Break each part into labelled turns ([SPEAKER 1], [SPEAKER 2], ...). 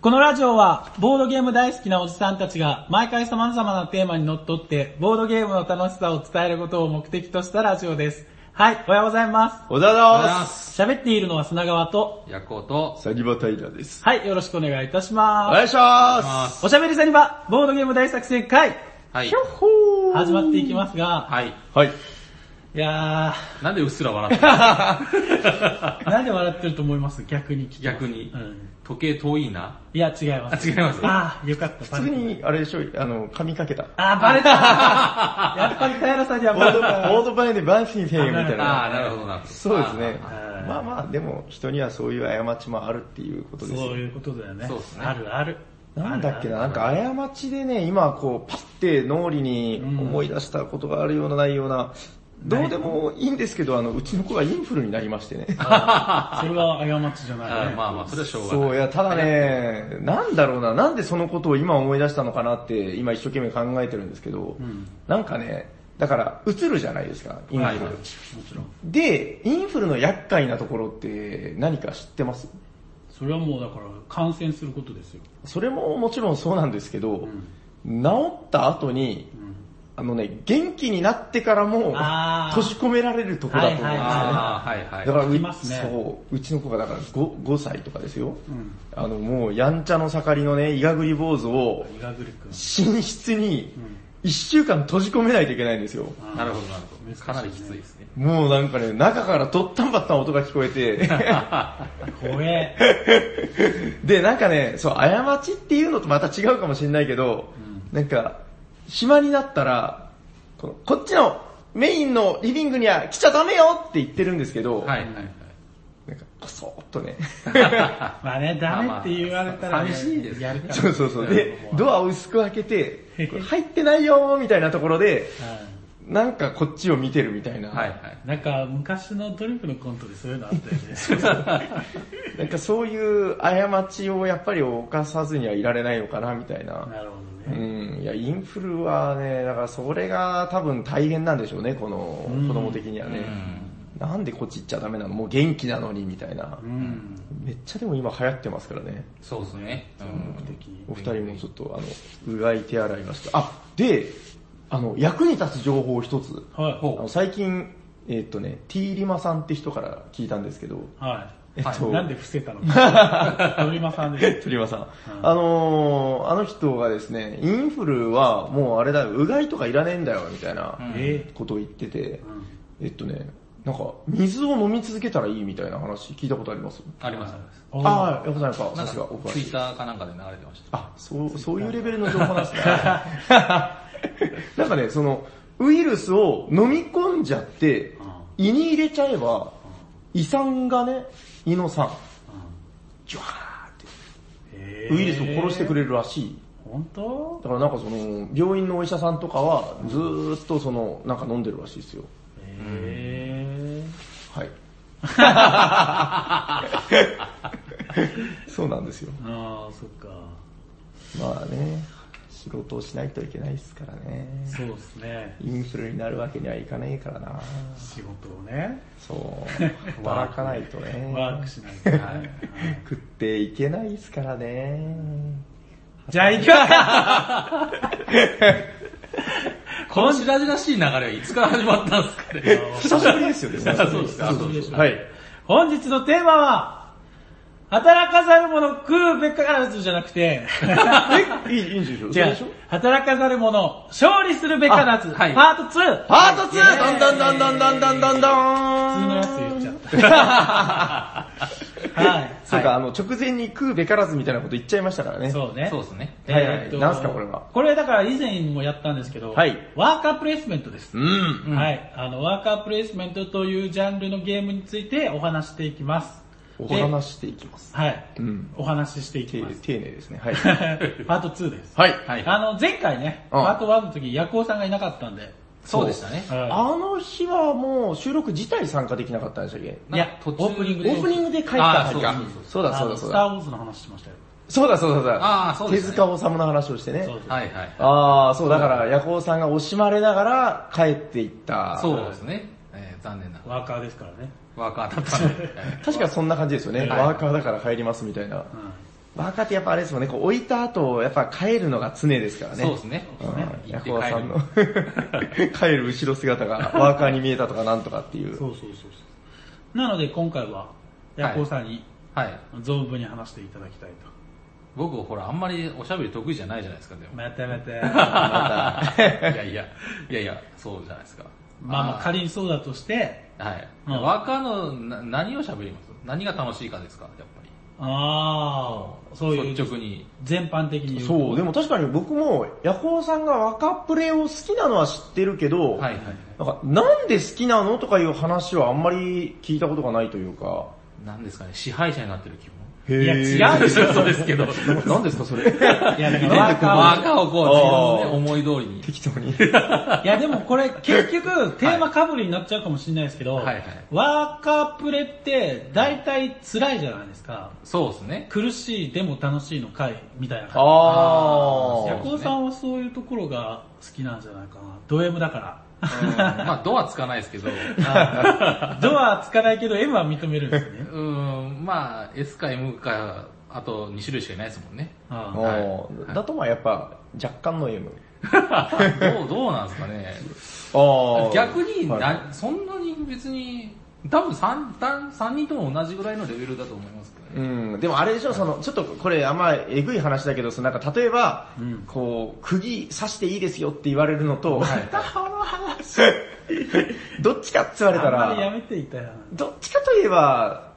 [SPEAKER 1] このラジオは、ボードゲーム大好きなおじさんたちが、毎回様々なテーマにのっとって、ボードゲームの楽しさを伝えることを目的としたラジオです。はい、おはようございま
[SPEAKER 2] おだ
[SPEAKER 3] おはようございますす。
[SPEAKER 1] す。喋っているのは砂川と、
[SPEAKER 3] ヤコウと、
[SPEAKER 2] サニバタイラです。
[SPEAKER 1] はい、よろしくお願いいたし
[SPEAKER 2] お
[SPEAKER 1] ま
[SPEAKER 2] 願いしま。
[SPEAKER 3] ます
[SPEAKER 1] す。おしゃべりさんには、ボードゲーム大作戦会、
[SPEAKER 3] はい。
[SPEAKER 2] ほー
[SPEAKER 1] 始まっていきますが、
[SPEAKER 3] はい。
[SPEAKER 2] はい。
[SPEAKER 1] いや
[SPEAKER 3] なんでうっすら笑ってる
[SPEAKER 1] ー、なんで笑ってると思います逆に聞きます
[SPEAKER 3] 逆に
[SPEAKER 1] うん。
[SPEAKER 3] 時計遠いな。
[SPEAKER 1] いや、違います。
[SPEAKER 3] あ違います
[SPEAKER 1] あー、よかった。
[SPEAKER 2] 普通に、あれでしょ、あの、髪かけた。
[SPEAKER 1] あー、バレ たやっぱり平さんには
[SPEAKER 2] ボード、
[SPEAKER 1] バ
[SPEAKER 2] ボ
[SPEAKER 1] レ
[SPEAKER 2] ードバイでバンシーせーよみたい
[SPEAKER 3] あ
[SPEAKER 2] な。
[SPEAKER 3] あ、なるほどなるほど。
[SPEAKER 2] そうですね
[SPEAKER 3] あ。
[SPEAKER 1] ー
[SPEAKER 2] まあまあ、でも、人にはそういう過ちもあるっていうこと
[SPEAKER 1] た。
[SPEAKER 2] ですよ
[SPEAKER 1] そういうことだよね。
[SPEAKER 3] そうですね
[SPEAKER 1] あるある。
[SPEAKER 2] なんだっけな、
[SPEAKER 1] ある
[SPEAKER 2] なんか過ちでね、今こう、パッて脳裏に思い出したことがあるようなないような、どうでもいいんですけど、あの、うちの子がインフルになりましてね。
[SPEAKER 1] あるそれは過ちじゃ
[SPEAKER 3] あ
[SPEAKER 1] ない
[SPEAKER 3] ー
[SPEAKER 1] ね。
[SPEAKER 3] まあまあ、それはしょうが
[SPEAKER 2] そ
[SPEAKER 3] な
[SPEAKER 2] う、
[SPEAKER 3] い。
[SPEAKER 2] いや、ただね、なんだろうな、なんでそのことを今思い出したのかなって、今一生懸命考えてるんですけど、
[SPEAKER 1] ん
[SPEAKER 2] なんかね、だから、映るじゃないですか、インフル。
[SPEAKER 3] はいはい
[SPEAKER 1] もちろん。
[SPEAKER 2] で、インフルの厄介なところって何か知ってます
[SPEAKER 1] それはもうだから、感染することですよ。
[SPEAKER 2] それももちろんそうなんですけど、治った後に、あのね、元気になってからも
[SPEAKER 1] あ、ー
[SPEAKER 2] 閉じ込められるとこだと思うんですよね。
[SPEAKER 1] はいはいはい
[SPEAKER 3] ああ、はいはい。
[SPEAKER 2] だから
[SPEAKER 1] 聞
[SPEAKER 2] う
[SPEAKER 1] きますね
[SPEAKER 2] そう、うちの子がだから 5, 5歳とかですよ、
[SPEAKER 1] ん
[SPEAKER 2] あのもうやんちゃの盛りのね、いがぐり坊主を
[SPEAKER 1] イガグリ君。
[SPEAKER 2] 寝室に1週間閉じ込めないといけないんですよ。
[SPEAKER 3] なるほどなるほ
[SPEAKER 1] 難しい
[SPEAKER 3] ど。かなりきついですね。
[SPEAKER 2] もうなんかね、中からとったんばったん音が聞こえて、
[SPEAKER 1] 怖え。
[SPEAKER 2] で、なんかね、そう、過ちっていうのとまた違うかもしれないけど、なんか、暇になったら、このこっちのメインのリビングには来ちゃダメよって言ってるんですけど、
[SPEAKER 3] はいはいはい。
[SPEAKER 2] なんか、こそーっと ね、
[SPEAKER 1] まあね、ダメって言われたらね。
[SPEAKER 3] まあまあ寂しいですね
[SPEAKER 1] やるから
[SPEAKER 2] そうそうそう。で、ドアを薄く開けて、 これ入ってないよーみたいなところで、
[SPEAKER 1] う
[SPEAKER 2] なんかこっちを見てるみたいな。
[SPEAKER 3] はいはい。
[SPEAKER 1] んなんか、昔のドリフのコントでそういうのあったよ ね。
[SPEAKER 2] なんかそういう過ちをやっぱり犯さずにはいられないのかなみたいな。
[SPEAKER 1] なるほ
[SPEAKER 2] う
[SPEAKER 1] どね。
[SPEAKER 2] ん、いや、インフルはね、だからそれが多分大変なんでしょうね、この子供的にはね。なんでこっち行っちゃダメなのもう元気なのにみたいな
[SPEAKER 1] う。ん。
[SPEAKER 2] めっちゃでも今流行ってますからね。
[SPEAKER 3] そうですね。うん
[SPEAKER 1] 的に。
[SPEAKER 2] お二人もちょっとあの、うがい手洗いました。あ、で、あの、役に立つ情報を一つ。
[SPEAKER 1] はい。
[SPEAKER 2] あの最近、えーっとね、T リマさんって人から聞いたんですけど、
[SPEAKER 1] はい。
[SPEAKER 2] えっと、
[SPEAKER 1] なんで伏せたの か。鳥間さん です。
[SPEAKER 2] トリマさん。
[SPEAKER 1] うん
[SPEAKER 2] あのー、あの人がですね、インフルはもうあれだよ、うがいとかいらねえんだよ、みたいな
[SPEAKER 3] うん
[SPEAKER 1] え
[SPEAKER 2] ことを言ってて、
[SPEAKER 1] ーうん
[SPEAKER 2] えっとね、なんか、水を飲み続けたらいいみたいな話聞いたことあります
[SPEAKER 3] ありますあります。
[SPEAKER 1] おー
[SPEAKER 2] ああ、やっぱさんやっ
[SPEAKER 3] な
[SPEAKER 2] ぱ、
[SPEAKER 3] ん
[SPEAKER 2] さすが、お
[SPEAKER 3] か、
[SPEAKER 2] 詳
[SPEAKER 3] ツイ
[SPEAKER 2] し
[SPEAKER 3] ッ
[SPEAKER 2] い。
[SPEAKER 3] ターかなんかで流れてました。
[SPEAKER 2] あ、そう、そういうレベルの情報なんですね。なんかね、その、ウイルスを飲み込んじゃって、胃に入れちゃえば、胃酸がね、胃の酸、ジュワーって、
[SPEAKER 1] へー
[SPEAKER 2] ウイルスを殺してくれるらしい。
[SPEAKER 1] 本当
[SPEAKER 2] だからなんかその、病院のお医者さんとかは、ずーっとその、なんか飲んでるらしいですよ。
[SPEAKER 1] へ
[SPEAKER 2] はい。そうなんですよ。
[SPEAKER 1] ーああ、そっか。
[SPEAKER 2] まあね、仕事をしないといけないですからね。
[SPEAKER 1] そうですね。
[SPEAKER 2] インフルになるわけにはいかねえからな。
[SPEAKER 1] 仕事をね、
[SPEAKER 2] そう。笑かないとね。
[SPEAKER 1] ワークしないとね。はい
[SPEAKER 2] 食っていけないですからね。
[SPEAKER 1] じゃあ行きま
[SPEAKER 3] この白々しい流れはいつから始まったんですかね。
[SPEAKER 2] 久しぶりですよね。
[SPEAKER 3] そうですね。
[SPEAKER 1] しょう
[SPEAKER 3] そうそう
[SPEAKER 2] はい。
[SPEAKER 1] 本日のテーマは、働かざる者食うべからずじゃなくて、
[SPEAKER 2] え、いい、いいんでしょ
[SPEAKER 1] 違う、働かざる者勝利するべからず、
[SPEAKER 3] あはい
[SPEAKER 1] パート 2!
[SPEAKER 2] パート 2! どんどんどんどんどんどんど
[SPEAKER 1] 普通の
[SPEAKER 2] んどーん
[SPEAKER 1] やつ言っちゃった。はい。
[SPEAKER 2] そうか、あの、直前に食うべからずみたいなこと言っちゃいましたからね。
[SPEAKER 1] そうね。
[SPEAKER 3] そうですね。
[SPEAKER 2] はいはい
[SPEAKER 1] えーっと
[SPEAKER 2] なんすかこれは
[SPEAKER 1] これだから以前もやったんですけど、
[SPEAKER 2] はい
[SPEAKER 1] ワーカープレイスメントです。
[SPEAKER 2] うん。
[SPEAKER 1] はい。あの、ワーカープレイスメントというジャンルのゲームについてお話していきます。
[SPEAKER 2] お
[SPEAKER 1] で
[SPEAKER 2] 話していきます。
[SPEAKER 1] はい。
[SPEAKER 2] うん
[SPEAKER 1] お話ししていき
[SPEAKER 2] 丁
[SPEAKER 1] ま
[SPEAKER 2] 寧
[SPEAKER 1] す。
[SPEAKER 2] 丁寧 ですね。はい。
[SPEAKER 1] パート2です。
[SPEAKER 2] はい。
[SPEAKER 3] はい。
[SPEAKER 1] あの、前回ね、
[SPEAKER 2] うん
[SPEAKER 1] パート1の時、ヤコウさんがいなかったんで、
[SPEAKER 3] そうでしたね。
[SPEAKER 1] は
[SPEAKER 2] あの日はもう収録自体参加できなかったんでしたっけ
[SPEAKER 1] いや、
[SPEAKER 3] 途中
[SPEAKER 1] オープニングで。
[SPEAKER 2] オープニングで帰った
[SPEAKER 3] あー
[SPEAKER 2] 話
[SPEAKER 3] そう
[SPEAKER 2] か。そう
[SPEAKER 1] あ
[SPEAKER 2] だそう
[SPEAKER 1] の
[SPEAKER 2] だそう
[SPEAKER 1] スタ
[SPEAKER 2] だ。
[SPEAKER 1] ーウォーズの話しましたよ。
[SPEAKER 2] そうだそうだそう
[SPEAKER 3] あ
[SPEAKER 2] だ
[SPEAKER 3] ー。そうで
[SPEAKER 2] 手
[SPEAKER 3] すね
[SPEAKER 2] 塚治虫の話をしてね
[SPEAKER 1] そう。です。
[SPEAKER 3] はいはい。
[SPEAKER 2] ああ、そうだから、ヤコウさんが惜しまれながら帰っていった。
[SPEAKER 3] そうですね。えー残念な。
[SPEAKER 1] ワーカーですからね。
[SPEAKER 3] ワーカーだったんで。
[SPEAKER 2] 確かそんな感じですよね。
[SPEAKER 3] はい
[SPEAKER 2] ワーカーだから帰りますみたいな。
[SPEAKER 1] うん
[SPEAKER 2] 若手やっぱあれですもんね、こう置いた後、やっぱ帰るのが常ですからね。
[SPEAKER 3] そうですね。
[SPEAKER 2] うん。
[SPEAKER 3] 行
[SPEAKER 2] ヤ
[SPEAKER 3] って
[SPEAKER 2] コワさんの
[SPEAKER 3] 帰る
[SPEAKER 2] 帰る後ろ姿がワーカーに見えたとかなんとかっていう。
[SPEAKER 1] そうそうそうそう。なので今回は、ヤコウさんに
[SPEAKER 3] はい。
[SPEAKER 1] 存分に話していただきたいと。
[SPEAKER 3] 僕、ほら、あんまりおしゃべり得意じゃないじゃないですか、 でも。
[SPEAKER 1] またま た。
[SPEAKER 3] いやいや、いやいや、そうじゃないですか。
[SPEAKER 1] まあまあ
[SPEAKER 3] ー
[SPEAKER 1] 仮にそうだとして、
[SPEAKER 3] はい。
[SPEAKER 1] うん
[SPEAKER 3] 若のな何を喋ります何が楽しいかですか、やっぱり。
[SPEAKER 1] ああ、そういう
[SPEAKER 3] 率直に。
[SPEAKER 1] 全般的に言うと
[SPEAKER 2] そう、でも確かに僕も、ヤコウさんが若プレイを好きなのは知ってるけど、
[SPEAKER 3] はいはい。
[SPEAKER 2] なんか、なんで好きなのとかいう話はあんまり聞いたことがないというか。
[SPEAKER 3] なんですかね、支配者になってる気分。
[SPEAKER 2] へ
[SPEAKER 1] いや違
[SPEAKER 2] ー
[SPEAKER 3] 違うでしょ、そうですけど。
[SPEAKER 2] 何ですかそ
[SPEAKER 1] い
[SPEAKER 2] れ。
[SPEAKER 1] や、だか
[SPEAKER 2] 然
[SPEAKER 1] らワーカーは
[SPEAKER 3] 若をこう、
[SPEAKER 2] あー
[SPEAKER 3] 自分のね、思い通りに。
[SPEAKER 2] 適当に。
[SPEAKER 1] いやでもこれ結局テーマかぶりになっちゃうかもしれないですけど、
[SPEAKER 3] はいはい
[SPEAKER 1] ワーカープレって大体辛いじゃないですか。
[SPEAKER 3] そうですね。
[SPEAKER 1] 苦しいでも楽しいの回みたいな感
[SPEAKER 2] あ
[SPEAKER 1] じ。ヤ
[SPEAKER 2] ー。
[SPEAKER 1] コウさんはそういうところが好きなんじゃないかな。ド M だか
[SPEAKER 3] うんまあ、ドアつかないですけど。
[SPEAKER 1] ら。 ドアはつかないけど M は認めるんです ね。
[SPEAKER 3] うん、まあ、S か M か、あと2種類しかいないですもんね。
[SPEAKER 1] あ
[SPEAKER 2] おーだとまあやっぱ、若干の M。
[SPEAKER 3] どう、どうなんですかね。
[SPEAKER 2] あー
[SPEAKER 3] 逆にな、
[SPEAKER 2] はい
[SPEAKER 3] そんなに別に、多分三三三人とも同じぐらいのレベルだと思いますけどね。
[SPEAKER 2] うん、でもあれでしょ、その、ちょっとこれあんまえぐい話だけど、そのなんか例えば、
[SPEAKER 1] ん
[SPEAKER 2] こう、釘刺していいですよって言われるのと、
[SPEAKER 3] はい
[SPEAKER 2] どっちかって言われた
[SPEAKER 1] あんまりや
[SPEAKER 2] ら、
[SPEAKER 1] めていたよ。
[SPEAKER 2] どっちかといえば、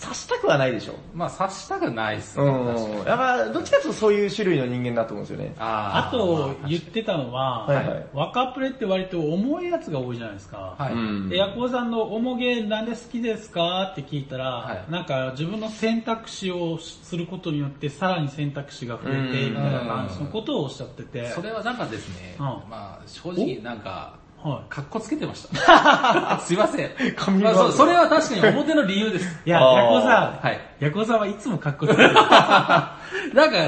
[SPEAKER 2] 刺したくはないでしょ。
[SPEAKER 3] まあ、刺したくないっす
[SPEAKER 2] う
[SPEAKER 3] ね。
[SPEAKER 2] ん、やっぱどっちかっていうとそういう種類の人間だと思うんですよね。
[SPEAKER 3] あ
[SPEAKER 1] あと言っ
[SPEAKER 3] ゆ
[SPEAKER 1] てたのは、
[SPEAKER 2] はいはい
[SPEAKER 1] ワーカープレって割と重いやつが多いじゃないですか。
[SPEAKER 3] はい。
[SPEAKER 2] うん
[SPEAKER 1] で、ヤコウさんの重げなんで好きですかって聞いたら、
[SPEAKER 3] はい
[SPEAKER 1] なんか自分の選択肢をすることによってさらに選択肢が増えて、
[SPEAKER 2] うん
[SPEAKER 1] みたいな感じのことをおっしゃってて、
[SPEAKER 3] それはなんかですね、
[SPEAKER 1] うん
[SPEAKER 3] まあ、正直なんか、
[SPEAKER 1] は
[SPEAKER 3] かっこつけてま した。すいません。
[SPEAKER 2] カミング
[SPEAKER 3] ま
[SPEAKER 2] ア
[SPEAKER 3] あ
[SPEAKER 2] ウト
[SPEAKER 3] そうそれは確かに表の理由です。
[SPEAKER 1] い。いや、
[SPEAKER 2] あー
[SPEAKER 1] ヤコウさん、
[SPEAKER 3] はい
[SPEAKER 1] ヤコウさんはいつもかっこつけ てる。
[SPEAKER 3] なんか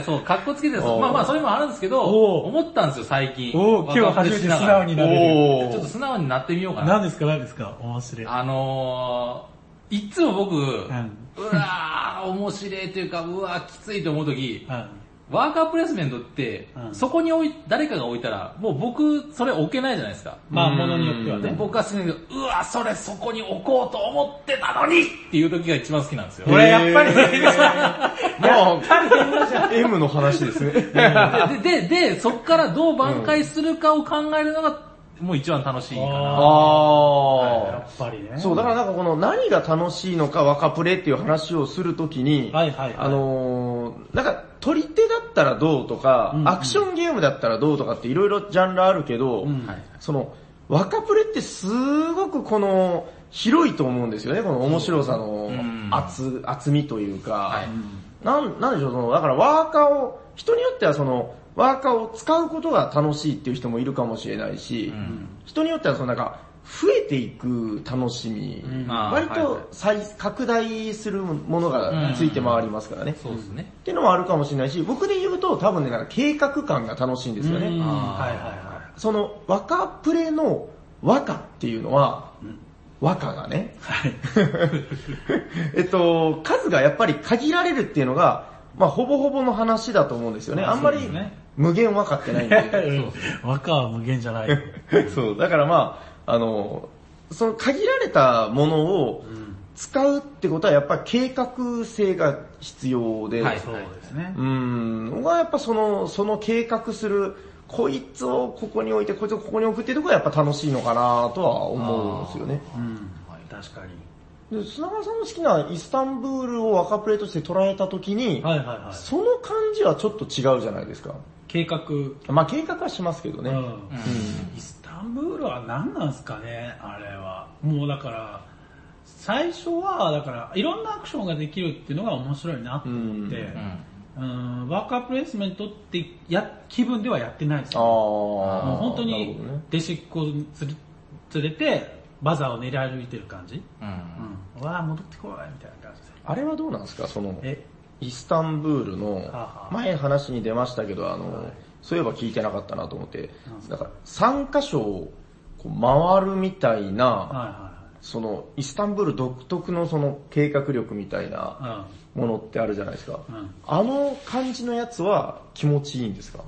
[SPEAKER 3] そう、かっこつけてるんです
[SPEAKER 2] おー
[SPEAKER 3] まあまあ、それもあるんですけど、
[SPEAKER 1] おー
[SPEAKER 3] 思ったんですよ、最近。
[SPEAKER 1] おー今日初めて素直になれる。
[SPEAKER 2] お
[SPEAKER 3] ちょっと素直になってみようかな。
[SPEAKER 1] 何ですか何ですか面白い。
[SPEAKER 3] あのー、いっつも僕、うんわー、面白いというか、うわー、きついと思うとき、
[SPEAKER 1] うん
[SPEAKER 3] ワーカープレイスメントって、
[SPEAKER 1] うん
[SPEAKER 3] そこに置い、誰かが置いたら、もう僕、それ置けないじゃないですか。
[SPEAKER 1] まあ、ものによっては
[SPEAKER 3] で
[SPEAKER 1] ね。
[SPEAKER 3] 僕はすぐに、うわ、それそこに置こうと思ってたのにっていう時が一番好きなんですよ。
[SPEAKER 1] これやっぱり
[SPEAKER 2] り、もう、M の話です ね。
[SPEAKER 3] で、で、で、そこからどう挽回するかを考えるのが、もう一番楽しいかな。
[SPEAKER 1] や
[SPEAKER 2] あ
[SPEAKER 1] っぱりね。
[SPEAKER 2] ー。そう、だからなんかこの何が楽しいのか若プレっていう話をするときに、
[SPEAKER 1] はいはいはい
[SPEAKER 2] あのー、なんか取り手だったらどうとか、
[SPEAKER 1] うんうん
[SPEAKER 2] アクションゲームだったらどうとかっていろいろジャンルあるけど、
[SPEAKER 1] うん
[SPEAKER 3] はい
[SPEAKER 2] その、若プレってすごくこの、広いと思うんですよね、この面白さの
[SPEAKER 3] うん
[SPEAKER 2] 厚厚みというか、
[SPEAKER 3] はい
[SPEAKER 2] なん、なんでしょう、その、だからワーカーを、人によってはその、ワーカーを使うことが楽しいっていう人もいるかもしれないし、
[SPEAKER 3] ん
[SPEAKER 2] 人によってはそのなんか、増えていく楽しみ、
[SPEAKER 1] ん
[SPEAKER 3] あー
[SPEAKER 2] 割
[SPEAKER 3] はいはい
[SPEAKER 2] と再、拡大するものがついて回りますからね。
[SPEAKER 3] そうですね。
[SPEAKER 2] っていうのもあるかもしれないし、僕で言うと多分ね、なんか計画感が楽しいんですよね。
[SPEAKER 1] うん
[SPEAKER 3] あー
[SPEAKER 1] はいは
[SPEAKER 2] その、若プレの若っていうのは、若がね、
[SPEAKER 1] いはい。
[SPEAKER 2] えっと、数がやっぱり限られるっていうのが、まあ、ほぼほぼの話だと思うんですよね。
[SPEAKER 1] まあ
[SPEAKER 2] あんま
[SPEAKER 1] そ
[SPEAKER 2] り
[SPEAKER 1] うですね
[SPEAKER 2] 無限分かってないん で。
[SPEAKER 1] 若は無限じゃないよ。
[SPEAKER 2] そう、だからまあ、あの、その限られたものを使うってことはやっぱり計画性が必要で、
[SPEAKER 3] はい
[SPEAKER 1] そうですね。
[SPEAKER 2] うん、僕はやっぱその、その計画する、こいつをここに置いて、こいつをここに置くっていうところがやっぱ楽しいのかなとは思うんですよね。
[SPEAKER 1] うん
[SPEAKER 3] はい。
[SPEAKER 1] 確かに。
[SPEAKER 2] で、砂川さんの好きなイスタンブールを赤プレーとして捉えたときに、
[SPEAKER 1] はいはいはい。
[SPEAKER 2] その感じはちょっと違うじゃないですか。
[SPEAKER 1] 計画。うん。
[SPEAKER 2] まあ計画はしますけどね。
[SPEAKER 1] イスタンブールは何なんすかね、あれは。もうだから、最初は、だから、いろんなアクションができるっていうのが面白いなって思って、
[SPEAKER 3] うん
[SPEAKER 1] うん、ワーカープレイスメントってや、気分ではやってないです
[SPEAKER 2] あー。
[SPEAKER 1] よ。もう本当
[SPEAKER 2] なる
[SPEAKER 1] に
[SPEAKER 2] ほどね、
[SPEAKER 1] 弟子っ子を連れ連れて、バザーを狙い歩いてる感じ。
[SPEAKER 3] うん
[SPEAKER 1] うん。うわぁ、戻ってこい、みたいな感じで。
[SPEAKER 2] あれはどうなんですかその、
[SPEAKER 1] え、
[SPEAKER 2] イスタンブール
[SPEAKER 1] あ
[SPEAKER 2] の
[SPEAKER 1] は、
[SPEAKER 2] 前話に出ましたけど、あの、そういえば聞いてなかったなと思って、なんか3箇所をこう回るみたいな
[SPEAKER 1] はいはいはい。
[SPEAKER 2] その、イスタンブール独特のその計画力みたいなものってあるじゃないですか。
[SPEAKER 3] うん。うん。
[SPEAKER 2] あの感じのやつは気持ちいいんですか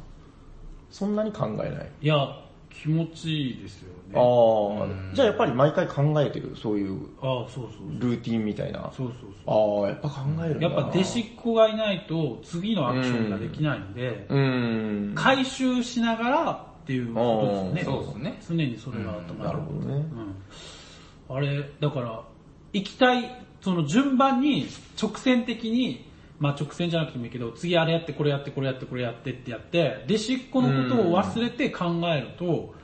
[SPEAKER 2] そんなに考えない。
[SPEAKER 3] いや、気持ちいいですよね。
[SPEAKER 2] あ
[SPEAKER 3] あ
[SPEAKER 2] あ、じゃあやっぱり毎回考えてる、そういう
[SPEAKER 3] あ、そうそう
[SPEAKER 2] ルーティンみたいな。
[SPEAKER 3] そう。そうそうそ
[SPEAKER 2] ああ、やっぱ考えるん
[SPEAKER 3] う。
[SPEAKER 2] だ
[SPEAKER 3] や
[SPEAKER 2] な
[SPEAKER 3] っぱ弟子っ子がいないと次のアクションができないんで、
[SPEAKER 2] うーん。
[SPEAKER 1] 回収しながらっていうことです
[SPEAKER 2] あ
[SPEAKER 1] よ
[SPEAKER 2] ー
[SPEAKER 1] ね。
[SPEAKER 2] そう
[SPEAKER 3] ね
[SPEAKER 1] 常にそれが頭
[SPEAKER 2] なる
[SPEAKER 1] に
[SPEAKER 2] ほど
[SPEAKER 1] う
[SPEAKER 2] ね。
[SPEAKER 1] ん、あれ、だから、行きたい、その順番に直線的に、まあ直線じゃなくてもいいけど、次あれやって、これやって、これやって、これやってってやって、弟子っ子のことを忘れて考えると、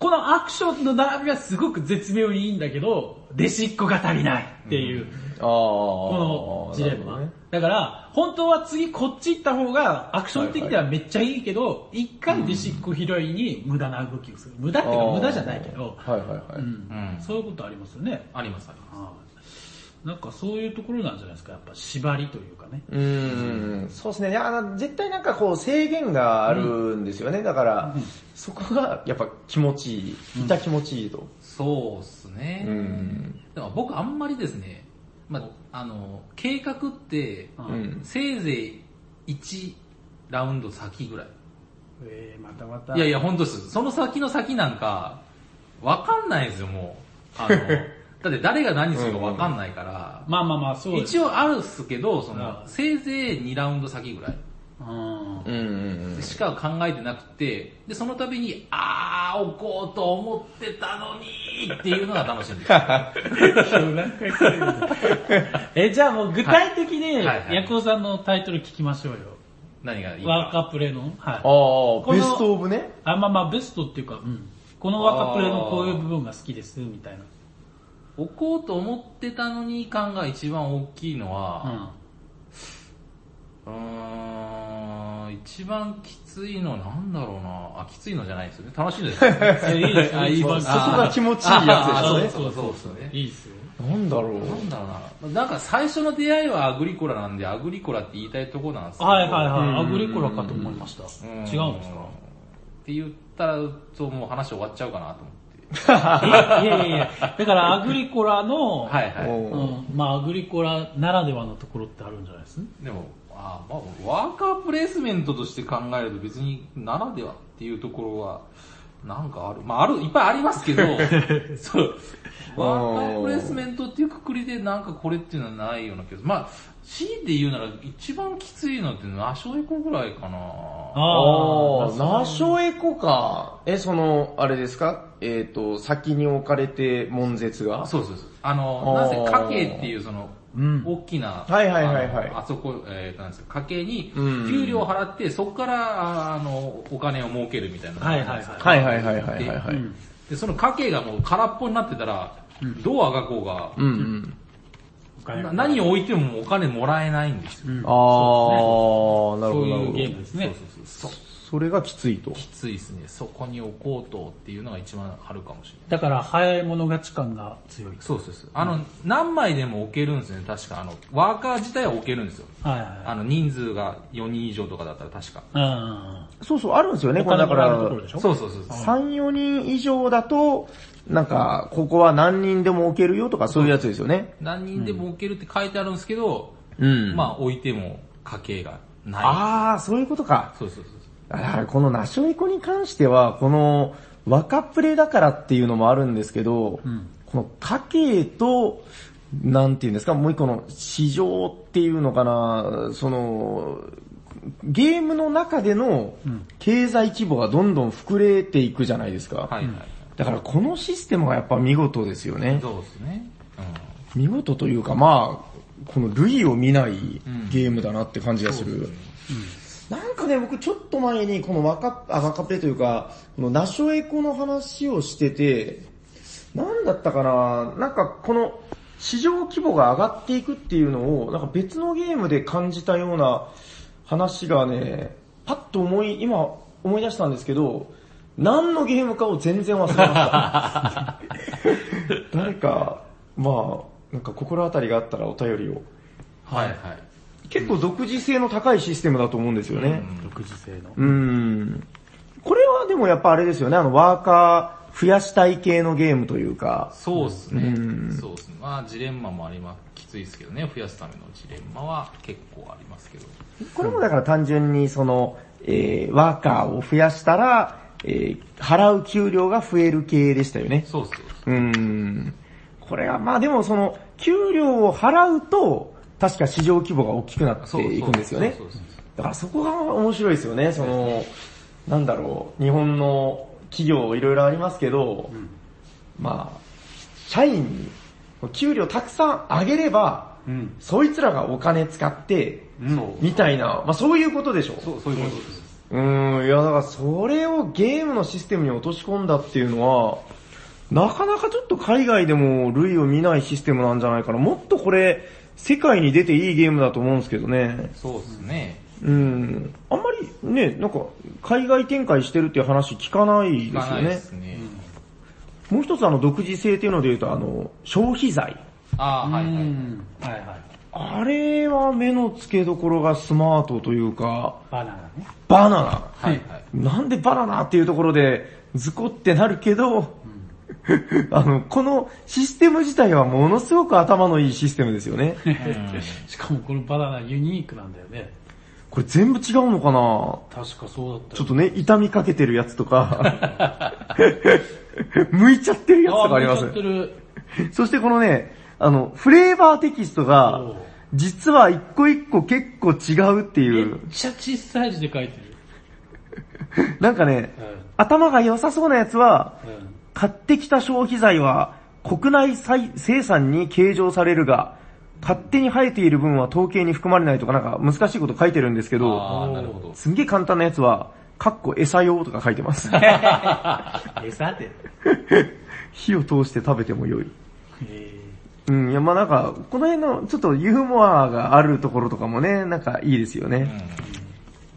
[SPEAKER 1] このアクションの並びはすごく絶妙にいいんだけど、弟子っ子が足りないっていう、
[SPEAKER 2] ああ、こ
[SPEAKER 1] このジレンマ。だから、本当は次こっち行った方がアクション的ではめっちゃいいけど、一回弟子っ子拾いに無駄な動きをする。無駄っていうか無駄じゃないけど、
[SPEAKER 2] はいはいはい。
[SPEAKER 1] うん
[SPEAKER 3] うん
[SPEAKER 1] そういうことありますよね。
[SPEAKER 3] ありますありま
[SPEAKER 1] はいなんかそういうところなんじゃないですか、やっぱ縛りというかね。
[SPEAKER 2] うーんそうですね。いや、あの絶対なんかこう制限があるんですよね。だから、そこがやっぱ気持ちいい。痛気持ちいいと。
[SPEAKER 3] す。そうっすね。
[SPEAKER 2] うん。
[SPEAKER 3] でも僕あんまりですね、まあ、あの、計画って、
[SPEAKER 1] う
[SPEAKER 2] うんん。
[SPEAKER 3] せいぜい1ラウンド先ぐらい。
[SPEAKER 1] えー、またまた。
[SPEAKER 3] いやいや、本当です。その先の先なんか、わかんないですよ、もう。 あの、だって誰が何するかわかんないから、
[SPEAKER 1] まあまあまあ、そうです。
[SPEAKER 3] 一応あるっすけど、その、
[SPEAKER 1] うん
[SPEAKER 3] せいぜい2ラウンド先ぐらい。
[SPEAKER 1] うん。
[SPEAKER 2] うんうん
[SPEAKER 3] しか考えてなくて、で、その度に、あー、置こうと思ってたのにっていうのが楽しいんです。
[SPEAKER 1] え、じゃあもう具体的に、
[SPEAKER 3] はいはいはい
[SPEAKER 1] ヤクオさんのタイトル聞きましょうよ。
[SPEAKER 3] 何がいい
[SPEAKER 1] ワー
[SPEAKER 3] か。
[SPEAKER 1] カープレイの。はい。
[SPEAKER 2] あ
[SPEAKER 1] この
[SPEAKER 2] あ、ベストオブね。
[SPEAKER 1] あ、まあまあ、ベストっていうか、うん。このワーカープレイのこういう部分が好きです、みたい
[SPEAKER 3] 置こうと思ってたのに感が一番大きいのは、
[SPEAKER 1] な。
[SPEAKER 3] うーん一番きついのなんだろうなあ、きついのじゃないですよね。楽しいですよね。
[SPEAKER 1] うん。いいですね、
[SPEAKER 2] あいい
[SPEAKER 1] 一番
[SPEAKER 2] そこが気持ちいいや
[SPEAKER 3] あ
[SPEAKER 2] つ
[SPEAKER 3] ー
[SPEAKER 2] でしょ
[SPEAKER 3] そうそうそうそう。
[SPEAKER 1] いいですよ。
[SPEAKER 2] なんだろう。
[SPEAKER 3] なんだろうな。なんか最初の出会いはアグリコラなんで、アグリコラって言いたいとこなんですけど。
[SPEAKER 1] はいはい
[SPEAKER 2] うん
[SPEAKER 1] はい。アグリコラかと思いました。
[SPEAKER 3] う
[SPEAKER 1] 違うんですか
[SPEAKER 3] って言ったらともう話終わっちゃうかなと思って。
[SPEAKER 1] えいやいやいや。だからアグリコラの、
[SPEAKER 3] はいは
[SPEAKER 2] おー
[SPEAKER 1] うん、まあアグリコラならではのところってあるんじゃないですか
[SPEAKER 3] い。でも、あーまあ、ワーカープレイスメントとして考えると別にならではっていうところは、なんかある。まあある、いっぱいあります けど、そう。ワーカープレイスメントっていうくくりでなんかこれっていうのはないような気がする。まあ、C で言うなら一番きついのってナショエコぐらいかな
[SPEAKER 2] ああ、
[SPEAKER 1] あ
[SPEAKER 2] ナショエコか。え、その、あれですかえっ、と、先に置かれて悶絶が。
[SPEAKER 3] そうそうそう。あの、なんせ
[SPEAKER 2] あー
[SPEAKER 3] 家計っていうその、
[SPEAKER 1] うん
[SPEAKER 3] 大きな、
[SPEAKER 2] はいはいはいはい
[SPEAKER 3] あのあそこ、えー、なんですか、家計に
[SPEAKER 2] うん
[SPEAKER 3] 給料を払って、そこから、あの、お金を儲けるみたいな。
[SPEAKER 1] はいはいはい
[SPEAKER 2] はいはいはいはいはい、はい。
[SPEAKER 1] うん
[SPEAKER 3] で、その家計がもう空っぽになってたら、どうあがこうが、
[SPEAKER 2] うんうん。
[SPEAKER 3] な何を置いてもお金もらえないんですよ。
[SPEAKER 2] あー、なる
[SPEAKER 1] そ
[SPEAKER 2] ほ
[SPEAKER 1] う
[SPEAKER 2] どな
[SPEAKER 1] い
[SPEAKER 2] る
[SPEAKER 1] う
[SPEAKER 2] ほ
[SPEAKER 1] ゲー
[SPEAKER 2] ど
[SPEAKER 1] ムですね。
[SPEAKER 3] そうそうそう。そう
[SPEAKER 2] それがきついと。
[SPEAKER 3] きついですね。そこに置こうとっていうのが一番あるかもしれない。
[SPEAKER 1] だから早い者勝ち感が強い。
[SPEAKER 3] そうそうそう。あの、何枚でも置けるんですよね、確か。あの、ワーカー自体は置けるんですよ。
[SPEAKER 1] はいはい
[SPEAKER 3] あの、人数が4人以上とかだったら確か。
[SPEAKER 1] うん。
[SPEAKER 2] そうそう、あるんですよね、これだか
[SPEAKER 1] お金もらえるところ
[SPEAKER 2] ら
[SPEAKER 1] で。しょ
[SPEAKER 3] そうそうそう。
[SPEAKER 2] 3、4人以上だと、なんか、ここは何人でも置けるよとかそういうやつですよね。
[SPEAKER 3] 何人でも置けるって書いてあるんですけど、
[SPEAKER 2] うん。
[SPEAKER 3] まあ置いても家計がない。
[SPEAKER 2] あー、そういうことか。
[SPEAKER 3] そうそうそう。
[SPEAKER 2] だからこのナショエコに関しては、この若プレだからっていうのもあるんですけど、この家計と、なんていうんですか、もう一個の市場っていうのかな、その、ゲームの中での経済規模がどんどん膨れていくじゃないですか。
[SPEAKER 3] はいはい。
[SPEAKER 2] だからこのシステムがやっぱ見事ですよね。
[SPEAKER 3] そうですね。
[SPEAKER 2] 見事というかまあ、この類を見ないゲームだなって感じがする。なんかね、僕ちょっと前にこの若、あ、若ペというか、このナショエコの話をしてて、なんだったかななんかこの市場規模が上がっていくっていうのを、なんか別のゲームで感じたような話がね、パッと思い、今思い出したんですけど、何のゲームかを全然忘れました。 誰か、まあ、なんか心当たりがあったらお便りを。
[SPEAKER 3] うん。はいはい。
[SPEAKER 2] 結構独自性の高いシステムだと思うんですよね。
[SPEAKER 1] 独自性の。
[SPEAKER 2] うーん。これはでもやっぱあれですよね、あのワーカー増やしたい系のゲームというか、
[SPEAKER 3] そうですね。
[SPEAKER 2] うん
[SPEAKER 3] そうですね。まあ、ジレンマもあります。きついですけどね、増やすためのジレンマは結構ありますけど。
[SPEAKER 2] これもだから単純にその、えー、ワーカーを増やしたら、えー、払う給料が増える系でしたよね。
[SPEAKER 3] そうっすよ。
[SPEAKER 2] うーん。これはまあでもその、給料を払うと、確か市場規模が大きくなっ
[SPEAKER 3] そう
[SPEAKER 2] ていくんですよね
[SPEAKER 3] そう。そうそう
[SPEAKER 2] だからそこが面白いですよね、その、なんだろう、日本の企業いろいろありますけど、まあ、社員に給料たくさん上げれば、
[SPEAKER 1] うん。
[SPEAKER 2] そいつらがお金使って、
[SPEAKER 1] うん
[SPEAKER 3] そう
[SPEAKER 2] みたいな、まあそういうことでしょ。
[SPEAKER 3] そう、そういうことです。
[SPEAKER 2] うーん、いやだからそれをゲームのシステムに落とし込んだっていうのは、なかなかちょっと海外でも類を見ないシステムなんじゃないかな。もっとこれ、世界に出ていいゲームだと思うんですけどね。
[SPEAKER 3] そうですね。
[SPEAKER 2] うん。あんまりね、なんか、海外展開してるっていう話聞かないです
[SPEAKER 3] 聞
[SPEAKER 2] よ
[SPEAKER 3] かないで
[SPEAKER 2] ね。
[SPEAKER 3] すね。
[SPEAKER 2] もう一つあの、独自性っていうので言うと、あの、消費財。
[SPEAKER 3] ああ、はいはい。
[SPEAKER 1] うんはいはい。
[SPEAKER 2] あれは目の付けどころがスマートというか、
[SPEAKER 1] バナナね。
[SPEAKER 2] バナナ。
[SPEAKER 3] はいはい。
[SPEAKER 2] なんでバナナっていうところで、ズコってなるけど、 あの、このシステム自体はものすごく頭のいいシステムですよね。
[SPEAKER 1] しかもこのバナナユニークなんだよね。
[SPEAKER 2] これ全部違うのかな
[SPEAKER 1] 確かそうだったよ
[SPEAKER 2] ちょっとね、痛みかけてるやつとか、 剥いちゃってるやつとかありま
[SPEAKER 1] ー
[SPEAKER 2] す
[SPEAKER 1] 向いちゃってる
[SPEAKER 2] そしてこのね、あの、フレーバーテキスト
[SPEAKER 1] お
[SPEAKER 2] が
[SPEAKER 1] う、
[SPEAKER 2] 実は一個一個結構違うってい
[SPEAKER 1] めっ
[SPEAKER 2] う、
[SPEAKER 1] ちゃ小さい字で書いてる。
[SPEAKER 2] なんかね
[SPEAKER 1] う、
[SPEAKER 2] 頭が良さそうなやつは、
[SPEAKER 1] ん。うん。
[SPEAKER 2] 買ってきた消費財は国内再生産に計上されるが、勝手に生えている分は統計に含まれないとかなんか難しいこと書いてるんですけど、
[SPEAKER 3] ああ、なるほど。
[SPEAKER 2] すんげえ簡単なやつは、かっこ餌用とか書い てます。
[SPEAKER 1] 餌で。
[SPEAKER 2] 火を通して食べても良い。
[SPEAKER 1] え
[SPEAKER 2] うん、いやまあなんか、この辺のちょっとユーモアがあるところとかもね、なんかいいですよ
[SPEAKER 3] う
[SPEAKER 2] ね。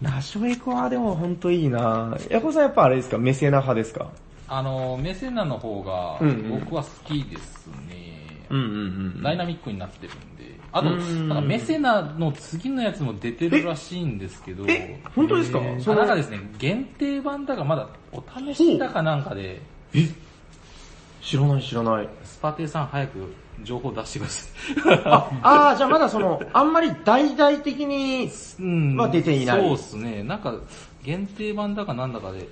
[SPEAKER 3] ん
[SPEAKER 2] ナショエコはでもほんといいなヤコさんやっぱあれですか、メセナ派ですか
[SPEAKER 3] あの、メセナの方が
[SPEAKER 2] うんうん
[SPEAKER 3] 僕は好きですね。
[SPEAKER 2] んうん
[SPEAKER 3] ダイナミックになってるんで。あと、
[SPEAKER 2] うん
[SPEAKER 3] なんかメセナの次のやつも出てるらしいんですけど、
[SPEAKER 2] え、本当ですか、
[SPEAKER 3] あ
[SPEAKER 2] その
[SPEAKER 3] なんかですね、限定版だかまだお試しだかなんかで、
[SPEAKER 2] 知らない知らない。
[SPEAKER 3] スパテさん早く情報出してくださ
[SPEAKER 2] ああ、じゃあまだその、あんまり大々的に、
[SPEAKER 3] い。 うん
[SPEAKER 2] まあ出ていない
[SPEAKER 3] そうですね。なんか、限定版だかなんだかで、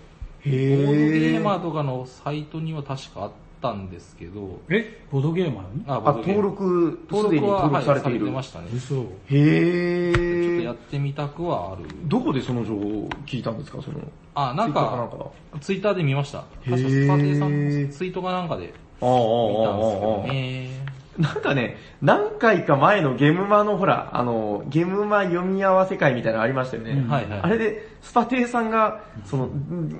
[SPEAKER 2] へ
[SPEAKER 3] ボードゲ
[SPEAKER 2] え
[SPEAKER 3] ーマーとかのサイトには確かあったんですけど、
[SPEAKER 1] え、ボードゲーマーなの
[SPEAKER 3] あ
[SPEAKER 2] あ、登録、すでに登録されてい
[SPEAKER 3] は
[SPEAKER 2] る。
[SPEAKER 3] ましたね。ちょっ
[SPEAKER 1] 嘘。
[SPEAKER 2] へ
[SPEAKER 3] と
[SPEAKER 2] え
[SPEAKER 3] やってみたくはある。
[SPEAKER 2] どこでその情報を聞いたんですか、その。
[SPEAKER 3] あ、なん
[SPEAKER 2] ツイッターかなんかだ
[SPEAKER 3] か、ツイッターで見ました。確か
[SPEAKER 2] へー
[SPEAKER 3] スパテさんのツイートかなんか
[SPEAKER 2] ああ、
[SPEAKER 3] で見たんですけ
[SPEAKER 2] あ
[SPEAKER 3] ど
[SPEAKER 2] あ、ああ。
[SPEAKER 3] ね。
[SPEAKER 2] なんかね、何回か前のゲムマのほら、あの、ゲムマ読み合わせ会みたいなのありましたよね。
[SPEAKER 1] うん
[SPEAKER 3] はいはい。
[SPEAKER 2] あれで、スパテイさんが、その、うん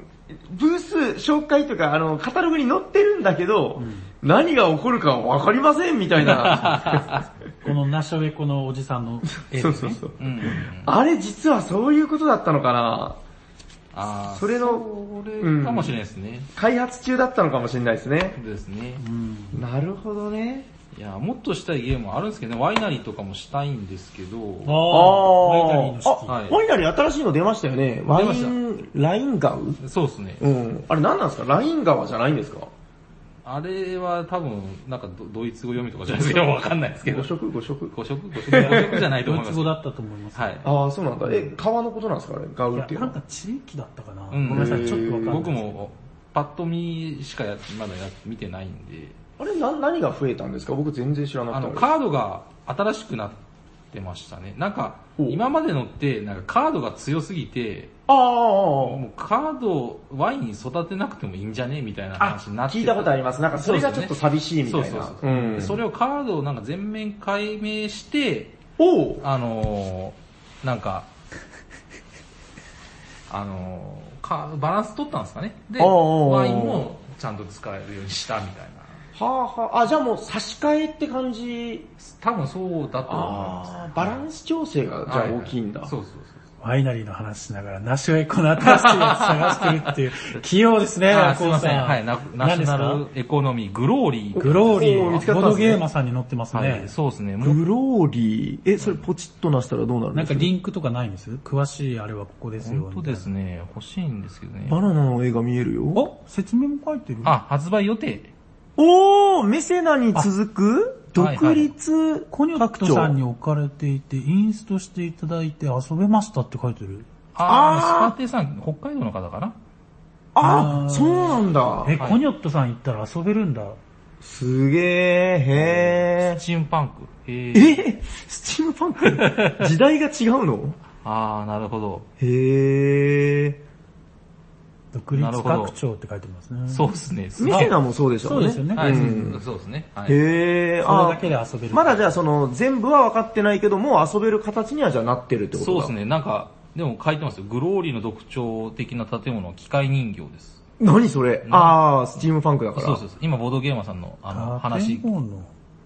[SPEAKER 2] ブース紹介とか、あの、カタログに載ってるんだけど、何が起こるかわかりませんみたいな。
[SPEAKER 1] このナショエコのおじさんの絵、ね。
[SPEAKER 2] そうそうそう。
[SPEAKER 3] うんうんうん。
[SPEAKER 2] あれ実はそういうことだったのかな
[SPEAKER 3] あー
[SPEAKER 2] それの
[SPEAKER 3] それかもしれないですね。
[SPEAKER 2] 開発中だったのかもしれないですね。
[SPEAKER 3] ですね。
[SPEAKER 1] うん。
[SPEAKER 2] なるほどね。
[SPEAKER 3] いや、もっとしたいゲームあるんですけどね、ワイナリーとかもしたいんですけ
[SPEAKER 1] あ
[SPEAKER 3] ど、
[SPEAKER 1] あ、ワイタリーの
[SPEAKER 2] あ
[SPEAKER 1] 式。
[SPEAKER 3] はい
[SPEAKER 2] ワイナリー新しいの出ましたよね。ワ
[SPEAKER 3] ま
[SPEAKER 2] イ
[SPEAKER 3] した
[SPEAKER 2] ン、ラインガウ
[SPEAKER 3] そうですね。
[SPEAKER 2] うん。あれ何なんですかライン川じゃないんですか
[SPEAKER 3] あれは多分、なんかドドイツ語読みとかじゃない ですけど、わかんないですけど
[SPEAKER 2] 五。色五色
[SPEAKER 3] 五色五色五色じゃないと
[SPEAKER 1] ド
[SPEAKER 3] 思
[SPEAKER 1] イ
[SPEAKER 3] い
[SPEAKER 1] ツ
[SPEAKER 3] ます
[SPEAKER 1] 語。だったと思います。
[SPEAKER 3] はい。
[SPEAKER 2] ああ、そうなんだ。え、川のことなんですかあれガウって
[SPEAKER 1] い
[SPEAKER 2] いう
[SPEAKER 1] や、
[SPEAKER 2] の
[SPEAKER 1] な
[SPEAKER 2] は
[SPEAKER 1] んか地域だったかな。
[SPEAKER 3] うん
[SPEAKER 1] ごめんなさい、ちょっとわかんない。
[SPEAKER 3] 僕。も、パッと見しかやまだや見てないんで、
[SPEAKER 2] あれな、何が増えたんですか僕全然知らな
[SPEAKER 3] あ
[SPEAKER 2] くて。
[SPEAKER 3] の、カードが新しくなってましたね。なんか、
[SPEAKER 2] ほう
[SPEAKER 3] 今までのって、なんかカードが強すぎて、
[SPEAKER 2] ああ、
[SPEAKER 3] もうカード、ワイン育てなくてもいいんじゃねみたいな
[SPEAKER 2] ああ、あ
[SPEAKER 3] 話になって
[SPEAKER 2] 聞いたことあります。なんかそれがちょっと寂しいみたいな。
[SPEAKER 3] そうそうそう。
[SPEAKER 2] ん。
[SPEAKER 3] それをカードをなんか全面解明して、
[SPEAKER 2] おう
[SPEAKER 3] あのー、なんか、あのーか、バランス取ったんですかね。で、
[SPEAKER 2] おうおうおう
[SPEAKER 3] ワインもちゃんと使えるようにしたみたい
[SPEAKER 2] は
[SPEAKER 3] な。
[SPEAKER 2] あはあ、あ、じゃあもう差し替えって感じ。
[SPEAKER 3] 多分そうだと思い
[SPEAKER 2] ああ、バランス調整が
[SPEAKER 3] ま
[SPEAKER 2] じ
[SPEAKER 3] す。
[SPEAKER 2] ゃあ
[SPEAKER 3] はは
[SPEAKER 2] 大きいんだ。
[SPEAKER 3] そうそうそう。
[SPEAKER 1] ワイナリーの話しながら、ナショエコの新しいやつ探してるっていう、器用ですね、
[SPEAKER 3] あーすい
[SPEAKER 1] コウ
[SPEAKER 3] ませ
[SPEAKER 1] さ
[SPEAKER 3] ん。
[SPEAKER 1] ん。
[SPEAKER 3] はい、ナナショナ
[SPEAKER 1] 何
[SPEAKER 3] ル
[SPEAKER 1] です
[SPEAKER 3] エコノミー、グローリー。
[SPEAKER 1] かグローリ
[SPEAKER 2] おー見つか
[SPEAKER 1] ー、
[SPEAKER 2] っ
[SPEAKER 1] ボ
[SPEAKER 2] たん
[SPEAKER 1] ド
[SPEAKER 2] ですね
[SPEAKER 1] ゲーマさんに載ってます
[SPEAKER 3] は
[SPEAKER 1] ね
[SPEAKER 3] い、。そうですね。もう
[SPEAKER 2] グローリー、え、それポチッとなしたらどうなるん
[SPEAKER 1] な
[SPEAKER 2] で
[SPEAKER 1] ん
[SPEAKER 2] すか
[SPEAKER 1] かリンクとかないんです詳しいあれはここですよ。
[SPEAKER 3] 本当ですね、欲しいんですけどね。
[SPEAKER 2] バナナの絵が見える
[SPEAKER 1] みたいな。
[SPEAKER 2] よ。
[SPEAKER 1] お説明も書いてる
[SPEAKER 3] あ、発売予定。
[SPEAKER 2] おー、メセナに続く独立
[SPEAKER 1] コニョットさんに
[SPEAKER 2] 拡張
[SPEAKER 1] 置かれていて、インストしていただいて遊べましたって書いてる。
[SPEAKER 3] あ
[SPEAKER 2] あー
[SPEAKER 3] ー、スパテさん、北海道の方かな
[SPEAKER 1] あ
[SPEAKER 2] あ
[SPEAKER 1] ー
[SPEAKER 2] そうなんだ。
[SPEAKER 1] え、
[SPEAKER 3] はい
[SPEAKER 1] コニョットさん行ったら遊べるんだ。
[SPEAKER 2] すげー、へ
[SPEAKER 3] スチームパンク。へ
[SPEAKER 2] ー。
[SPEAKER 3] ー
[SPEAKER 2] えスチームパン ク時代が違うの
[SPEAKER 3] あー、なるほど。
[SPEAKER 2] へー。
[SPEAKER 1] 独立
[SPEAKER 3] なるほど
[SPEAKER 1] 拡張って書いてますね。
[SPEAKER 3] そうですね。
[SPEAKER 2] メセナもそうでした
[SPEAKER 1] そ
[SPEAKER 2] も
[SPEAKER 1] うん
[SPEAKER 2] ね。
[SPEAKER 1] ですよね。
[SPEAKER 3] はい、
[SPEAKER 2] うん
[SPEAKER 3] そうですね。はい。
[SPEAKER 2] へー、
[SPEAKER 1] それ
[SPEAKER 2] あ
[SPEAKER 1] だけで遊べる。
[SPEAKER 2] まだじゃあその全部は分かってないけど、もう遊べる形にはじゃあなってるってことだ
[SPEAKER 3] そうです。ね、なんか、でも書いてますよ。グローリーの特徴的な建物は機械人形です。
[SPEAKER 2] 何それあー、スチームパンクだから。
[SPEAKER 3] そうそうそう。今、ボードゲーマーさんのあの話
[SPEAKER 1] 建、物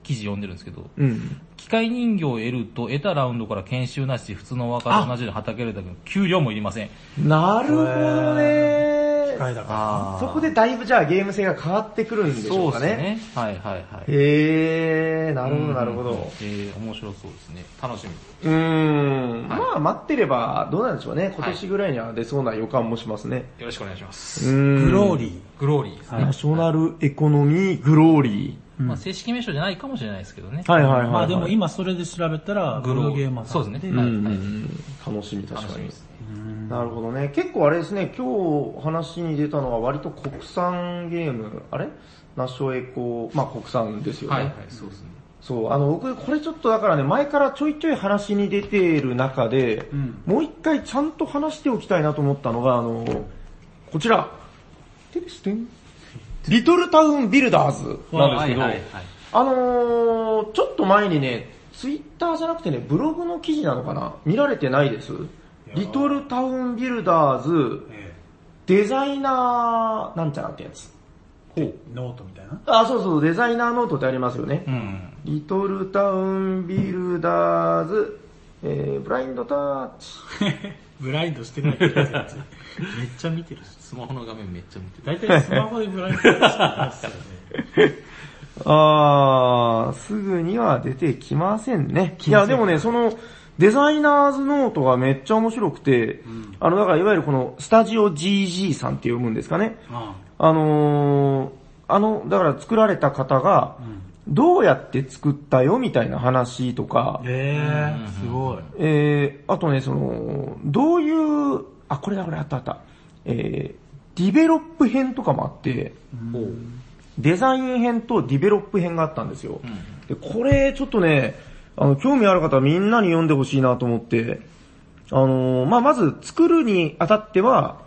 [SPEAKER 3] 記事読んでるんですけど、
[SPEAKER 2] うん。
[SPEAKER 3] 機械人形を得ると得たラウンドから研修なし、普通の若手と同じように畑けるだけの給料もいりません。
[SPEAKER 2] なるほどね
[SPEAKER 1] 機械だか
[SPEAKER 3] あ
[SPEAKER 2] そこでだいぶじゃあゲーム性が変わってくるんでしょ
[SPEAKER 3] そううで
[SPEAKER 2] か
[SPEAKER 3] す
[SPEAKER 2] ね。
[SPEAKER 3] ね。はいはいはい。
[SPEAKER 2] へー、なるほどなるほ
[SPEAKER 3] うん
[SPEAKER 2] ど。
[SPEAKER 3] えー、面白そうですね。楽しみ。
[SPEAKER 2] うーん。まあ待ってればどうなんでしょうね。今年ぐらいには出そうな予感もしますね。
[SPEAKER 3] よろしくお願いします。
[SPEAKER 1] ら。
[SPEAKER 2] グ
[SPEAKER 1] グローリー。
[SPEAKER 3] グローリーですね。
[SPEAKER 2] ナショナルエコノミーグローリ
[SPEAKER 1] うん
[SPEAKER 3] まあ正式名称じゃないかもしれないですけどね。
[SPEAKER 2] ー。はいはいはい、はい。
[SPEAKER 1] まあでも今それで調べたら、グ
[SPEAKER 3] グ
[SPEAKER 1] ロ
[SPEAKER 3] ロ
[SPEAKER 1] ーゲーマーさん。
[SPEAKER 3] そうです
[SPEAKER 2] う
[SPEAKER 3] ね
[SPEAKER 2] んう
[SPEAKER 3] はい
[SPEAKER 2] んうん、楽しみ確
[SPEAKER 3] 楽
[SPEAKER 2] か
[SPEAKER 3] しみ
[SPEAKER 2] に
[SPEAKER 3] で。すね。
[SPEAKER 1] うん
[SPEAKER 2] なるほどね。結構あれですね、今日話に出たのは割と国産ゲーム、あれナショエコ、まあ国産ですよね。
[SPEAKER 3] はいはい、そうですね。
[SPEAKER 2] そう、あの、僕、これちょっとだからね、前からちょいちょい話に出てる中で、
[SPEAKER 1] うん
[SPEAKER 2] もう一回ちゃんと話しておきたいなと思ったのが、あの、こちら、テレステンリトルタウンビルダーズなんですけど、
[SPEAKER 3] はいはいはい
[SPEAKER 2] あのー、ちょっと前にね、ツイッターじゃなくてね、ブログの記事なのかな見られてないです。リトルタウンビルダーズ、
[SPEAKER 1] え
[SPEAKER 2] デザイナー、なんちゃらってやつ。
[SPEAKER 1] えノートみたいな。
[SPEAKER 2] あ、そうそう、デザイナーノートってありますよね。
[SPEAKER 3] うん。
[SPEAKER 2] リトルタウンビルダーズ、えー、ブラインドタッチ。
[SPEAKER 1] ブラインドしてないってやつ。めっちゃ見てるし。
[SPEAKER 3] スマホの画面めっちゃ見てる。
[SPEAKER 1] 大体スマホでブラインドしてますよね。
[SPEAKER 2] あー、すぐには出てきませんね。いや、でもね、その、デザイナーズノートがめっちゃ面白くて、あの、だからいわゆるこの、スタジオ GG さんって読むんですかね。
[SPEAKER 1] あ
[SPEAKER 2] あのー、あの、だから作られた方が
[SPEAKER 1] あう、ん
[SPEAKER 2] どうやって作ったよみたいな話とか、
[SPEAKER 1] ええすごい。
[SPEAKER 2] えー、あとね、その、どういう、あ、これだ、これあったあった。えー、ディベロップ編とかもあって、
[SPEAKER 3] ほう。
[SPEAKER 2] デザイン編とディベロップ編があったんですよ。
[SPEAKER 3] う
[SPEAKER 2] で、
[SPEAKER 3] ん。
[SPEAKER 2] これちょっとね、あの、興味ある方はみんなに読んでほしいなと思って、あのーまあ、まず作るにあたっては、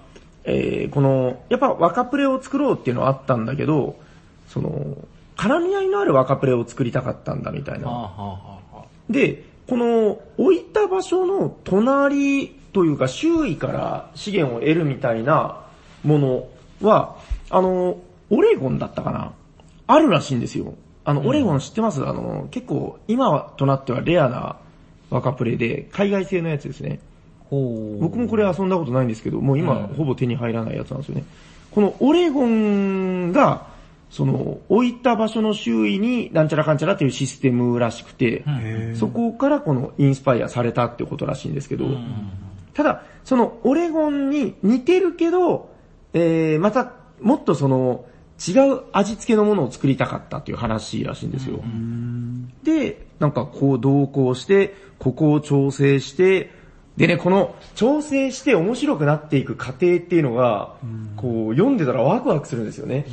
[SPEAKER 2] えー、この、やっぱ若プレを作ろうっていうのはあったんだけど、その、絡み合いのある若プレを作りたかったんだみたいな。
[SPEAKER 3] はあ、はあは
[SPEAKER 2] で、この置いた場所の隣というか周囲から資源を得るみたいなものは、あの、オレゴンだったかなあるらしいんですよ。あの、オレゴン知ってます、あの、結構今となってはレアな若プレで、海外製のやつですね。
[SPEAKER 3] あ。ほ
[SPEAKER 2] 僕もこれ遊んだことないんですけど、もう今
[SPEAKER 3] うん
[SPEAKER 2] ほぼ手に入らないやつなんですよね。このオレゴンが、その、置いた場所の周囲になんちゃらかんちゃらっていうシステムらしくて、
[SPEAKER 1] え
[SPEAKER 2] そこからこのインスパイアされたってことらしいんですけど、
[SPEAKER 3] うん。
[SPEAKER 2] ただ、そのオレゴンに似てるけど、えー、また、もっとその、違う味付けのものを作りたかったっていう話らしいんですよ。で、なんかこう同行して、ここを調整して、でね、この調整して面白くなっていく過程っていうのが、こう読んでたらワクワクするんですよね。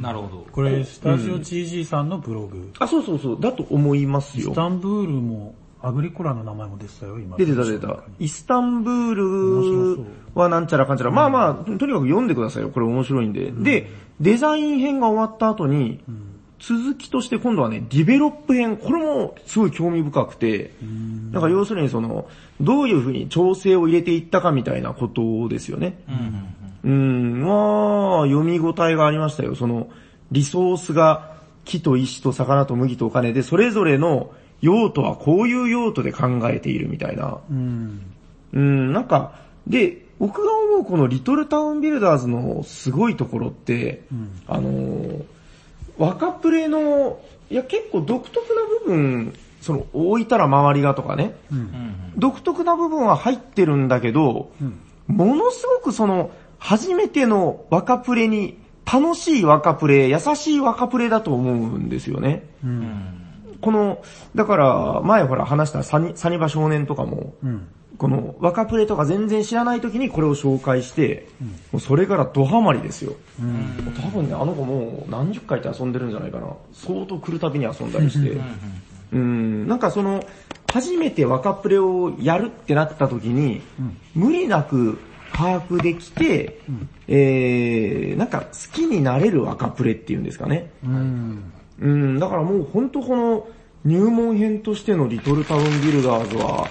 [SPEAKER 3] なるほど。
[SPEAKER 1] これ、スタジオ GG さんのブログ。
[SPEAKER 2] あ、そうそうそう、だと思いますよ
[SPEAKER 1] イス。タンブールも、アグリコラの名前も出てたよ、今。
[SPEAKER 2] 出てた出てた。イスタンブールはなんちゃらかんちゃら。まあまあ、とにかく読んでくださいよ。これ面白いんで。で、デザイン編が終わった後に、続きとして今度はね、ディベロップ編。これもすごい興味深くて、なんか要するにその、どういうふうに調整を入れていったかみたいなことですよね。
[SPEAKER 3] うんうんう
[SPEAKER 2] うん、
[SPEAKER 3] ん。
[SPEAKER 2] まあ、読み応えがありましたよ。その、リソースが木と石と魚と麦とお金で、それぞれの用途はこういう用途で考えているみたいな。
[SPEAKER 1] うん。
[SPEAKER 2] うん、なんか、で、僕が思うこのリトルタウンビルダーズのすごいところって、
[SPEAKER 1] うん
[SPEAKER 2] あのー、若プレの、いや結構独特な部分、その置いたら周りがとかね、
[SPEAKER 1] うん。
[SPEAKER 2] 独特な部分は入ってるんだけど、
[SPEAKER 1] うん。
[SPEAKER 2] ものすごくその、初めての若プレに、楽しい若プレ優しい若プレだと思うんですよね。
[SPEAKER 1] う。
[SPEAKER 3] うんん
[SPEAKER 2] この、だから、前ほら話したサニサニバ少年とかも、
[SPEAKER 1] うん。
[SPEAKER 2] この若プレとか全然知らない時にこれを紹介して、もうそれからドハマりですよ。
[SPEAKER 1] うん。
[SPEAKER 2] 多分ね、あの子もう何十回って遊んでるんじゃないかな。相当来るたびに遊んだりして。うん、なんかその、初めて若プレをやるってなった時に、
[SPEAKER 1] うん
[SPEAKER 2] 無理なく把握できて、えー、なんか好きになれる若プレっていうんですかね。
[SPEAKER 1] うん。
[SPEAKER 2] うん、だからもう本当この入門編としてのリトルタウンビルダーズは、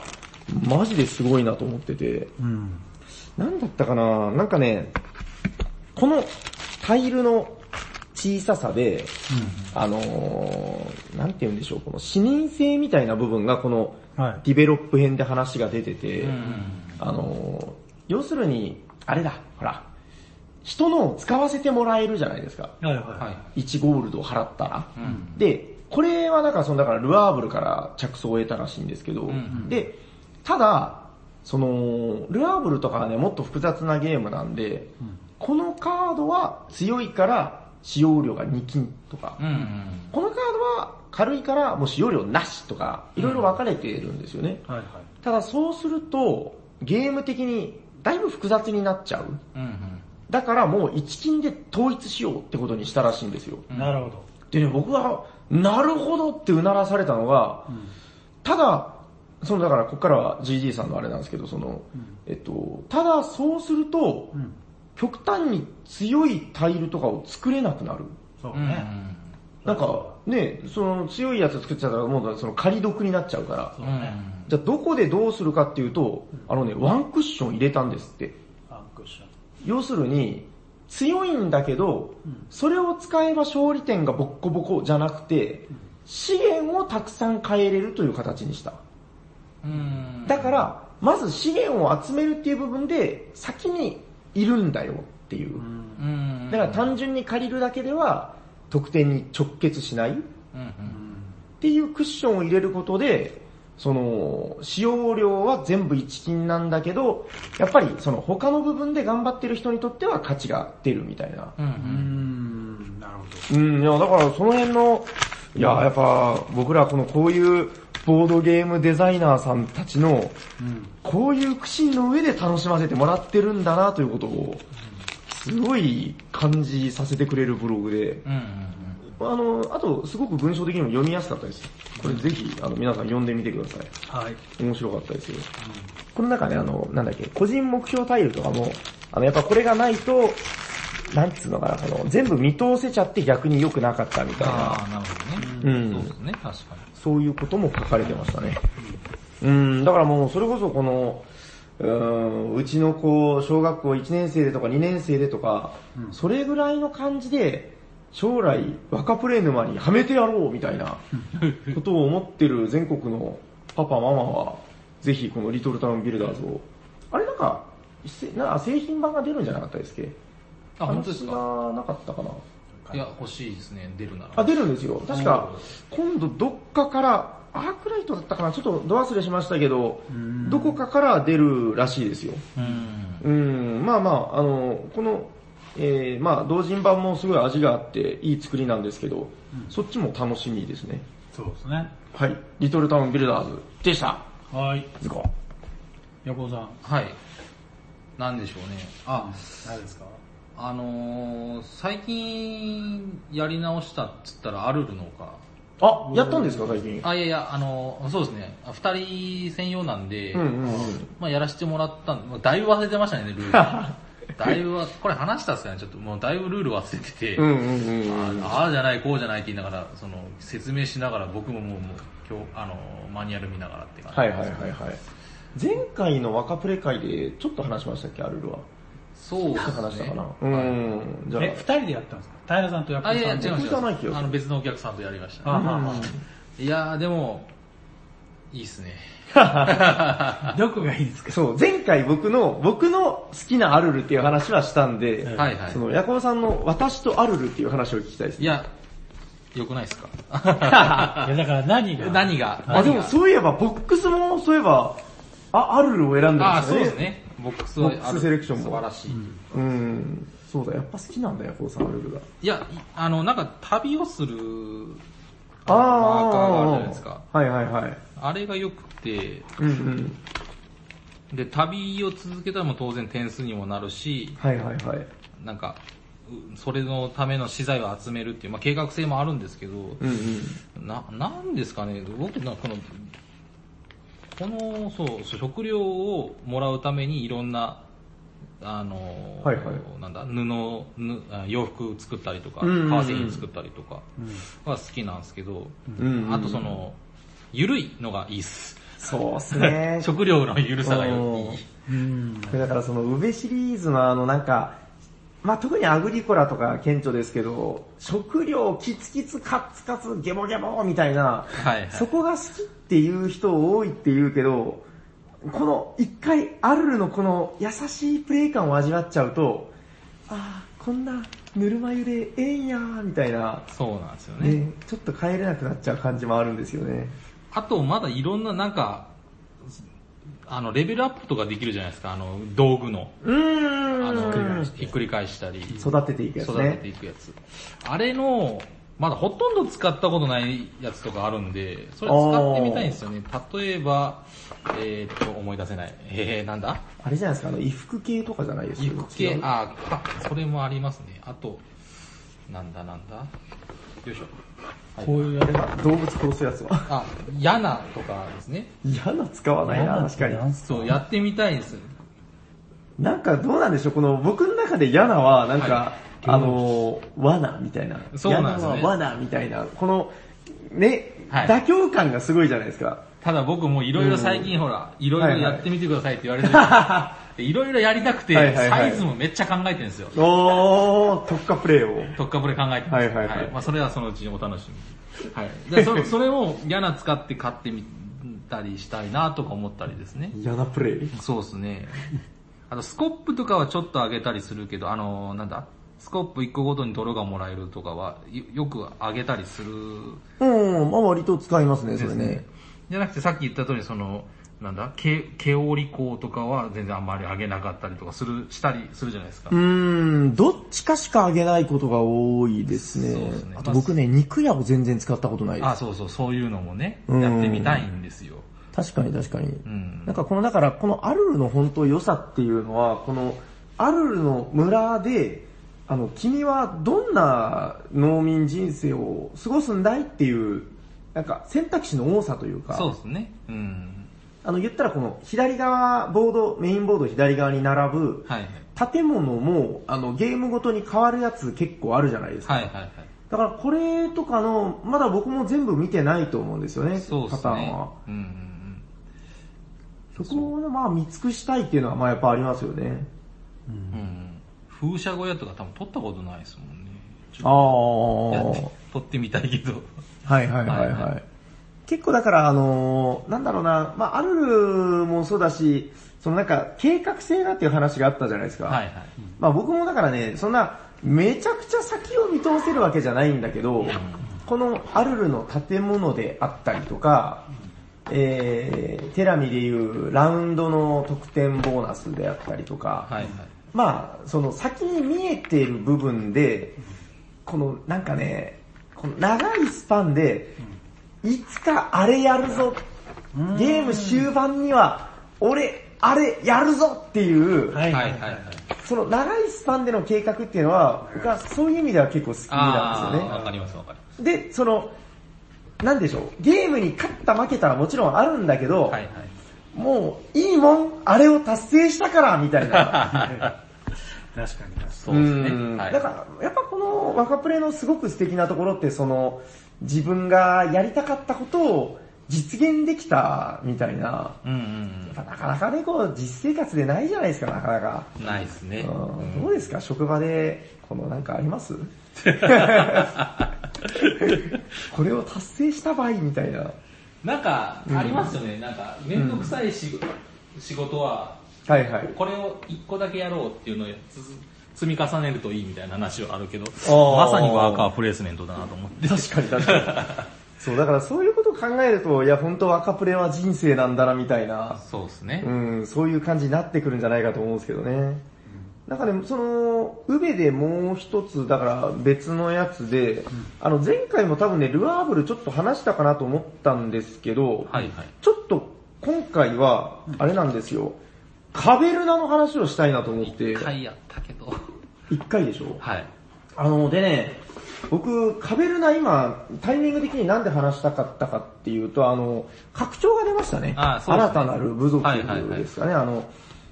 [SPEAKER 2] マジですごいなと思ってて。
[SPEAKER 1] うん。
[SPEAKER 2] なんだったかななんかね、このタイルの小ささで、あのー、なんて言うんでしょう、この視認性みたいな部分がこの
[SPEAKER 1] はい。
[SPEAKER 2] ディベロップ編で話が出てて、
[SPEAKER 3] うん
[SPEAKER 2] あのー、要するに、あれだ、ほら、人のを使わせてもらえるじゃないですか。
[SPEAKER 1] はい
[SPEAKER 3] は。
[SPEAKER 1] はい
[SPEAKER 2] 1ゴールドを払ったら。
[SPEAKER 3] うん
[SPEAKER 2] で、これはなんかその、だからルアーブルから着想を得たらしいんですけど、
[SPEAKER 3] ん
[SPEAKER 2] で、ただ、その、ルアーブルとかはね、もっと複雑なゲームなんで、このカードは強いから使用量が2金とか、
[SPEAKER 3] うんうん
[SPEAKER 2] このカードは軽いからもう使用量なしとか、いろいろ分かれているんですよね。
[SPEAKER 1] い。はいはい。
[SPEAKER 2] ただそうすると、ゲーム的にだいぶ複雑になっちゃう。
[SPEAKER 3] うん
[SPEAKER 2] だからもう1金で統一しようってことにしたらしいんですよ。
[SPEAKER 1] なるほど。
[SPEAKER 2] でね、僕は、なるほどってうならされたのが、ただ、そのだからここからは GG さんのあれなんですけど、その、えっと、ただそうすると、
[SPEAKER 1] うん。
[SPEAKER 2] 極端に強いタイルとかを作れなくなる。
[SPEAKER 1] そう
[SPEAKER 3] うん
[SPEAKER 1] ね。
[SPEAKER 2] なんか、ね、その強いやつ作っちゃったらもうその仮毒になっちゃうから
[SPEAKER 1] そ、
[SPEAKER 3] う
[SPEAKER 1] うん
[SPEAKER 3] うん
[SPEAKER 1] ね。
[SPEAKER 2] じゃあどこでどうするかっていうと、あのね、ワンクッション入れたんですって。
[SPEAKER 1] アンクッショ
[SPEAKER 2] 要するに、強いんだけど、それを使えば勝利点がボッコボコじゃなくて、資源をたくさん買えれるという形にした。
[SPEAKER 3] うん
[SPEAKER 2] だから、まず資源を集めるっていう部分で、先にいるんだよっていう。
[SPEAKER 1] ン。
[SPEAKER 3] うん
[SPEAKER 2] だから単純に借りるだけでは、得点に直結しないっ
[SPEAKER 3] うんうん
[SPEAKER 2] ていうクッションを入れることで、その、使用量は全部一金なんだけど、やっぱりその他の部分で頑張ってる人にとっては価値が出るみたいな。
[SPEAKER 3] う
[SPEAKER 1] うんん。なるほど。
[SPEAKER 2] うん、いや、だからその辺の、いや、やっぱ僕らこのこういうボードゲームデザイナーさんたちの、
[SPEAKER 1] うん。
[SPEAKER 2] こういう苦心の上で楽しませてもらってるんだなということを、すごい感じさせてくれるブログで、
[SPEAKER 3] うんうん
[SPEAKER 2] あの、あとすごく文章的にも読みやすかったです。これぜひ、あの、皆さん読んでみてください。
[SPEAKER 1] はい。
[SPEAKER 2] 面白かったですよ。この中ね、あの、なんだっけ、個人目標タイルとかも、あの、やっぱこれがないと、なんつうのかな、この、全部見通せちゃって逆に良くなかったみたいな。
[SPEAKER 3] ああ、なるほどね。
[SPEAKER 2] うん
[SPEAKER 3] そうですね、確か
[SPEAKER 2] そういうことも書かれてましたね。うん、だからもうそれこそこの、うーんうちの子、小学校1年生でとか2年生でとか、それぐらいの感じで、将来若プレ沼にはめてやろうみたい なことを思ってる全国のパパ、ママは、ぜひこのリトルタウンビルダーズを、あれなんか、せな製品版が出るんじゃなかったですっけ
[SPEAKER 3] に。あ、本当ですか
[SPEAKER 2] 話がなかったかな。
[SPEAKER 3] いや、欲しいですね、出るなら。
[SPEAKER 2] あ、出るんですよ。確か、今度どっかから、アークライトだったかなちょっとド忘れしましたけど、どこかから出るらしいですよ。
[SPEAKER 3] うん。
[SPEAKER 2] うん、まあまあ、あの、この、えー、まあ、同人版もすごい味があって、いい作りなんですけど、そっちも楽しみですね。
[SPEAKER 1] そうですね。
[SPEAKER 2] はい。リトルタウンビルダーズでした。
[SPEAKER 1] はい。
[SPEAKER 2] ズコ。
[SPEAKER 1] 横尾さん。
[SPEAKER 3] はい。なんでしょうね。あ、
[SPEAKER 1] 何ですか
[SPEAKER 3] あのー、最近やり直したっつったらアルルのか。
[SPEAKER 2] あ、やったんですか最近。
[SPEAKER 3] あ、いやいや、あのー、そうですね。あ二人専用なんで、
[SPEAKER 2] うんうんうん。
[SPEAKER 3] まあやらせてもらったんまあだいぶ忘れてましたね、ルール。だいぶわ、これ話したっすよね、ちょっともうだいぶルール忘れてて。
[SPEAKER 2] うんうんうんうん。
[SPEAKER 3] あああじゃない、こうじゃないって言いながら、その、説明しながら、僕ももう、もう今日、あのー、マニュアル見ながらって感じ。
[SPEAKER 2] はいはいはいはい。前回の若プレ会でちょっと話しましたっけ、アルルは。
[SPEAKER 3] そうで
[SPEAKER 2] って
[SPEAKER 3] す
[SPEAKER 2] 話した
[SPEAKER 3] ね
[SPEAKER 2] か。な。うん。じゃあ
[SPEAKER 1] え、、二人でやったんですか平さんとやった
[SPEAKER 3] あ、
[SPEAKER 1] ん
[SPEAKER 3] い
[SPEAKER 1] です
[SPEAKER 3] や
[SPEAKER 1] か
[SPEAKER 3] いや、違う
[SPEAKER 2] 僕行かないけ
[SPEAKER 3] 違う。
[SPEAKER 2] ど
[SPEAKER 3] あの、別のお客さんとやりまし
[SPEAKER 1] あ
[SPEAKER 3] た。
[SPEAKER 1] はは。
[SPEAKER 3] いやー、でも、いいっすね。
[SPEAKER 1] どこがいいですか
[SPEAKER 2] そう、前回僕の、僕の好きなアルルっていう話はしたんで、
[SPEAKER 1] ん
[SPEAKER 3] はいはい
[SPEAKER 2] そ。の、ヤコブさんの私とアルルっていう話を聞きたいです。
[SPEAKER 3] いや、良くないっすか
[SPEAKER 1] いや、だから何が
[SPEAKER 3] 何が
[SPEAKER 2] あ、でも
[SPEAKER 3] 何が
[SPEAKER 2] そういえば、ボックスも、そういえば、あ、アルルを選んで
[SPEAKER 3] あ
[SPEAKER 2] ま
[SPEAKER 3] あ、
[SPEAKER 2] した
[SPEAKER 3] そう
[SPEAKER 2] ね。
[SPEAKER 3] です。ね。ボックスはある
[SPEAKER 2] ボックスセレクションも
[SPEAKER 3] 素晴らしい。
[SPEAKER 2] うん。そうだ、やっぱ好きなんだ、ヤコブさん、アルルが。
[SPEAKER 3] いや、いあの、なんか旅をする、
[SPEAKER 2] あー
[SPEAKER 3] マーカーがあるじゃないですか。
[SPEAKER 2] はいはいはい。
[SPEAKER 3] あれが良くて、
[SPEAKER 2] うんうん。
[SPEAKER 3] で、旅を続けたらもう当然点数にもなるし、
[SPEAKER 2] はいはいはい。
[SPEAKER 3] なんか、うそれのための資材を集めるっていう、まあ、計画性もあるんですけど、
[SPEAKER 2] うんうん。
[SPEAKER 3] な、なんですかね、僕なんかこの、この、そう、そう食料をもらうためにいろんな、あの、
[SPEAKER 2] はいはい
[SPEAKER 3] なんだ、布、ぬあ洋服作ったりとか、
[SPEAKER 2] うんうんうん
[SPEAKER 3] 革製品作ったりとかは好きなんですけど、
[SPEAKER 2] うんうん
[SPEAKER 3] あとその、ゆるいのがいいっす。。
[SPEAKER 2] そうっすね
[SPEAKER 3] 食料のゆるさがよ
[SPEAKER 1] う
[SPEAKER 3] いい。
[SPEAKER 1] ん。
[SPEAKER 2] だからその、宇部シリーズのあの、なんか、まあ、特にアグリコラとか顕著ですけど、食料キツキツカツカツゲボゲボみたいな、
[SPEAKER 3] はいはい。
[SPEAKER 2] そこが好きっていう人多いって言うけど、この一回アルルのこの優しいプレイ感を味わっちゃうと、ああ、こんなぬるま湯でええんやーみたいな、
[SPEAKER 3] そうなんですよね。
[SPEAKER 2] ね、ちょっと帰れなくなっちゃう感じもあるんですよね。
[SPEAKER 3] あと、まだいろんな、なんか、あの、レベルアップとかできるじゃないですか、あの、道具の。
[SPEAKER 2] う
[SPEAKER 3] あ
[SPEAKER 2] ー
[SPEAKER 3] の、
[SPEAKER 2] ん。
[SPEAKER 3] ひっくり返したり、
[SPEAKER 2] 育てていくやつ
[SPEAKER 3] 育てて
[SPEAKER 2] ね。
[SPEAKER 3] いくやつ。あれの、まだほとんど使ったことないやつとかあるんで、それ使ってみたいんですよね。例えば、えーっと、思い出せない。えー、なんだ
[SPEAKER 2] あれじゃないですか、あの、衣服系とかじゃないですか。
[SPEAKER 3] 衣服系
[SPEAKER 2] 違、う
[SPEAKER 3] あー、かそれもありますね。あと、なんだなんだよいしょ。はい
[SPEAKER 1] こういうや
[SPEAKER 2] あれは動物殺すやつは。
[SPEAKER 3] あ、嫌なとかですね。
[SPEAKER 2] 嫌な使わないな、確かに。
[SPEAKER 3] そう、やってみたいですよね。
[SPEAKER 2] なんかどうなんでしょう、この僕の中で嫌なは、なんか、
[SPEAKER 3] は
[SPEAKER 2] あのー、罠みたいな。
[SPEAKER 3] そうなんですね
[SPEAKER 2] ヤナは罠みたいな。この、ね、
[SPEAKER 3] はい
[SPEAKER 2] 妥協感がすごいじゃないですか。
[SPEAKER 3] ただ僕もいろいろ最近ほら、いろいろやってみてくださいって言われて る。いろいろやりたくて、
[SPEAKER 2] はいはいはい
[SPEAKER 3] サイズもめっちゃ考えてるんですよ。
[SPEAKER 2] おー、特化プレイを。
[SPEAKER 3] 特化プレイ考えてま
[SPEAKER 2] は
[SPEAKER 3] す。
[SPEAKER 2] いはいはい
[SPEAKER 3] まあそれはそのうちお楽しみ に。はい。じゃあそそれを嫌な使って買ってみたりしたいなとか思ったりですね。
[SPEAKER 2] 嫌なプレイ。
[SPEAKER 3] そうです ね。あとスコップとかはちょっと上げたりするけど、あのなんだスコップ1個ごとに泥がもらえるとかはよよく上げたりする
[SPEAKER 2] うん、まあ割と使いますね、それ
[SPEAKER 3] ですね。。じゃなくてさっき言った通りその、なんだ、け、毛織工とかは全然あんまり上げなかったりとかする、したりするじゃないですか。
[SPEAKER 2] うーん、どっちかしかあげないことが多いですね。
[SPEAKER 3] そうですね
[SPEAKER 2] あと僕ね、肉屋を全然使ったことないで
[SPEAKER 3] あ、
[SPEAKER 2] す。
[SPEAKER 3] そうそう、そういうのもね、
[SPEAKER 2] うん
[SPEAKER 3] やってみたいんですよ。
[SPEAKER 2] 確かに確かに
[SPEAKER 3] う。ん
[SPEAKER 2] な。んかこの、だからこのアルルの本当良さっていうのは、このアルルの村で、あの、君はどんな農民人生を過ごすんだいっていう、なんか選択肢の多さというか、
[SPEAKER 3] そうですね。うん。
[SPEAKER 2] あの言ったらこの左側ボード、メインボード左側に並ぶ、
[SPEAKER 3] はいはい。
[SPEAKER 2] 建物もあのゲームごとに変わるやつ結構あるじゃないですか。
[SPEAKER 3] はいはいはい。
[SPEAKER 2] だからこれとかの、まだ僕も全部見てないと思うんですよね、
[SPEAKER 3] そうで
[SPEAKER 2] パ
[SPEAKER 3] す
[SPEAKER 2] ターン
[SPEAKER 3] ね
[SPEAKER 2] は。。
[SPEAKER 3] うんうんうん。
[SPEAKER 2] そこをまあ見尽くしたいっていうのはまあやっぱありますよね。
[SPEAKER 3] うんうん。風車小屋とか多分撮ったことないですもんね。ち
[SPEAKER 2] あ
[SPEAKER 3] ょっとやって
[SPEAKER 2] あ。
[SPEAKER 3] 撮ってみたいけど。
[SPEAKER 2] はいはいはい
[SPEAKER 3] はいは
[SPEAKER 2] はい。結構だからあのーなんだろうな、まあアルルもそうだし、そのなんか計画性がっていう話があったじゃないですか。
[SPEAKER 3] はいはい。
[SPEAKER 2] まあ僕もだからね、そんなめちゃくちゃ先を見通せるわけじゃないんだけど、このアルルの建物であったりとか、えー、テラミでいうラウンドの得点ボーナスであったりとか、
[SPEAKER 3] はいはい。
[SPEAKER 2] まあ、その先に見えている部分で、このなんかね、この長いスパンで、いつかあれやるぞ、ゲーム終盤には、俺、あれやるぞっていう、
[SPEAKER 1] はい
[SPEAKER 3] は
[SPEAKER 1] はいい
[SPEAKER 3] はい
[SPEAKER 1] は
[SPEAKER 3] はい
[SPEAKER 1] い。。
[SPEAKER 2] その長いスパンでの計画っていうのは、僕はそういう意味では結構好きな
[SPEAKER 3] あ
[SPEAKER 2] ん
[SPEAKER 3] あ
[SPEAKER 2] ですよね。
[SPEAKER 3] ー、わかりますわかります。
[SPEAKER 2] で、その、なんでしょう、ゲームに勝った負けたはもちろんあるんだけど、
[SPEAKER 3] はいはい。
[SPEAKER 2] もういいもん、あれを達成したから、みたいな。
[SPEAKER 1] 確かに確か
[SPEAKER 3] そうです
[SPEAKER 2] うん
[SPEAKER 3] ね。はい
[SPEAKER 2] だから、やっぱこの若プレのすごく素敵なところって、その、自分がやりたかったことを実現できたみたいな、
[SPEAKER 3] うん
[SPEAKER 2] やっぱなかなかね、こう、実生活でないじゃないですか、なかなか。
[SPEAKER 3] うん。ないですね。
[SPEAKER 2] うんどうですか、職場で、このなんかあります これを達成した場合みたいな。
[SPEAKER 3] なんか、ありますよね。なんか、めんどくさい仕事仕事は、
[SPEAKER 2] はいはい。
[SPEAKER 3] これを一個だけやろうっていうのをつ積み重ねるといいみたいな話はあるけど、
[SPEAKER 2] ー
[SPEAKER 3] まさにワーカープレイスメントだなと思って。
[SPEAKER 2] 確かに確かに。そう、だからそういうことを考えると、いや、本当若プレは人生なんだな、みたいな。
[SPEAKER 3] そうですね。
[SPEAKER 2] うん、そういう感じになってくるんじゃないかと思うんですけどね。なんかね、その、ウベでもう一つ、だから別のやつで、あの前回も多分ね、ルアーブルちょっと話したかなと思ったんですけど、
[SPEAKER 3] はいはい。
[SPEAKER 2] ちょっと今回は、あれなんですよ、カベルナの話をしたいなと思って、
[SPEAKER 3] 一回やったけど。
[SPEAKER 2] 一回でしょ
[SPEAKER 3] はい。
[SPEAKER 2] あの、でね、僕、カベルナ今、タイミング的になんで話したかったかっていうと、あの、拡張が出ましたね。
[SPEAKER 3] あそうです
[SPEAKER 2] 新
[SPEAKER 3] ね
[SPEAKER 2] たなる部族ですかね。あの、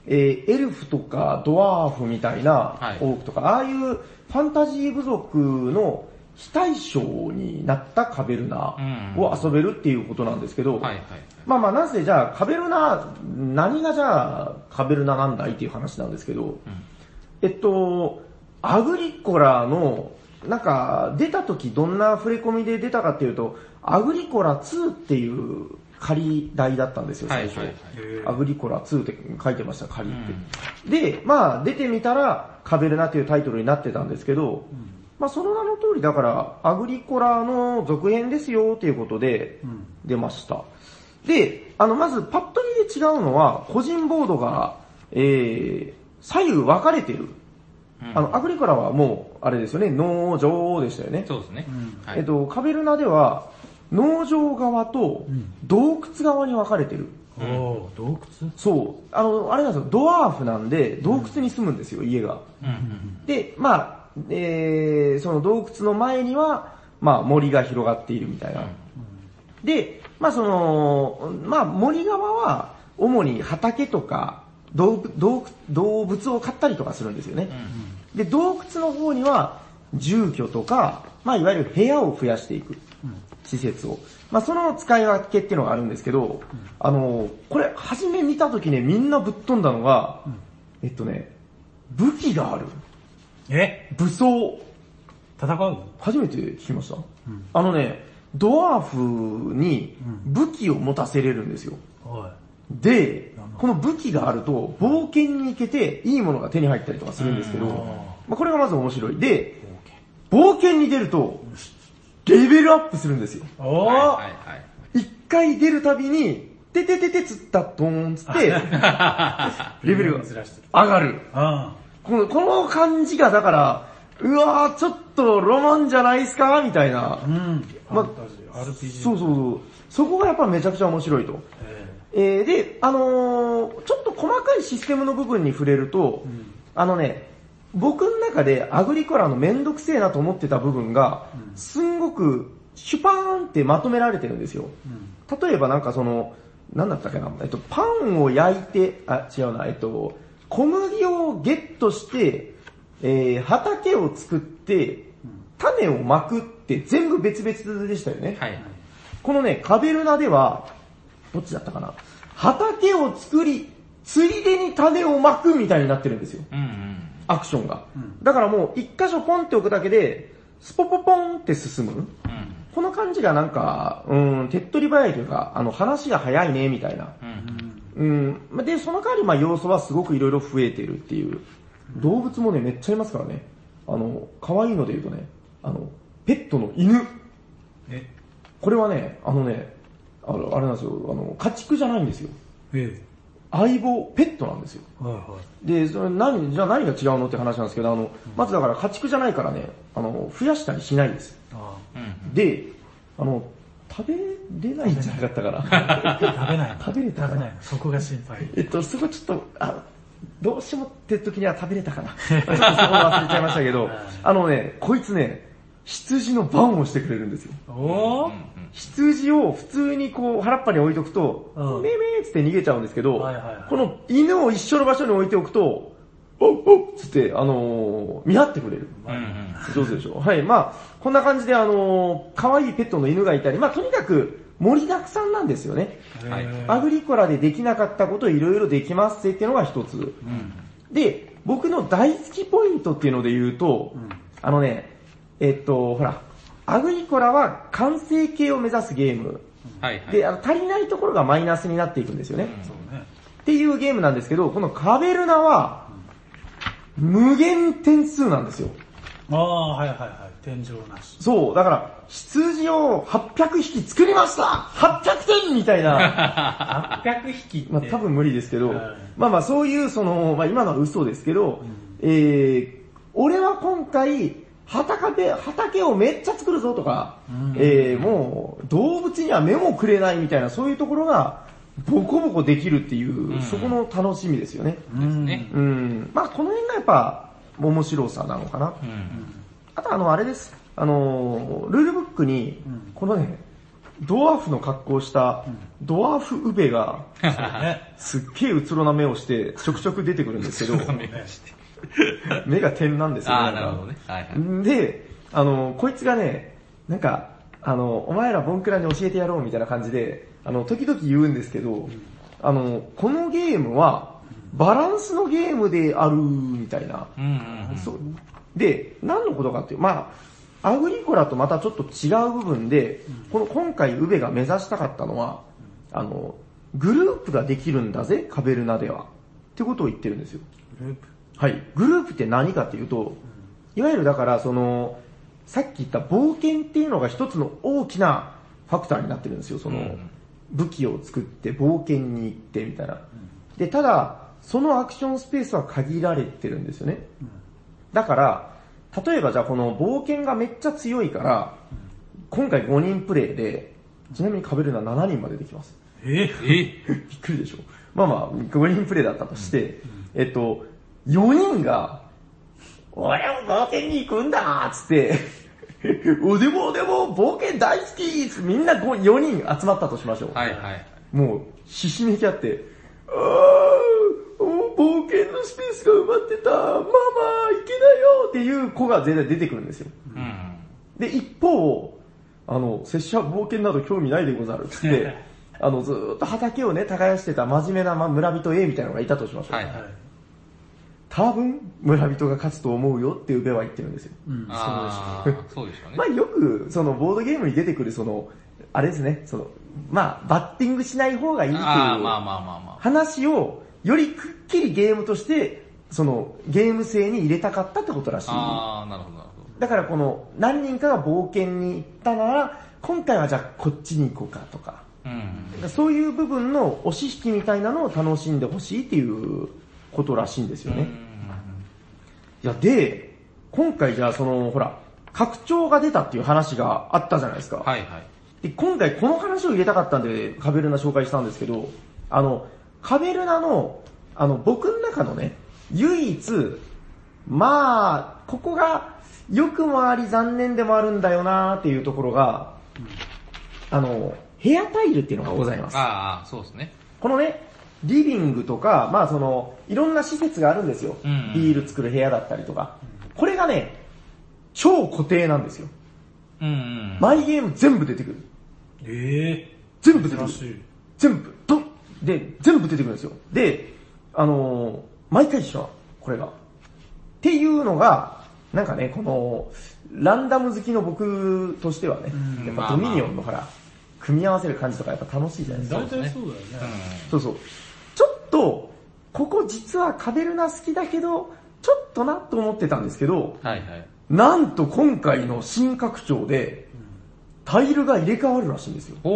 [SPEAKER 2] えーエルフとかドワーフみたいな、
[SPEAKER 3] はい
[SPEAKER 2] オークとか、ああいうファンタジー部族の非対称になったカベルナを遊べるっていうことなんですけど、
[SPEAKER 3] はいはい。
[SPEAKER 2] まあまあ、なぜじゃあ、カベルナ、何がじゃあ、カベルナなんだいっていう話なんですけど、えっと、アグリコラの、なんか、出た時どんな触れ込みで出たかっていうと、アグリコラ2っていう仮題だったんですよ、
[SPEAKER 3] はい
[SPEAKER 2] 最
[SPEAKER 3] はい
[SPEAKER 2] 初。
[SPEAKER 3] は
[SPEAKER 1] へ
[SPEAKER 3] い。
[SPEAKER 2] アグリコラ2って書いてました、仮って。で、まあ、出てみたら、カベルナっていうタイトルになってたんですけど、まあ、その名の通り、だから、アグリコラの続編ですよっていうことで、
[SPEAKER 1] うん。
[SPEAKER 2] 出ました。で、あの、まずパッと見で違うのは、個人ボードが、えー、左右分かれてる。
[SPEAKER 3] うん
[SPEAKER 2] あの、アグリコラはもう、あれですよね、農場でしたよね。
[SPEAKER 3] そうですね。は
[SPEAKER 2] えっ
[SPEAKER 3] い。
[SPEAKER 2] と、カベルナでは、農場側と
[SPEAKER 1] ん
[SPEAKER 2] 洞窟側に分かれてる。
[SPEAKER 1] おー、洞窟
[SPEAKER 2] そう。あの、あれなんですよ、ドワーフなんで、洞窟に住むんですよ、家が。
[SPEAKER 3] うんうん
[SPEAKER 2] で、まあ、えー、その洞窟の前には、まあ森が広がっているみたいな。で、まあその、まあ森側は主に畑とか動物動物動物を飼ったりとかするんですよね。で、洞窟の方には住居とか、まあいわゆる部屋を増やしていく。施設を。まあその使い分けっていうのがあるんですけど、あの、これ初め見た時ね、みんなぶっ飛んだのが、えっとね、武器がある。
[SPEAKER 1] え
[SPEAKER 2] 武装。
[SPEAKER 1] 戦うの
[SPEAKER 2] 初めて聞きました、あのね、ドワーフに武器を持たせれるんですよ。
[SPEAKER 1] おい。
[SPEAKER 2] で、この武器があると冒険に行けていいものが手に入ったりとかするんですけど、
[SPEAKER 1] うん
[SPEAKER 2] まあ、これがまず面白い。で、冒険に出るとレベルアップするんですよ。
[SPEAKER 1] おー、
[SPEAKER 3] はいはいはい。
[SPEAKER 2] 一回出るたびに、ててててつったドーンつって、レベルが
[SPEAKER 1] ずらしてる。
[SPEAKER 2] 上がる。
[SPEAKER 1] あ
[SPEAKER 2] この、この感じがだから、うわーちょっとロマンじゃないですかみたいな。
[SPEAKER 1] あ。うん。
[SPEAKER 2] ま
[SPEAKER 1] ファンタジー、RPG。
[SPEAKER 2] そうそうそう。そこがやっぱめちゃくちゃ面白いと。
[SPEAKER 1] え
[SPEAKER 2] えーで、あのーちょっと細かいシステムの部分に触れると、あのね、僕の中でアグリコラのめんどくせえなと思ってた部分が、すんごくシュパーンってまとめられてるんですよ。例えばなんかその、なんだったかな、えっと、パンを焼いて、あ、違うな、えっと、小麦をゲットして、えー畑を作って、種をまくって全部別々でしたよね。
[SPEAKER 3] はいはい。
[SPEAKER 2] このね、カベルナでは、どっちだったかな畑を作り、ついでに種をまくみたいになってるんですよ。
[SPEAKER 3] うんうん。
[SPEAKER 2] アクションが。だからもう一箇所ポンって置くだけで、スポポポンって進む。
[SPEAKER 3] うん
[SPEAKER 2] この感じがなんか、うん、手っ取り早いというか、あの話が早いね、みたいな。
[SPEAKER 3] うん。
[SPEAKER 2] うん、で、その代わりまあ要素はすごくいろいろ増えてるっていう。動物もね、めっちゃいますからね。あの、可愛いので言うとね、あの、ペットの犬。
[SPEAKER 1] え。え
[SPEAKER 2] これはね、あのね、あのあれなんですよ、あの、家畜じゃないんですよ。
[SPEAKER 1] え
[SPEAKER 2] 相棒、ペットなんですよ。
[SPEAKER 1] え。はいはい。
[SPEAKER 2] で、それ何、じゃあ何が違うのって話なんですけど、あの、まずだから家畜じゃないからね、あの、増やしたりしないです。
[SPEAKER 1] あ
[SPEAKER 3] うん
[SPEAKER 2] で、あの、食べれないんじゃなかったから。
[SPEAKER 1] あ。 食べないの。
[SPEAKER 2] 食べれた
[SPEAKER 1] 食べないの。そこが心配。
[SPEAKER 2] えっと、そこちょっと、あ、どうしてもって時には食べれたかな。ちょっとそこ は忘れちゃいましたけど、あのね、こいつね、羊の番をしてくれるんですよ。
[SPEAKER 1] おー、
[SPEAKER 2] 羊を普通にこう腹っぱに置いとくと、
[SPEAKER 1] うん
[SPEAKER 2] めいめいっつって逃げちゃうんですけど、
[SPEAKER 1] はいはいはい
[SPEAKER 2] この犬を一緒の場所に置いておくと、おっおっつって、あのー見張ってくれる。
[SPEAKER 3] うんうん。
[SPEAKER 2] 上手でしょはい、まあこんな感じであのー可愛いペットの犬がいたり、まあとにかく、盛りだくさんなんですよね。
[SPEAKER 3] はい
[SPEAKER 2] アグリコラでできなかったことをいろいろできますっていうのが一つ。で、僕の大好きポイントっていうので言うと、
[SPEAKER 1] ん
[SPEAKER 2] あのね、えっと、ほら、アグリコラは完成形を目指すゲーム。
[SPEAKER 3] はいはい。
[SPEAKER 2] で、あの足りないところがマイナスになっていくんですよね。
[SPEAKER 1] そうね。
[SPEAKER 2] っていうゲームなんですけど、このカベルナは、無限点数なんですよ。
[SPEAKER 1] ああ、はいはいはい。天井な し。
[SPEAKER 2] そう、だから、羊を800匹作りました !800 点みたいな。
[SPEAKER 1] 800匹って。
[SPEAKER 2] まあ多分無理ですけど、
[SPEAKER 1] はい
[SPEAKER 2] まあまあそういうその、まあ今のは嘘ですけど、えー、俺は今回、畑で、畑をめっちゃ作るぞとか、えー、もう動物には目もくれないみたいなそういうところが、ボコボコできるっていう、
[SPEAKER 3] うん
[SPEAKER 2] そこの楽しみですよね。
[SPEAKER 3] ですね。
[SPEAKER 2] うん。まあこの辺がやっぱ、面白さなのかな。
[SPEAKER 3] うん。
[SPEAKER 2] あとあの、あれです。あのー、ルールブックに
[SPEAKER 1] うん、
[SPEAKER 2] このね、ドワーフの格好をした、ドワーフウベが、
[SPEAKER 1] そう ね。
[SPEAKER 2] すっげえうつろな目をして、ちょくちょく出てくるんですけど、目が点なんですよ
[SPEAKER 3] ああ、
[SPEAKER 2] ん
[SPEAKER 3] な
[SPEAKER 2] か
[SPEAKER 3] るほどね。はいはい。
[SPEAKER 2] で、あの、こいつがね、なんか、あの、お前らボンクラに教えてやろうみたいな感じで、あの、時々言うんですけど、あの、このゲームは、バランスのゲームである、みたいな。
[SPEAKER 3] うんうんうん。
[SPEAKER 2] そう。で、何のことかっていう、まあ、アグリコラとまたちょっと違う部分で、この今回ウベが目指したかったのは、あの、グループができるんだぜ、カベルナでは。ってことを言ってるんですよ。
[SPEAKER 1] グループ。
[SPEAKER 2] はい。グループって何かっていうと、いわゆるだから、その、さっき言った冒険っていうのが一つの大きなファクターになってるんですよ。その、
[SPEAKER 3] うん
[SPEAKER 2] 武器を作って冒険に行ってみたいな。で、ただ、そのアクションスペースは限られてるんですよね。だから、例えばじゃあこの冒険がめっちゃ強いから、今回5人プレイで、ちなみにカベルナ7人までできます。
[SPEAKER 1] え
[SPEAKER 3] え
[SPEAKER 2] びっくりでしょ。まあまあ、5人プレイだったとして、えっと、4人が、俺も冒険に行くんだーっつ って、おでもおでも冒険大好きーっつってみんなこう4人集まったとしましょう。
[SPEAKER 3] はいはい。
[SPEAKER 2] もう、ひしめき合って、あー、お冒険のスペースが埋まってた、ママ、行けないよっていう子が絶対出てくるんですよ。
[SPEAKER 3] うん。
[SPEAKER 2] で、一方、あの、拙者は冒険など興味ないでござるっつって、あの、ずーっと畑をね、耕してた真面目なま村人 A みたいなのがいたとしましょう。
[SPEAKER 3] はい
[SPEAKER 1] はい。
[SPEAKER 2] 多分、村人が勝つと思うよっていうべは言ってるんですよ。
[SPEAKER 1] うん。
[SPEAKER 3] ああ、そうでしょう ね
[SPEAKER 2] ま。あよく、その、ボードゲームに出てくる、その、あれですね、その、まあバッティングしない方がいいっていう。
[SPEAKER 3] ああ、まあまあまあま
[SPEAKER 2] 話をよりくっきりゲームとして、そのゲーム性に入れたかったってことらしい。
[SPEAKER 3] あ。ああ、なるほどなるほど。
[SPEAKER 2] だからこの何人かが冒険に行ったなら、今回はじゃあこっちに行こうかとか、
[SPEAKER 3] うん。
[SPEAKER 2] そういう部分の押し引きみたいなのを楽しんでほしいっていうことらしいんですよね。いや、で、今回じゃあその、ほら、拡張が出たっていう話があったじゃないですか。
[SPEAKER 3] はいはい。
[SPEAKER 2] で、今回この話を入れたかったんで、カベルナ紹介したんですけど、あの、カベルナの、あの、僕の中のね、唯一、まあ、ここが、良くもあり残念でもあるんだよなーっていうところが、あの、部屋タイルっていうのがございます。
[SPEAKER 3] ああ、そうですね。
[SPEAKER 2] このね、リビングとか、まあその、いろんな施設があるんですよ。
[SPEAKER 3] うんうん
[SPEAKER 2] ビール作る部屋だったりとか。これがね、超固定なんですよ。
[SPEAKER 3] うんうん。
[SPEAKER 2] マイゲーム全部出てくる。
[SPEAKER 1] え
[SPEAKER 2] 全部
[SPEAKER 1] え
[SPEAKER 2] 出てく
[SPEAKER 1] 珍し
[SPEAKER 2] る。
[SPEAKER 1] い。
[SPEAKER 2] 全部、ドンで、全部出てくるんですよ。で、あのー毎回一緒なのこれが。っていうのが、なんかね、この、ランダム好きの僕としてはね、
[SPEAKER 1] うん
[SPEAKER 2] やっ
[SPEAKER 3] ま
[SPEAKER 2] ぱ
[SPEAKER 3] あ
[SPEAKER 2] ド
[SPEAKER 3] まあ
[SPEAKER 2] ミニオンのほら、組み合わせる感じとかやっぱ楽しいじゃないですか。
[SPEAKER 1] 大体そうだよね。
[SPEAKER 2] そうそう。ちょっと、ここ実はカベルナ好きだけど、ちょっとなと思ってたんですけど、
[SPEAKER 3] はいはい。
[SPEAKER 2] なんと今回の新拡張で、タイルが入れ替わるらしいんですよ。
[SPEAKER 3] お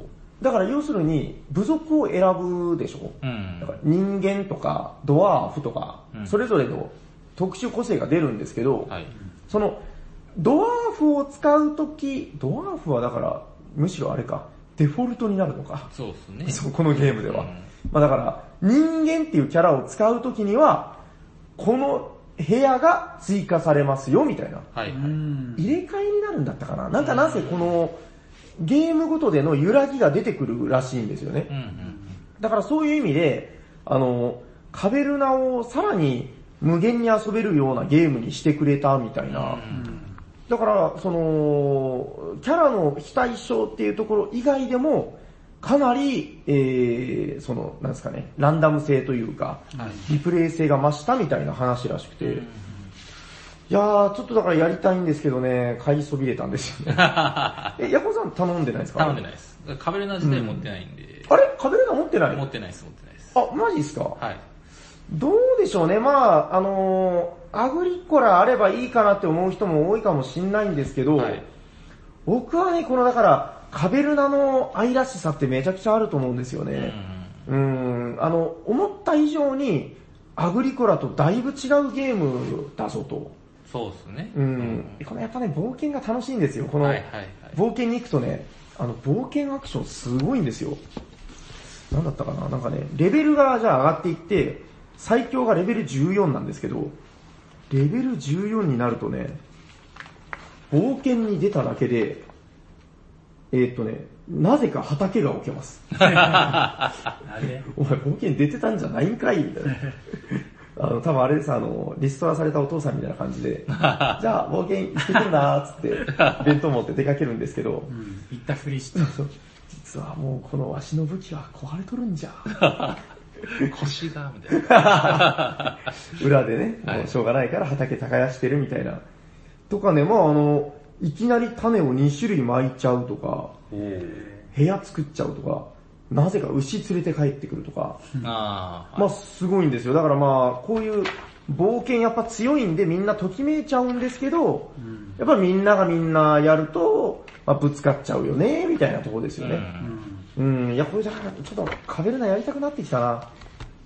[SPEAKER 3] お。
[SPEAKER 2] だから要するに、部族を選ぶでしょ
[SPEAKER 3] うん
[SPEAKER 2] だ。から人間とかドワーフとか
[SPEAKER 3] う、ん
[SPEAKER 2] それぞれの特殊個性が出るんですけど、
[SPEAKER 3] はい。
[SPEAKER 2] その、ドワーフを使うとき、ドワーフはだから、むしろあれか、デフォルトになるのか。
[SPEAKER 3] そうですね。
[SPEAKER 2] そう、このゲームでは。
[SPEAKER 3] うん
[SPEAKER 2] まあだから、人間っていうキャラを使うときには、この部屋が追加されますよ、みたいな。
[SPEAKER 3] はいうはい。
[SPEAKER 1] ん。
[SPEAKER 2] 入れ替えになるんだったかななんかなぜこの、ゲームごとでの揺らぎが出てくるらしいんですよね。
[SPEAKER 3] うんうん。
[SPEAKER 2] だからそういう意味で、あの、カベルナをさらに無限に遊べるようなゲームにしてくれたみたいな
[SPEAKER 3] うん
[SPEAKER 2] だから、その、キャラの非対称っていうところ以外でも、かなり、えー、その、なんですかね、ランダム性というか、
[SPEAKER 1] はい
[SPEAKER 2] リプレイ性が増したみたいな話らしくて、いやー、ちょっとだからやりたいんですけどね、買いそびれたんです よね。え、ヤコさん頼んでないですか
[SPEAKER 4] 頼んでない
[SPEAKER 2] い。
[SPEAKER 4] です。カベルナ自体持ってないんで、
[SPEAKER 2] あれカベルナ持ってない
[SPEAKER 4] 持ってないです、持ってないです。
[SPEAKER 2] あ、マジですか
[SPEAKER 4] はい。
[SPEAKER 2] どうでしょうね。まあ、あのーアグリコラあればいいかなって思う人も多いかもしんないんですけど、
[SPEAKER 4] はい
[SPEAKER 2] 僕はね、このだから、カベルナの愛らしさってめちゃくちゃあると思うんですよ
[SPEAKER 4] うん
[SPEAKER 2] ね。うん、あの、思った以上に、アグリコラとだいぶ違うゲームだぞと。
[SPEAKER 4] そうですね。
[SPEAKER 2] うん、このやっぱね、冒険が楽しいんですよ。この、
[SPEAKER 4] はいはいはい。
[SPEAKER 2] 冒険に行くとね、あの、冒険アクションすごいんですよ。なんだったかななんかね、レベルがじゃあ上がっていって、最強がレベル14なんですけど、レベル14になるとね、冒険に出ただけで、えーっとね、なぜか畑が起きます。
[SPEAKER 1] あれ
[SPEAKER 2] お前冒険出てたんじゃないんかいみたいな。あの、多分あれです、あの、リストラされたお父さんみたいな感じで、じゃあ冒険行ってくるなーっつって、弁当持って出かけるんですけど、
[SPEAKER 1] うん。行ったふりして。
[SPEAKER 2] 実はもうこのわしの武器は壊れとるんじゃ。
[SPEAKER 4] 腰が、みたいな。
[SPEAKER 2] 裏でね、もうしょうがないから畑耕してるみたいな。とかね、まああの、いきなり種を2種類巻いちゃうとか、部屋作っちゃうとか、なぜか牛連れて帰ってくるとか、
[SPEAKER 4] ああ、
[SPEAKER 2] まあすごいんですよ。だからまあ、こういう冒険やっぱ強いんでみんなときめいちゃうんですけど、
[SPEAKER 1] うん。
[SPEAKER 2] やっぱみんながみんなやると、まあぶつかっちゃうよね、みたいなところですよね。
[SPEAKER 4] うん
[SPEAKER 1] うん。
[SPEAKER 2] うん、いや、これじゃ、ちょっと、カベルナやりたくなってきたな。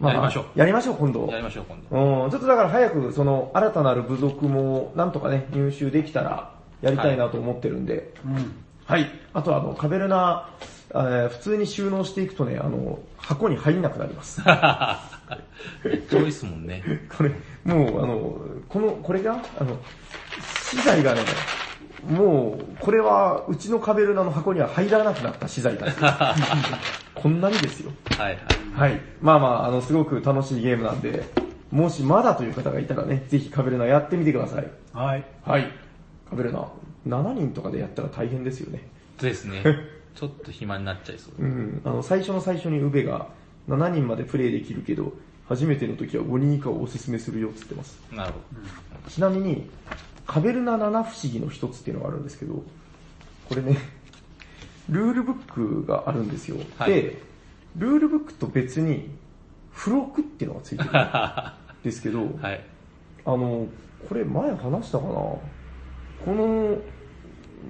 [SPEAKER 4] やりましょう
[SPEAKER 2] やりましょう、今度。
[SPEAKER 4] やりましょう、 今度。
[SPEAKER 2] うん、ちょっとだから早く、その、新たなる部族も、なんとかね、入手できたら、やりたいなと思ってるんで。
[SPEAKER 1] うん。
[SPEAKER 2] はい。あとは、あの、カベルナ、えー普通に収納していくとね、あの、箱に入んなくなります。
[SPEAKER 4] めっちゃ多いっすもんね。
[SPEAKER 2] これ、もう、あの、この、これが、あの、資材がね、もう、これは、うちのカベルナの箱には入らなくなった 資材だ。こんなにですよ。
[SPEAKER 4] はいはい。
[SPEAKER 2] はい。まあまあ、あの、すごく楽しいゲームなんで、もしまだという方がいたらね、ぜひカベルナやってみてください。
[SPEAKER 1] はい。
[SPEAKER 2] はい。カベルナ、7人とかでやったら大変ですよね。
[SPEAKER 4] です ね。ちょっと暇になっちゃいそう。
[SPEAKER 2] うん。あの、最初の最初にウベが、7人までプレイできるけど、初めての時は5人以下をおすすめするよって言ってます。
[SPEAKER 4] なるほ
[SPEAKER 2] ちなみに、カベルナ七不思議の一つっていうのがあるんですけど、これね、ルールブックがあるんですよ。
[SPEAKER 4] はい
[SPEAKER 2] で、ルールブックと別に、付録っていうのがついてるんですけど、
[SPEAKER 4] ど。はい。
[SPEAKER 2] あの、これ前話したかなこの、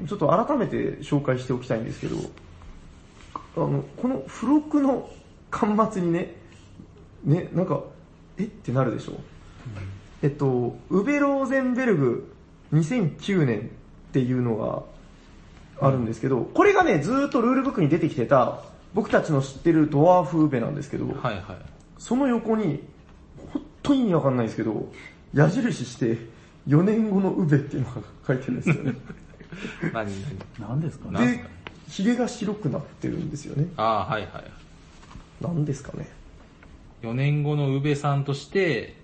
[SPEAKER 2] ちょっと改めて紹介しておきたいんですけど、あの、この付録の端末にね、ね、なんか、えってなるでしょえっと、ウベローゼンベルグ2009年っていうのがあるんですけど、これがね、ずーっとルールブックに出てきてた、僕たちの知ってるドワーフウベなんですけど、
[SPEAKER 4] はいはい。
[SPEAKER 2] その横に、ほんと意味わかんないんですけど、矢印して、4年後のウベっていうのが書いてるんですよね。
[SPEAKER 4] 何何
[SPEAKER 1] 何ですかね。
[SPEAKER 4] なんす
[SPEAKER 2] で
[SPEAKER 4] かね、
[SPEAKER 2] 髭が白くなってるんですよね。
[SPEAKER 4] ああ、はいはい。
[SPEAKER 2] なんですかね。
[SPEAKER 4] 4年後の宇部さんとして、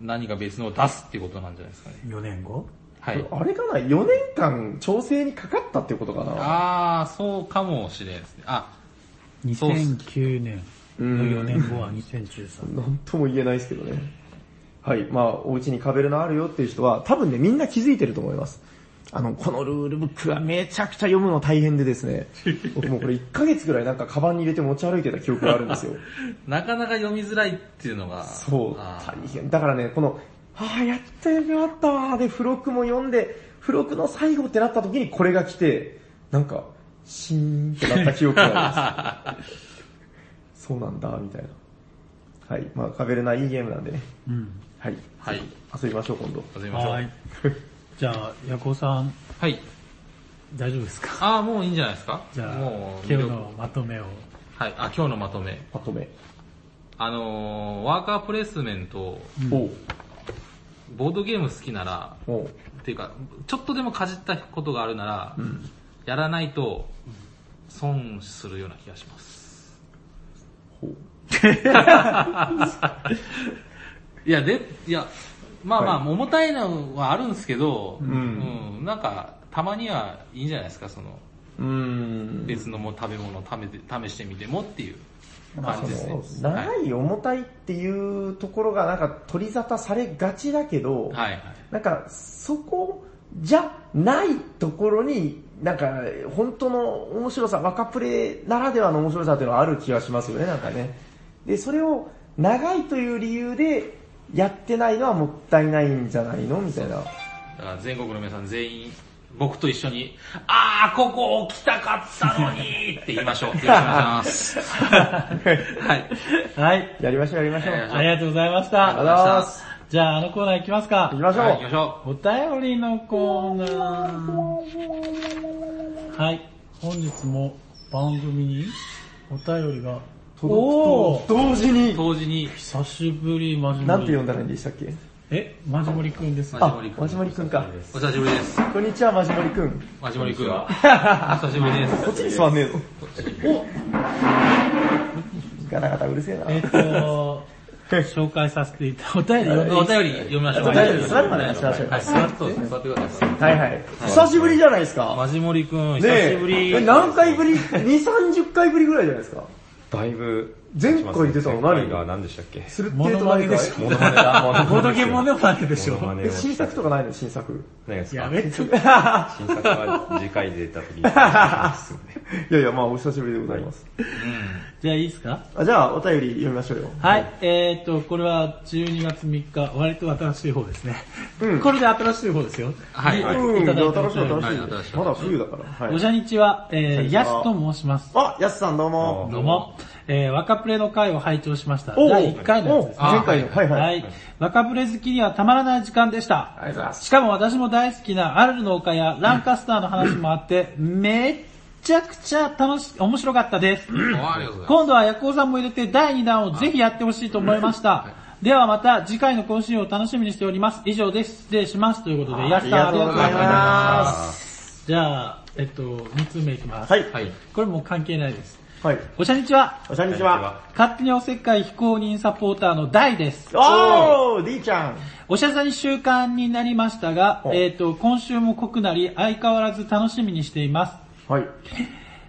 [SPEAKER 4] 何か別のを出すってことなんじゃないですかね。
[SPEAKER 1] 4年後
[SPEAKER 4] はい。
[SPEAKER 2] あれかな ?4 年間調整にかかったってことかな
[SPEAKER 4] ああ、そうかもしれんですね。あ、そうっす
[SPEAKER 1] ?2009 年の4年後は2013。
[SPEAKER 2] なんとも言えないですけどね。はい。まあ、お家にカベルナあるよっていう人は、多分ね、みんな気づいてると思います。あの、このルールブックはめちゃくちゃ読むの大変でですね、僕もこれ1ヶ月ぐらいなんかカバンに入れて持ち歩いてた記憶があるんですよ。
[SPEAKER 4] なかなか読みづらいっていうのが。
[SPEAKER 2] そう、
[SPEAKER 4] あ
[SPEAKER 2] 大変。だからね、この、ああ、やったよかったわーで、付録も読んで、付録の最後ってなった時にこれが来て、なんか、シーンってなった記憶があります。そうなんだ、みたいな。はい。まあ、カベルナいいゲームなんでね。
[SPEAKER 1] うん。
[SPEAKER 2] はい。
[SPEAKER 4] ーはい。
[SPEAKER 2] 遊びましょう、今度。
[SPEAKER 4] 始めましょう。
[SPEAKER 1] は
[SPEAKER 4] はいい。。
[SPEAKER 1] じゃあ、ヤコウさん、大丈夫ですか
[SPEAKER 4] ああ、もういいんじゃないですか
[SPEAKER 1] じゃあ、
[SPEAKER 4] もう、
[SPEAKER 1] 今日のまとめを。
[SPEAKER 4] はい。あ、今日のまとめ。
[SPEAKER 2] まとめ。
[SPEAKER 4] あのー、ワーカープレイスメント、
[SPEAKER 1] うん
[SPEAKER 2] おう
[SPEAKER 4] ボードゲーム好きなら、
[SPEAKER 2] おう
[SPEAKER 4] っていうか、ちょっとでもかじったことがあるなら、やらないと、損するような気がします。
[SPEAKER 2] ほう
[SPEAKER 4] いや、で、いや、まあまあ、
[SPEAKER 2] は
[SPEAKER 4] 重たいのはあるんですけど、うんん、なんか、たまにはいいんじゃないですか、その、
[SPEAKER 2] うーん。
[SPEAKER 4] 別のもう食べ物を試て試してみてもっていう
[SPEAKER 1] まあ
[SPEAKER 4] 感じですね。
[SPEAKER 2] 長い重たいっていうところがなんか取り沙汰されがちだけど、
[SPEAKER 4] はいはい。
[SPEAKER 2] なんかそこじゃないところに、なんか本当の面白さ、若プレならではの面白さっていうのはある気がしますよね、なんかね。で、それを長いという理由でやってないのはもったいないんじゃないのみた いな。
[SPEAKER 4] だから全国の皆さん全員、僕と一緒に、あー、ここ起きたかったの にって言いましょう。よろしくお願いし ます。はい。
[SPEAKER 1] はい。
[SPEAKER 2] やりましょう、やりましょう。
[SPEAKER 4] え
[SPEAKER 1] ありがとうございまし
[SPEAKER 2] あ
[SPEAKER 1] た。
[SPEAKER 2] りがとうございます。
[SPEAKER 1] じゃあ、あのコーナー行きますか
[SPEAKER 2] 行き。ましょう。
[SPEAKER 4] はい、行きましょ
[SPEAKER 1] お便りのコーナー。はい。本日も番組にお便りが
[SPEAKER 2] 届くと
[SPEAKER 1] おー
[SPEAKER 2] 同時
[SPEAKER 4] う。
[SPEAKER 2] に、
[SPEAKER 4] 当時に、
[SPEAKER 1] 久しぶり、マジモリ。
[SPEAKER 2] なんて呼んだらいいんでしたっけ
[SPEAKER 1] え、マジモリくんです。
[SPEAKER 4] マジ
[SPEAKER 2] あ
[SPEAKER 4] モリ、君
[SPEAKER 2] マジモリくんか。
[SPEAKER 4] お久しぶりです。
[SPEAKER 2] こんにちは、マジモリくん。
[SPEAKER 4] マジモリ君。お
[SPEAKER 2] ははは
[SPEAKER 4] 久しぶりで
[SPEAKER 2] こっち
[SPEAKER 4] す。
[SPEAKER 2] に座んねえぞ。おガタガタうるせえな。
[SPEAKER 1] えっと、紹介させていたお便り読んでい い
[SPEAKER 4] お便り読みましょう。
[SPEAKER 2] 大丈夫です座るまで話しましょう
[SPEAKER 4] はい、座ってそうです座ってください。
[SPEAKER 2] はいはい。久しぶりじゃないですか。
[SPEAKER 4] マジモリ君、
[SPEAKER 2] ね
[SPEAKER 4] 久しぶり。
[SPEAKER 2] え、何回ぶり ?2、30回ぶりぐらいじゃないですか。
[SPEAKER 5] だいぶ、
[SPEAKER 2] 前回出たの何
[SPEAKER 5] 前回が何でしたっけ
[SPEAKER 2] するって
[SPEAKER 1] モ
[SPEAKER 2] 言う
[SPEAKER 1] ノ
[SPEAKER 2] と
[SPEAKER 1] マネ
[SPEAKER 2] 何
[SPEAKER 1] で
[SPEAKER 2] か
[SPEAKER 1] しょ。
[SPEAKER 5] モノマネだモノマネ
[SPEAKER 1] ボードゲームモノマネでしょ
[SPEAKER 5] モノ。マネ
[SPEAKER 2] え
[SPEAKER 5] を
[SPEAKER 2] 新作とかないの新作。
[SPEAKER 5] 何です
[SPEAKER 1] や
[SPEAKER 5] か
[SPEAKER 1] めとけ。
[SPEAKER 5] 新作は次回出た時に。はい
[SPEAKER 2] やいや、まあお久しぶりでございます。
[SPEAKER 1] じゃあいいですか
[SPEAKER 2] あじゃあ、お便り読みましょうよ。
[SPEAKER 1] はい、えーっと、これは12月3日、割と新しい方ですね。
[SPEAKER 2] うん
[SPEAKER 1] これで新しい方ですよ。
[SPEAKER 4] はい。はい
[SPEAKER 2] うん、
[SPEAKER 1] いただいて
[SPEAKER 2] 新しい新
[SPEAKER 4] はい新
[SPEAKER 2] し
[SPEAKER 4] し
[SPEAKER 2] い。
[SPEAKER 4] い
[SPEAKER 2] まだ冬だから。は
[SPEAKER 1] お
[SPEAKER 2] い。
[SPEAKER 1] じゃにちは、え
[SPEAKER 2] こん
[SPEAKER 1] ー、
[SPEAKER 2] にちは
[SPEAKER 1] やすと申します。
[SPEAKER 2] あ、やすさんどうも。
[SPEAKER 5] ど
[SPEAKER 1] どうも、えー、若プレの回を拝聴しました。
[SPEAKER 2] おう
[SPEAKER 1] 第1回のやつですね。
[SPEAKER 2] おう前回の、はいはい。
[SPEAKER 1] はい、若プレ好きにはたまらない時間でした。
[SPEAKER 2] ありがとうございます。
[SPEAKER 1] しかも私も大好きなアルルの丘やランカスターの話もあって、めっちゃくちゃ楽し、面白かったです。
[SPEAKER 4] ありがとうございま
[SPEAKER 1] 今度はヤコウさんも入れて第2弾をぜひやってほしいと思いました。ではまた次回の更新を楽しみにしております。以上です。失礼します。ということで、
[SPEAKER 2] あ
[SPEAKER 1] や
[SPEAKER 2] り
[SPEAKER 1] すさん
[SPEAKER 2] が
[SPEAKER 1] あ
[SPEAKER 2] と
[SPEAKER 1] りが
[SPEAKER 2] うご
[SPEAKER 1] とうご
[SPEAKER 2] ざ
[SPEAKER 1] ざ
[SPEAKER 2] い
[SPEAKER 1] いま
[SPEAKER 2] ます。
[SPEAKER 1] す。じゃあ、えっと、2通目いきます。
[SPEAKER 2] はい
[SPEAKER 4] す。。はい。
[SPEAKER 1] これもう関係ないです。
[SPEAKER 2] はい。
[SPEAKER 1] おしゃにちは。
[SPEAKER 2] おしゃにちは。
[SPEAKER 1] 勝手におせっかい非公認サポーターの大です。
[SPEAKER 2] おー、D ちゃん。
[SPEAKER 1] おしゃさに習慣になりましたが、
[SPEAKER 2] お
[SPEAKER 1] えっ、と、今週も濃くなり、相変わらず楽しみにしています。
[SPEAKER 2] はい。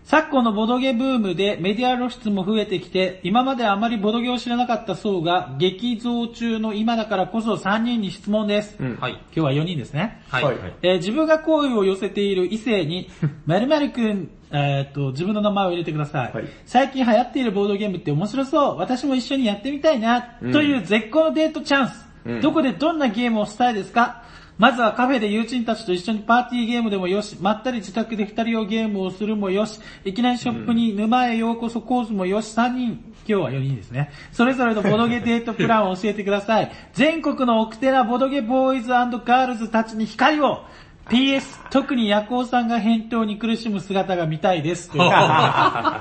[SPEAKER 1] 昨今のボドゲブームでメディア露出も増えてきて、今まであまりボドゲを知らなかった層が激増中の今だからこそ3人に質問です。
[SPEAKER 2] うん
[SPEAKER 1] はい、今日は4人ですね。
[SPEAKER 4] はい。
[SPEAKER 2] はい
[SPEAKER 1] えー自分が好意を寄せている異性 に、〇〇くん、えーっと、自分の名前を入れてください,、
[SPEAKER 2] はい
[SPEAKER 1] 最近流行っているボードゲームって面白そう。私も一緒にやってみたいな。という絶好のデートチャンス、どこでどんなゲームをしたいですかまずはカフェで友人たちと一緒にパーティーゲームでもよし、まったり自宅で二人用ゲームをするもよし、いきなりショップに沼へようこそコースもよし、三人、今日は4人ですね。それぞれのボドゲデートプランを教えてください。全国の奥手なボドゲボーイズガールズたちに光を PS、特に夜行さんが返答に苦しむ姿が見たいです。というこ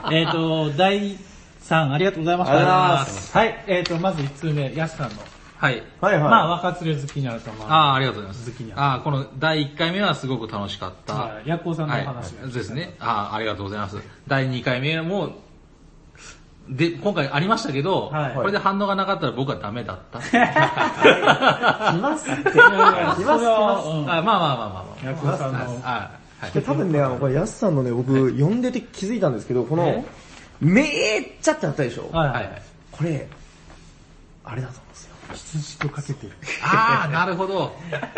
[SPEAKER 1] とでえっと、第3、ありがとうございました。
[SPEAKER 2] ありがとうございます
[SPEAKER 1] はい、えっ、と、まず1通目、ヤスさんの。
[SPEAKER 4] はい。
[SPEAKER 2] はいはい。
[SPEAKER 1] まあ、若鶴好きになると思う。
[SPEAKER 4] ああ、ありがとうございます
[SPEAKER 1] 好きに。
[SPEAKER 4] ああ、この第1回目はすごく楽しかった。
[SPEAKER 1] はいヤコウさんのお
[SPEAKER 4] は
[SPEAKER 1] 話が、
[SPEAKER 4] い、ですね。ああ、ありがとうございます。第2回目も、で、今回ありましたけど、
[SPEAKER 1] はい
[SPEAKER 4] これで反応がなかったら僕はダメだった。あ
[SPEAKER 2] 来ますって。来
[SPEAKER 1] や
[SPEAKER 2] ます、
[SPEAKER 1] い
[SPEAKER 2] 来
[SPEAKER 1] や
[SPEAKER 2] ます。
[SPEAKER 1] うん
[SPEAKER 4] まあまあまあまあ
[SPEAKER 1] ヤコウさん
[SPEAKER 4] まあ。
[SPEAKER 1] の。
[SPEAKER 4] あはい
[SPEAKER 2] で多分ね、あの、これ、やすさんのね、僕、読んでて気づいたんですけど、この、めーっちゃってあったでしょ
[SPEAKER 1] はい
[SPEAKER 4] は
[SPEAKER 1] はいい。
[SPEAKER 4] はい。
[SPEAKER 2] これ、あれだと思うんですよ。
[SPEAKER 1] 羊とかけてる。
[SPEAKER 4] ああ、なるほど。
[SPEAKER 2] こ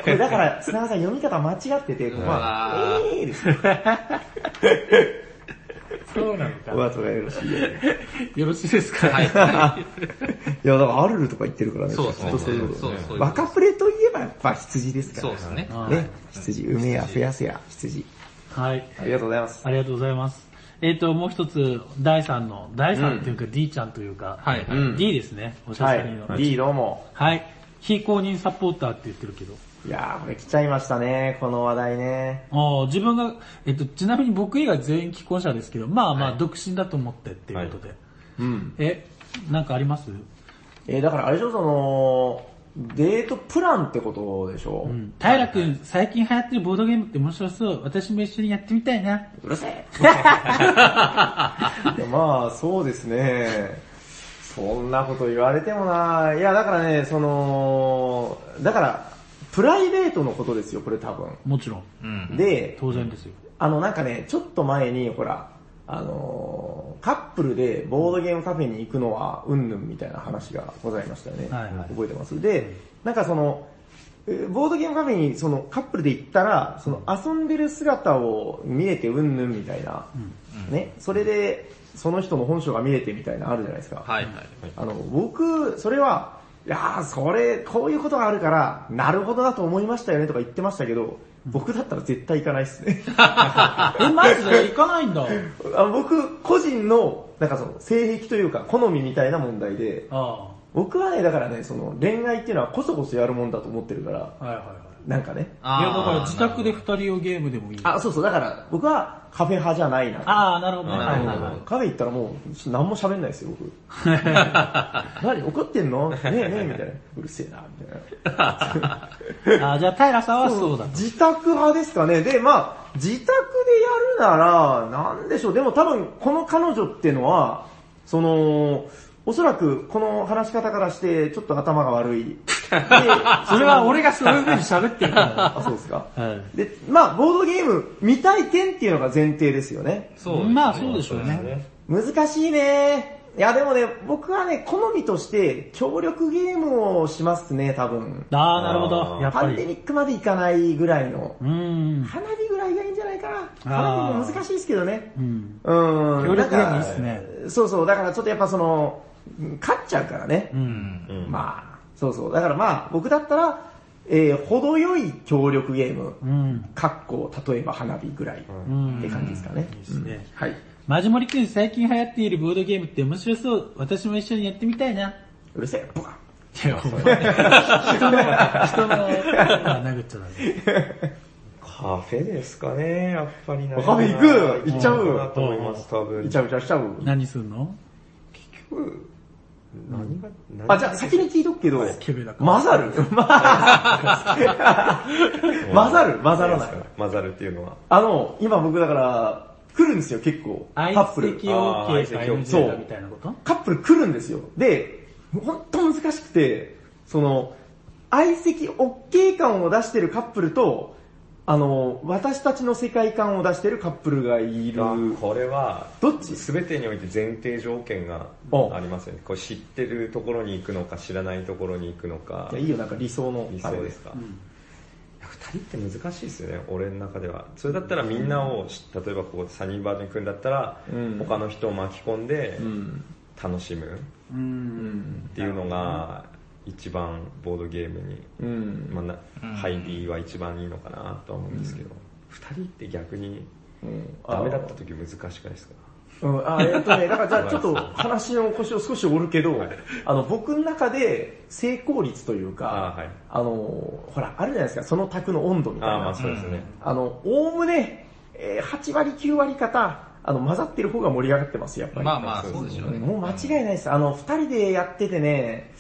[SPEAKER 2] れだから、砂川さん読み方間違ってて、ここ
[SPEAKER 4] う
[SPEAKER 2] は
[SPEAKER 4] わ、
[SPEAKER 2] えーですよ。
[SPEAKER 1] そうなのか。
[SPEAKER 2] お後がよろしいようで。
[SPEAKER 1] よろしいですか
[SPEAKER 4] はい。
[SPEAKER 2] いや、だから、アルルとか言ってるからね、
[SPEAKER 4] そうですね
[SPEAKER 2] ちょっとそういうこと
[SPEAKER 4] そう
[SPEAKER 2] ね
[SPEAKER 4] そうそういうこと
[SPEAKER 2] 若プレといえばやっぱ羊ですか
[SPEAKER 4] そう
[SPEAKER 2] ら。
[SPEAKER 4] ですね。
[SPEAKER 2] ね、羊、うめえや、増やせや、羊。
[SPEAKER 1] はい。
[SPEAKER 2] ありがとうございます。
[SPEAKER 1] ありがとうございます。えっ、と、もう一つ、第3の、第3っていうか D ちゃんというか、
[SPEAKER 4] はいはい。
[SPEAKER 2] うん
[SPEAKER 1] D ですね、おしゃ
[SPEAKER 2] は
[SPEAKER 1] べりの。
[SPEAKER 2] い、D どうも。
[SPEAKER 1] はい。非公認サポーターって言ってるけど。
[SPEAKER 2] いやー、これ来ちゃいましたね、この話題ね。
[SPEAKER 1] ああ、自分が、えっと、ちなみに僕以外全員既婚者ですけど、まあまあ、独身だと思ってっていうことで。
[SPEAKER 2] うん。
[SPEAKER 1] え、なんかあります
[SPEAKER 2] えー、だからあれでしょ、その、デートプランってことでしょ、う
[SPEAKER 1] うん。平君、最近流行ってるボードゲームって面白そう。私も一緒にやってみたいな。
[SPEAKER 2] るせえまあ、そうですね。そんなこと言われてもな。いや、だからね、その、だから、プライベートのことですよ、これ多分。
[SPEAKER 1] もちろん。
[SPEAKER 4] うん。
[SPEAKER 2] で、
[SPEAKER 1] 当然ですよ。
[SPEAKER 2] あのなんかね、ちょっと前に、ほら、あのーカップルでボードゲームカフェに行くのは、うんぬんみたいな話がございましたよね。
[SPEAKER 1] はいはい
[SPEAKER 2] 覚えてますで、なんかその、えーボードゲームカフェにそのカップルで行ったら、その遊んでる姿を見れてうんぬんみたいな、ね、それでその人の本性が見れてみたいなあるじゃないですか。
[SPEAKER 4] はいはい。
[SPEAKER 2] あの、僕、それは、いやー、それ、こういうことがあるから、なるほどだと思いましたよねとか言ってましたけど、僕だったら絶対行かないっす ね。
[SPEAKER 1] え、マジで行かないんだ。
[SPEAKER 2] あ僕、個人の、なんかその、性癖というか、好みみたいな問題で、
[SPEAKER 1] あ
[SPEAKER 2] 僕はね、だからね、その、恋愛っていうのはこそこそやるもんだと思ってるから、
[SPEAKER 1] あ。はいはいはい。
[SPEAKER 2] なんかね。
[SPEAKER 4] あー
[SPEAKER 1] いや、だから自宅で二人用ゲームでもいい。
[SPEAKER 2] あ、そうそう、だから、僕はカフェ派じゃないな。
[SPEAKER 1] あー、なるほどね。
[SPEAKER 4] なるほど
[SPEAKER 1] はいはいはい
[SPEAKER 2] カフェ行ったらもう、ちょっと何も喋んないですよ、 僕。何怒ってんのねえねえ、みたいな。うるせえな、みたいな。
[SPEAKER 1] あーじゃあ、平さんはそうだ。
[SPEAKER 2] 自宅派ですかね。で、まあ、自宅でやるなら、なんでしょう。でも多分、この彼女ってのは、その、おそらく、この話し方からして、ちょっと頭が悪 い。で
[SPEAKER 1] それは俺がそういう風に喋ってるか
[SPEAKER 2] あ、そうですか。
[SPEAKER 1] ら。はい
[SPEAKER 2] で、まあ、ボードゲーム、未体験っていうのが前提ですよね。
[SPEAKER 4] そうですね
[SPEAKER 1] まあ、そうでしょうね。
[SPEAKER 2] 難しいねいや、でもね、僕はね、好みとして、協力ゲームをしますね、多分。
[SPEAKER 1] あー、なるほど。やっ
[SPEAKER 2] パ
[SPEAKER 1] ぱ
[SPEAKER 2] ンデ
[SPEAKER 1] り。
[SPEAKER 2] ミックまでいかないぐらいの。
[SPEAKER 1] うーん。
[SPEAKER 2] 花火ぐらいがいいんじゃないかな。
[SPEAKER 1] あー
[SPEAKER 2] 花火も難しいですけどね。
[SPEAKER 1] うん。
[SPEAKER 2] うん。
[SPEAKER 1] 協力ゲーム
[SPEAKER 2] なんか
[SPEAKER 1] いいっすね。
[SPEAKER 2] そうそう、だからちょっとやっぱその、勝っちゃうからね
[SPEAKER 1] う。ん。
[SPEAKER 2] まあ、そうそう。だからまあ、僕だったら、えー、程よい協力ゲーム。
[SPEAKER 1] うん。
[SPEAKER 2] かっこ、例えば花火ぐらい。っ
[SPEAKER 1] うん。
[SPEAKER 2] て感じですかね。
[SPEAKER 1] ですね
[SPEAKER 2] うんはい。
[SPEAKER 1] マジモリ君最近流行っているボードゲームって面白そう。私も一緒にやってみたいな。
[SPEAKER 2] うるせえ、ボカン。
[SPEAKER 1] いや、お前人の、人の、あ殴っちゃダ メ。
[SPEAKER 5] カフェですかね、やっぱりな。
[SPEAKER 2] カフェ行く行っちゃう
[SPEAKER 5] かなと思います、多分。
[SPEAKER 2] いちゃうちゃうしちゃう。
[SPEAKER 1] 何すんの
[SPEAKER 5] 結局、何が、何が
[SPEAKER 2] あ、じゃあ先に聞いとくけど
[SPEAKER 1] ケベだ、から
[SPEAKER 2] 混 ざる混ざる混ざらない。
[SPEAKER 5] 混ざるっていうのは。
[SPEAKER 2] あの、今僕だから、来るんですよ、結構。カ
[SPEAKER 1] 愛
[SPEAKER 2] ップル。
[SPEAKER 1] 席 OK か
[SPEAKER 5] あー
[SPEAKER 1] NG だみたいなこと
[SPEAKER 2] カップル来るんですよ。で、ほんと難しくて、その、相席 OK 感を出してるカップルと、あの、私たちの世界観を出してるカップルがいる。
[SPEAKER 5] これは、
[SPEAKER 2] どっち
[SPEAKER 5] すべてにおいて前提条件がありますよね。こう知ってるところに行くのか、知らないところに行くのか
[SPEAKER 2] いや、いいよ、なんか理想の。
[SPEAKER 5] 理想ですか。いや二人って難しいですよね、俺の中では。それだったらみんなを知、例えばここサニーバージョン組んだったら、
[SPEAKER 2] うん
[SPEAKER 5] 他の人を巻き込んで
[SPEAKER 2] あれうん。
[SPEAKER 5] 楽しむ
[SPEAKER 1] う。
[SPEAKER 2] うんん
[SPEAKER 5] っ。ていうのが、一番ボードゲームに
[SPEAKER 2] うん。
[SPEAKER 5] まあな
[SPEAKER 4] うん
[SPEAKER 5] 入りは一番いいのかなとは思うんですけど、二人って逆に
[SPEAKER 2] うん
[SPEAKER 5] ダメだった時難しくないですか
[SPEAKER 2] うん、あ、えっとね、だからじゃあちょっと話の腰を少し折るけど、あの、僕の中で成功率という
[SPEAKER 5] あ
[SPEAKER 2] か、
[SPEAKER 5] あはい。
[SPEAKER 2] あの、ほら、あるじゃないですか、その卓の温度みたい
[SPEAKER 5] ああま
[SPEAKER 2] な
[SPEAKER 5] あ。そうですね。
[SPEAKER 2] あの、おおむね、えー8割9割方、あの、混ざってる方が盛り上がってます、やっぱり。
[SPEAKER 4] まあまあ、そうでしょうね。
[SPEAKER 2] もう間違いないです。あの、二人でやっててね、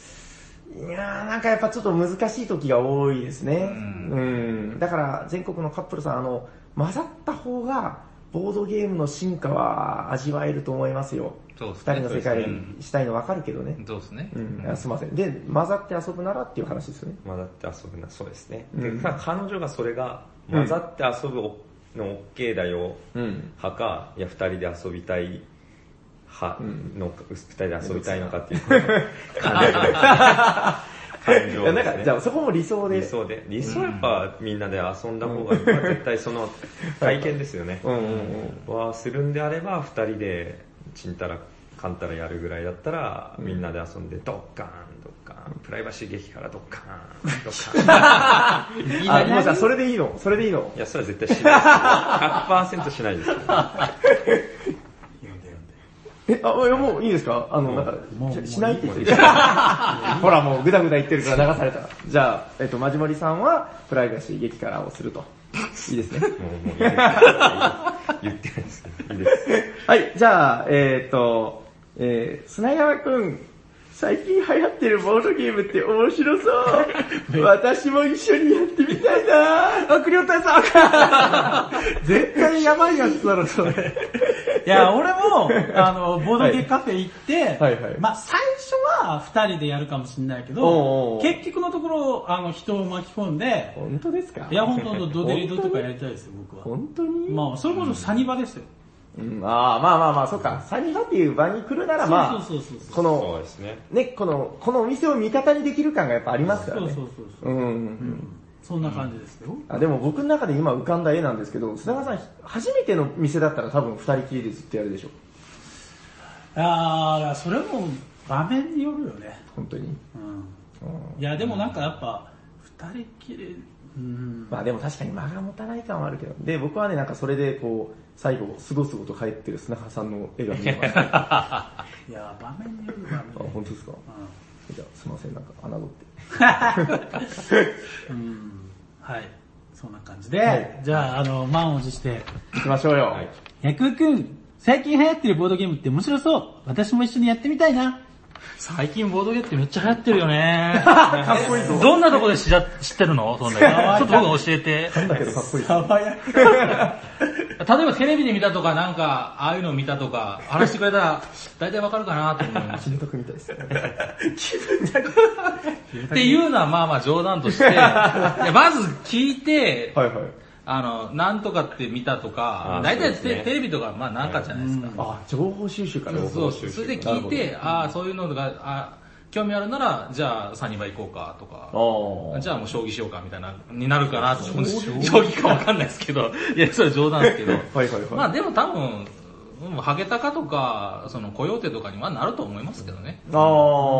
[SPEAKER 2] いやーなんかやっぱちょっと難しい時が多いですね。うん。だから全国のカップルさん、あの、混ざった方が、ボードゲームの進化は味わえると思いますよ。
[SPEAKER 4] そうです
[SPEAKER 2] 二
[SPEAKER 4] ね。
[SPEAKER 2] 人の世界したいの分かるけどね。
[SPEAKER 4] そうですね
[SPEAKER 2] う。ん、あすいません。で、混ざって遊ぶならっていう話ですよね。
[SPEAKER 5] 混ざって遊ぶな、そうですね。
[SPEAKER 2] うん
[SPEAKER 5] で、ただ彼女がそれが、
[SPEAKER 2] うん
[SPEAKER 5] 混ざって遊ぶおの OK だよ
[SPEAKER 2] うん。
[SPEAKER 5] 派か、いや、二人で遊びたい派
[SPEAKER 2] うん
[SPEAKER 5] のか、二人で遊びたいのか っていう感情ですね。
[SPEAKER 2] いや、なんか、
[SPEAKER 5] 感情ですね
[SPEAKER 2] じゃあそこも理想で。
[SPEAKER 5] 理想で。理想はやっぱみんなで遊んだ方が、絶対その体験ですよね。
[SPEAKER 2] うんうんうん。
[SPEAKER 5] はするんであれば、二人でちんたらかんたらやるぐらいだったら、みんなで遊んで、ドッカーン、ドッカーン、プライバシー激辛ドッカーン、ドッカーン。
[SPEAKER 2] あ、ごめんなさい、それでいいのそれでいいの
[SPEAKER 5] いや、それは絶対しないですよ。100%しないですよ。
[SPEAKER 2] え、あ、いやもういいですかあの、なんか
[SPEAKER 1] もう、
[SPEAKER 2] し
[SPEAKER 1] もう
[SPEAKER 2] しないって言ってる。ほらもうぐだぐだ言ってるから流された。じゃあ、えっと、まじもりさんは、プライバシー激辛をすると。いいですね。
[SPEAKER 5] もう、もういいです、言ってないです。いいです。
[SPEAKER 2] はい、じゃあ、えっと、えー、砂川くん、最近流行ってるボードゲームって面白そ う。私も一緒にやってみたいな悪霊対 策
[SPEAKER 1] 絶対やばいやつだろ、それ。いや、俺も、あの、ボードゲーカフェ行って、
[SPEAKER 2] はいはい
[SPEAKER 1] まあ最初は二人でやるかもしれないけ
[SPEAKER 2] おうお
[SPEAKER 1] ど
[SPEAKER 2] う、
[SPEAKER 1] 結局のところ、あの、人を巻き込んで、
[SPEAKER 2] 本当ですか
[SPEAKER 1] いや、ほんとほんとドデリドとかやりたいですよ、僕は。
[SPEAKER 2] 本当に
[SPEAKER 1] まあ、それこそサニバですよ。
[SPEAKER 2] うん、ああ、まあまあまあ、そっか。サニバっていう場に来るならまあ、
[SPEAKER 1] そうそうそうそう
[SPEAKER 2] こ
[SPEAKER 5] そう
[SPEAKER 2] の
[SPEAKER 5] で、すね。
[SPEAKER 2] ね、この、このお店を味方にできる感がやっぱありますか
[SPEAKER 1] そ
[SPEAKER 2] ら
[SPEAKER 1] う
[SPEAKER 2] ね。
[SPEAKER 1] そうそうそう。
[SPEAKER 2] うんうんうん。
[SPEAKER 1] そんな感じですよ。
[SPEAKER 2] あでも僕の中で今浮かんだ絵なんですけど、砂川さん、初めての店だったら多分二人きりでずっとやるでしょ。
[SPEAKER 1] あー、それも場面によるよね。
[SPEAKER 2] 本当に。
[SPEAKER 1] うん。いや、でもなんかやっぱ、二人きり、うん。
[SPEAKER 2] まあでも確かに間が持たない感はあるけど。で、僕はね、なんかそれでこう、最後、すごすごと帰ってる砂川さんの絵が見え ました。あ、
[SPEAKER 1] いや、場面による場面。
[SPEAKER 2] 本当ですかじゃあ、すいません、なんか侮って。
[SPEAKER 1] うんうん。はい。そんな感じで、
[SPEAKER 2] はい
[SPEAKER 1] じゃあ、あの、満を持して、
[SPEAKER 2] 行きましょうよ。
[SPEAKER 1] ヤクくん、最近流行ってるボードゲームって面白そう。私も一緒にやってみたいな。
[SPEAKER 3] 最近ボードゲームってめっちゃ流行ってるよ ね。
[SPEAKER 2] かっこいいぞ。
[SPEAKER 3] どんなとこで知ら知ってるのそんなのちょっと僕教えて。
[SPEAKER 2] なんだけどかっこいい。
[SPEAKER 1] 爽 やか。
[SPEAKER 3] 例えばテレビで見たとか、なんか、ああいうの見たとか、話してくれたら、大体わかるかなと思います。
[SPEAKER 2] 死ぬとくみた いですね。
[SPEAKER 3] っていうのはまあまあ冗談と して、いやまず聞いて、
[SPEAKER 2] はいはい。
[SPEAKER 3] あの、なんとかって見たとか
[SPEAKER 5] あ、ー
[SPEAKER 3] 大体
[SPEAKER 5] そうです
[SPEAKER 3] テ
[SPEAKER 5] ね
[SPEAKER 3] テレビとかまあなんかじゃないですか。
[SPEAKER 2] あ、情報収集から。
[SPEAKER 3] そう、
[SPEAKER 5] 収集
[SPEAKER 3] それで聞いて、ああ、そういうのが、あ興味あるなら、じゃあサニバ行こうかとか、
[SPEAKER 2] あ
[SPEAKER 3] じゃあもう将棋しようかみたいな、になるかなと思うんです将棋かわかんないですけど、いや、それは冗談ですけど、
[SPEAKER 2] あ。はいはいはい。
[SPEAKER 3] まあでも多分、うんハゲタカとか、その雇用手とかにはなると思いますけどね。
[SPEAKER 2] あ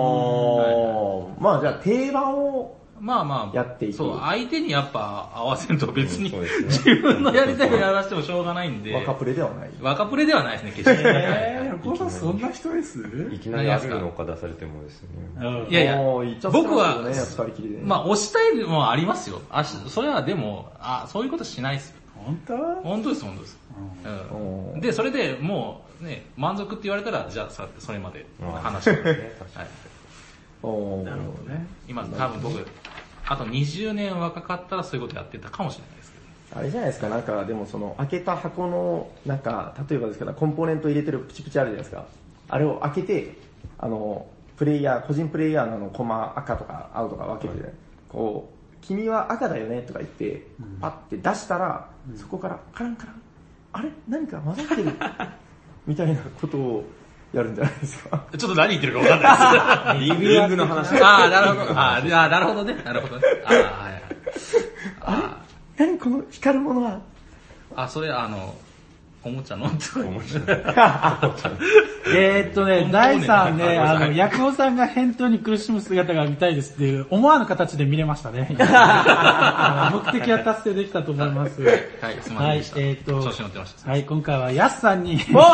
[SPEAKER 2] ー、まあじゃあ定番を、
[SPEAKER 3] まあまあ、
[SPEAKER 2] やっていく
[SPEAKER 3] そう、相手にやっぱ合わせんと別に、
[SPEAKER 5] うんそうですね
[SPEAKER 3] 自分のやりたいようにやらせてもしょうがないんで、
[SPEAKER 2] 若プレではない。
[SPEAKER 3] 若プレではないですね、決して。
[SPEAKER 1] えー、横田そんな人です
[SPEAKER 5] いきなりあるのか出されてもですね。
[SPEAKER 3] いやいや
[SPEAKER 2] もう言っちゃってますよ
[SPEAKER 3] 僕は
[SPEAKER 2] ね、やっぱりきりでね。
[SPEAKER 3] まあ、押したいのもありますよ。あしそれはでも、あ、そういうことしないですよ。
[SPEAKER 1] 本当
[SPEAKER 3] 本当です、本当です。
[SPEAKER 2] う
[SPEAKER 3] うんん、で、それでもう、ね、満足って言われたら、じゃあ、さそれまで
[SPEAKER 5] あー
[SPEAKER 3] 話 してますね。はい
[SPEAKER 2] おー
[SPEAKER 1] なるほどね。
[SPEAKER 3] 今、多分僕、あと20年若かったらそういうことやってたかもしれないですけど。
[SPEAKER 2] あれじゃないですか、なんかでもその開けた箱の、なんか、例えばですけど、コンポーネント入れてるプチプチあるじゃないですか。あれを開けて、あの、プレイヤー、個人プレイヤーのあのコマ赤とか青とか分けて、こう、君は赤だよねとか言って、パッて出したら、そこからカランカラン、あれ何か混ざ ってるみたいなことをやるんじゃないですか。
[SPEAKER 3] ちょっと何言ってるか分かんないです。
[SPEAKER 5] リービングの 話。
[SPEAKER 3] ああ、なるほど。あーあー、なるほどね。なるほどね。あーはいはいあ
[SPEAKER 2] 何この光るものは
[SPEAKER 3] ー、あそれ、あの、おもちゃの
[SPEAKER 1] えー、っとね、第3ね、
[SPEAKER 3] あ
[SPEAKER 1] あ
[SPEAKER 3] ごめんなさ
[SPEAKER 1] の、
[SPEAKER 3] い
[SPEAKER 1] ヤクオさんが返答に苦しむ姿が見たいですっていう、思わぬ形で見れましたね。あの目的は達成できたと思います。
[SPEAKER 3] はい、すみま
[SPEAKER 1] はい
[SPEAKER 3] せんでし、た。
[SPEAKER 1] えー、っと、
[SPEAKER 3] 調子乗ってました。
[SPEAKER 1] はい、今回はヤスさんに、
[SPEAKER 2] わ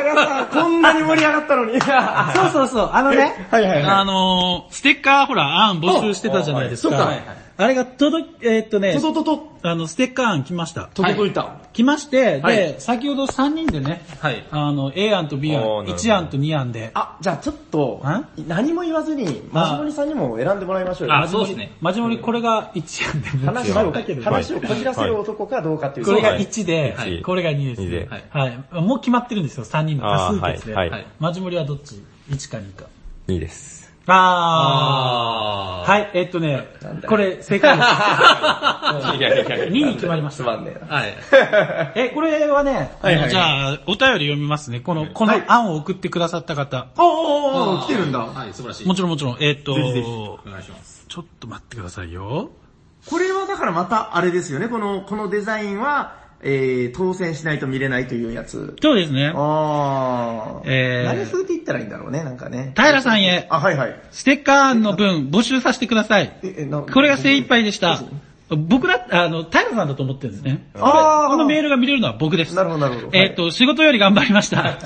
[SPEAKER 2] ーやった こんなに盛り上がったのに は
[SPEAKER 1] そうそうそう、あのね、
[SPEAKER 2] いはいはい。
[SPEAKER 1] あのー、ステッカーほら、案募集してたじゃないです
[SPEAKER 2] おお
[SPEAKER 1] か
[SPEAKER 2] はい。
[SPEAKER 1] あれが届き、えーっとね、
[SPEAKER 2] とととと、
[SPEAKER 1] あの、ステッカー案来ました。
[SPEAKER 2] とといた。
[SPEAKER 1] 来まして、
[SPEAKER 2] はい
[SPEAKER 1] で、先ほど3人でね、
[SPEAKER 3] はい。
[SPEAKER 1] あの、A 案と B 案、
[SPEAKER 5] あーなるほど
[SPEAKER 1] 1案と2案で、
[SPEAKER 2] あ、じゃあちょっと
[SPEAKER 1] ん、
[SPEAKER 2] 何も言わずに、マジモリさんにも選んでもらいましょうよ。
[SPEAKER 3] あ、そうですね。
[SPEAKER 1] マジモリこれが1案で、
[SPEAKER 2] 話
[SPEAKER 5] 一応
[SPEAKER 2] を、
[SPEAKER 5] かける
[SPEAKER 2] 話をこじらせる男かどうかっていう。
[SPEAKER 1] これ
[SPEAKER 2] そう
[SPEAKER 1] が1で、
[SPEAKER 5] はい
[SPEAKER 1] はいこれが2です、
[SPEAKER 5] 二で
[SPEAKER 1] はい。はいもう決まってるんですよ、3人の多数決で。
[SPEAKER 5] あーはい
[SPEAKER 3] はい
[SPEAKER 1] マジモリはどっち ?1 か2か。
[SPEAKER 5] いいです。
[SPEAKER 1] あー。
[SPEAKER 3] あー。
[SPEAKER 1] はい、えっとね、これ正解です。
[SPEAKER 5] いやいやいや
[SPEAKER 1] 2に決まりまし
[SPEAKER 2] つ
[SPEAKER 1] た。
[SPEAKER 2] まんねえな。
[SPEAKER 3] はい。
[SPEAKER 1] え、これはね、
[SPEAKER 2] はいはい
[SPEAKER 1] あのじゃあ、お便り読みますね。この、この案を送ってくださった方。
[SPEAKER 2] おーおーおー来てるんだ。
[SPEAKER 3] はい、素晴らしい。
[SPEAKER 1] もちろんもちろん、えっと、
[SPEAKER 2] ひぜひ
[SPEAKER 3] お願いします。
[SPEAKER 1] ちょっと待ってくださいよ。
[SPEAKER 2] これはだからまたあれですよね、この、このデザインは、えー、当選しないと見れないというやつ。
[SPEAKER 1] そうですね。
[SPEAKER 2] あー。
[SPEAKER 1] えー
[SPEAKER 2] 何風って言ったらいいんだろうね、なんかね。
[SPEAKER 1] 平さんへ、
[SPEAKER 2] あ、はいはい。
[SPEAKER 1] ステッカーの分募集させてください。
[SPEAKER 2] ええな
[SPEAKER 1] これが精一杯でした。僕だ、あの、平さんだと思ってるんですね。
[SPEAKER 2] あー
[SPEAKER 1] このメールが見れるのは僕です。
[SPEAKER 2] なるほどなるほど
[SPEAKER 1] えっ、と、仕事より頑張りま した。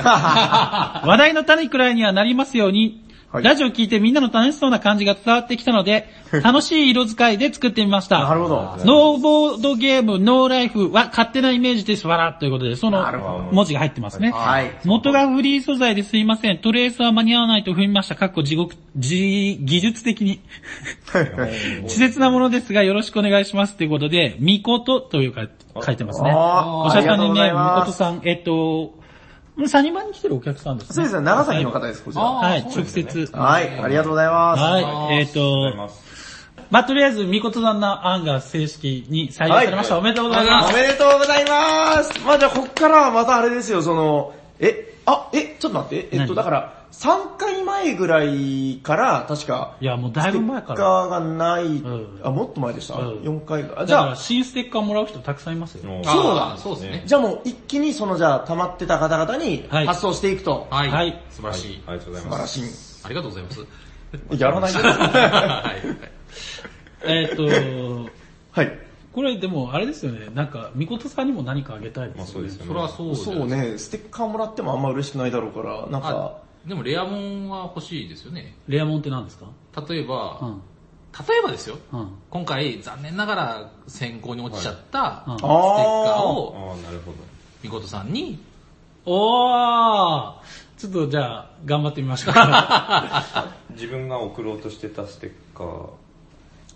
[SPEAKER 1] 話題の種くらいにはなりますように、
[SPEAKER 2] はい
[SPEAKER 1] ラジオ聞いてみんなの楽しそうな感じが伝わってきたので、楽しい色使いで作ってみました。
[SPEAKER 2] なるほど。
[SPEAKER 1] ノーボードゲーム、ノーライフは勝手なイメージです、わらということで、その
[SPEAKER 2] なるほど
[SPEAKER 1] 文字が入ってますね。
[SPEAKER 2] はい。
[SPEAKER 1] 元がフリー素材ですいません。トレースは間に合わないと踏みました。かっこ地獄、じ、技術的に。稚拙なものですがよろしくお願いしますということで、みことというか書いてますね。
[SPEAKER 2] あー
[SPEAKER 1] おしゃさん
[SPEAKER 2] ありがとう
[SPEAKER 1] の
[SPEAKER 2] ござ
[SPEAKER 1] ね、
[SPEAKER 2] い
[SPEAKER 1] みこ
[SPEAKER 2] ます
[SPEAKER 1] とさん、えっと、サニバに来てるお客さんですね。
[SPEAKER 2] そうですね、長崎の方です、こちら。
[SPEAKER 1] はい、
[SPEAKER 6] あー
[SPEAKER 1] 直接。
[SPEAKER 2] はい、ありがとうございます。
[SPEAKER 1] はい、えっ、と、まあ、とりあえず、みことさんの案が正式に採用されました。
[SPEAKER 2] はい
[SPEAKER 1] おめでとうございま
[SPEAKER 2] お
[SPEAKER 1] す。
[SPEAKER 2] めでとうございますまあじゃあこっからはまたあれですよ、その、え、あ、え、ちょっと待って、えっ
[SPEAKER 1] 何
[SPEAKER 2] とだから、3回前ぐらいから、確か、
[SPEAKER 1] いや、もうだいぶ前か
[SPEAKER 2] ステッ
[SPEAKER 1] ら。
[SPEAKER 2] カーがない、
[SPEAKER 1] ん
[SPEAKER 2] あ、もっと前でした、
[SPEAKER 1] うん
[SPEAKER 2] ?4 回が。
[SPEAKER 1] だ
[SPEAKER 2] じ
[SPEAKER 1] から、
[SPEAKER 2] ゃあ、
[SPEAKER 1] 新ステッカーもらう人たくさんいますよ。
[SPEAKER 5] もう
[SPEAKER 2] そうだ
[SPEAKER 3] あーそうですね。
[SPEAKER 2] じゃあもう一気にそのじゃあ溜まってた方々に
[SPEAKER 1] はい
[SPEAKER 2] 発送していくと。
[SPEAKER 3] はい。
[SPEAKER 1] はい
[SPEAKER 3] 素晴らしい。
[SPEAKER 5] ありがとうござい
[SPEAKER 2] 素晴
[SPEAKER 5] ま
[SPEAKER 2] らし
[SPEAKER 5] す。
[SPEAKER 2] い。
[SPEAKER 3] ありがとうございます。
[SPEAKER 2] やらないです。
[SPEAKER 3] はい。
[SPEAKER 1] えっ、と、
[SPEAKER 2] はい。
[SPEAKER 1] これでもあれですよね、なんか、みことさんにも何かあげたいです
[SPEAKER 5] ま
[SPEAKER 1] よ
[SPEAKER 5] あ
[SPEAKER 1] ね。
[SPEAKER 5] そうですよね。
[SPEAKER 3] それはそうじゃ
[SPEAKER 2] そ
[SPEAKER 3] ないう
[SPEAKER 2] ね、ステッカーもらってもあんま嬉しくないだろうから、なん
[SPEAKER 3] あ
[SPEAKER 2] か、
[SPEAKER 3] でもレアモンは欲しいですよね。
[SPEAKER 1] レアモンって何ですか
[SPEAKER 3] 例えば、
[SPEAKER 1] うん。
[SPEAKER 3] 例えばですよ。
[SPEAKER 1] うん。
[SPEAKER 3] 今回、残念ながら選考に落ちちゃった、
[SPEAKER 1] はいうん
[SPEAKER 3] ステッカーを、
[SPEAKER 5] ああ、なるほど。
[SPEAKER 3] みことさんに、
[SPEAKER 1] おーちょっとじゃあ、頑張ってみましょうか。
[SPEAKER 5] 自分が送ろうとしてたステッカー。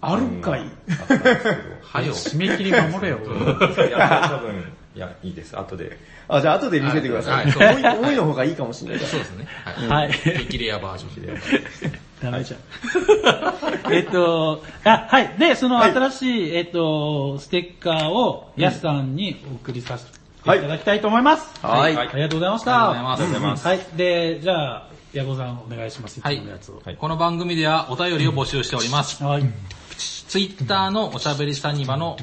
[SPEAKER 2] あるんかい。
[SPEAKER 5] あったんですけど。
[SPEAKER 3] はよ。
[SPEAKER 1] 締め切り守れよ。
[SPEAKER 5] いや、多分、いや、いいです。後で。
[SPEAKER 2] あ、じゃあ後で見せてください。
[SPEAKER 3] はいはい
[SPEAKER 2] 多い多いの方がいいかもしれないから
[SPEAKER 3] そうですね。は。
[SPEAKER 1] はいい。
[SPEAKER 3] 激レアバージョンで。
[SPEAKER 1] ダメじゃん。えっと、あ、はい。で、その新しい、えっと、ステッカーを、やすさんにお送りさせていただきたいと思います。
[SPEAKER 2] はい
[SPEAKER 5] はい
[SPEAKER 1] ありがとうございまし
[SPEAKER 3] あ
[SPEAKER 1] た。
[SPEAKER 3] りがとうございます
[SPEAKER 1] はい。で、じゃあ、ヤゴさんお願いします。いつ
[SPEAKER 3] は
[SPEAKER 1] も
[SPEAKER 3] い
[SPEAKER 1] のやつを。
[SPEAKER 5] はい
[SPEAKER 3] この番組ではお便りを募集しております。
[SPEAKER 1] はい。
[SPEAKER 3] ツイッターのおしゃべりサニバの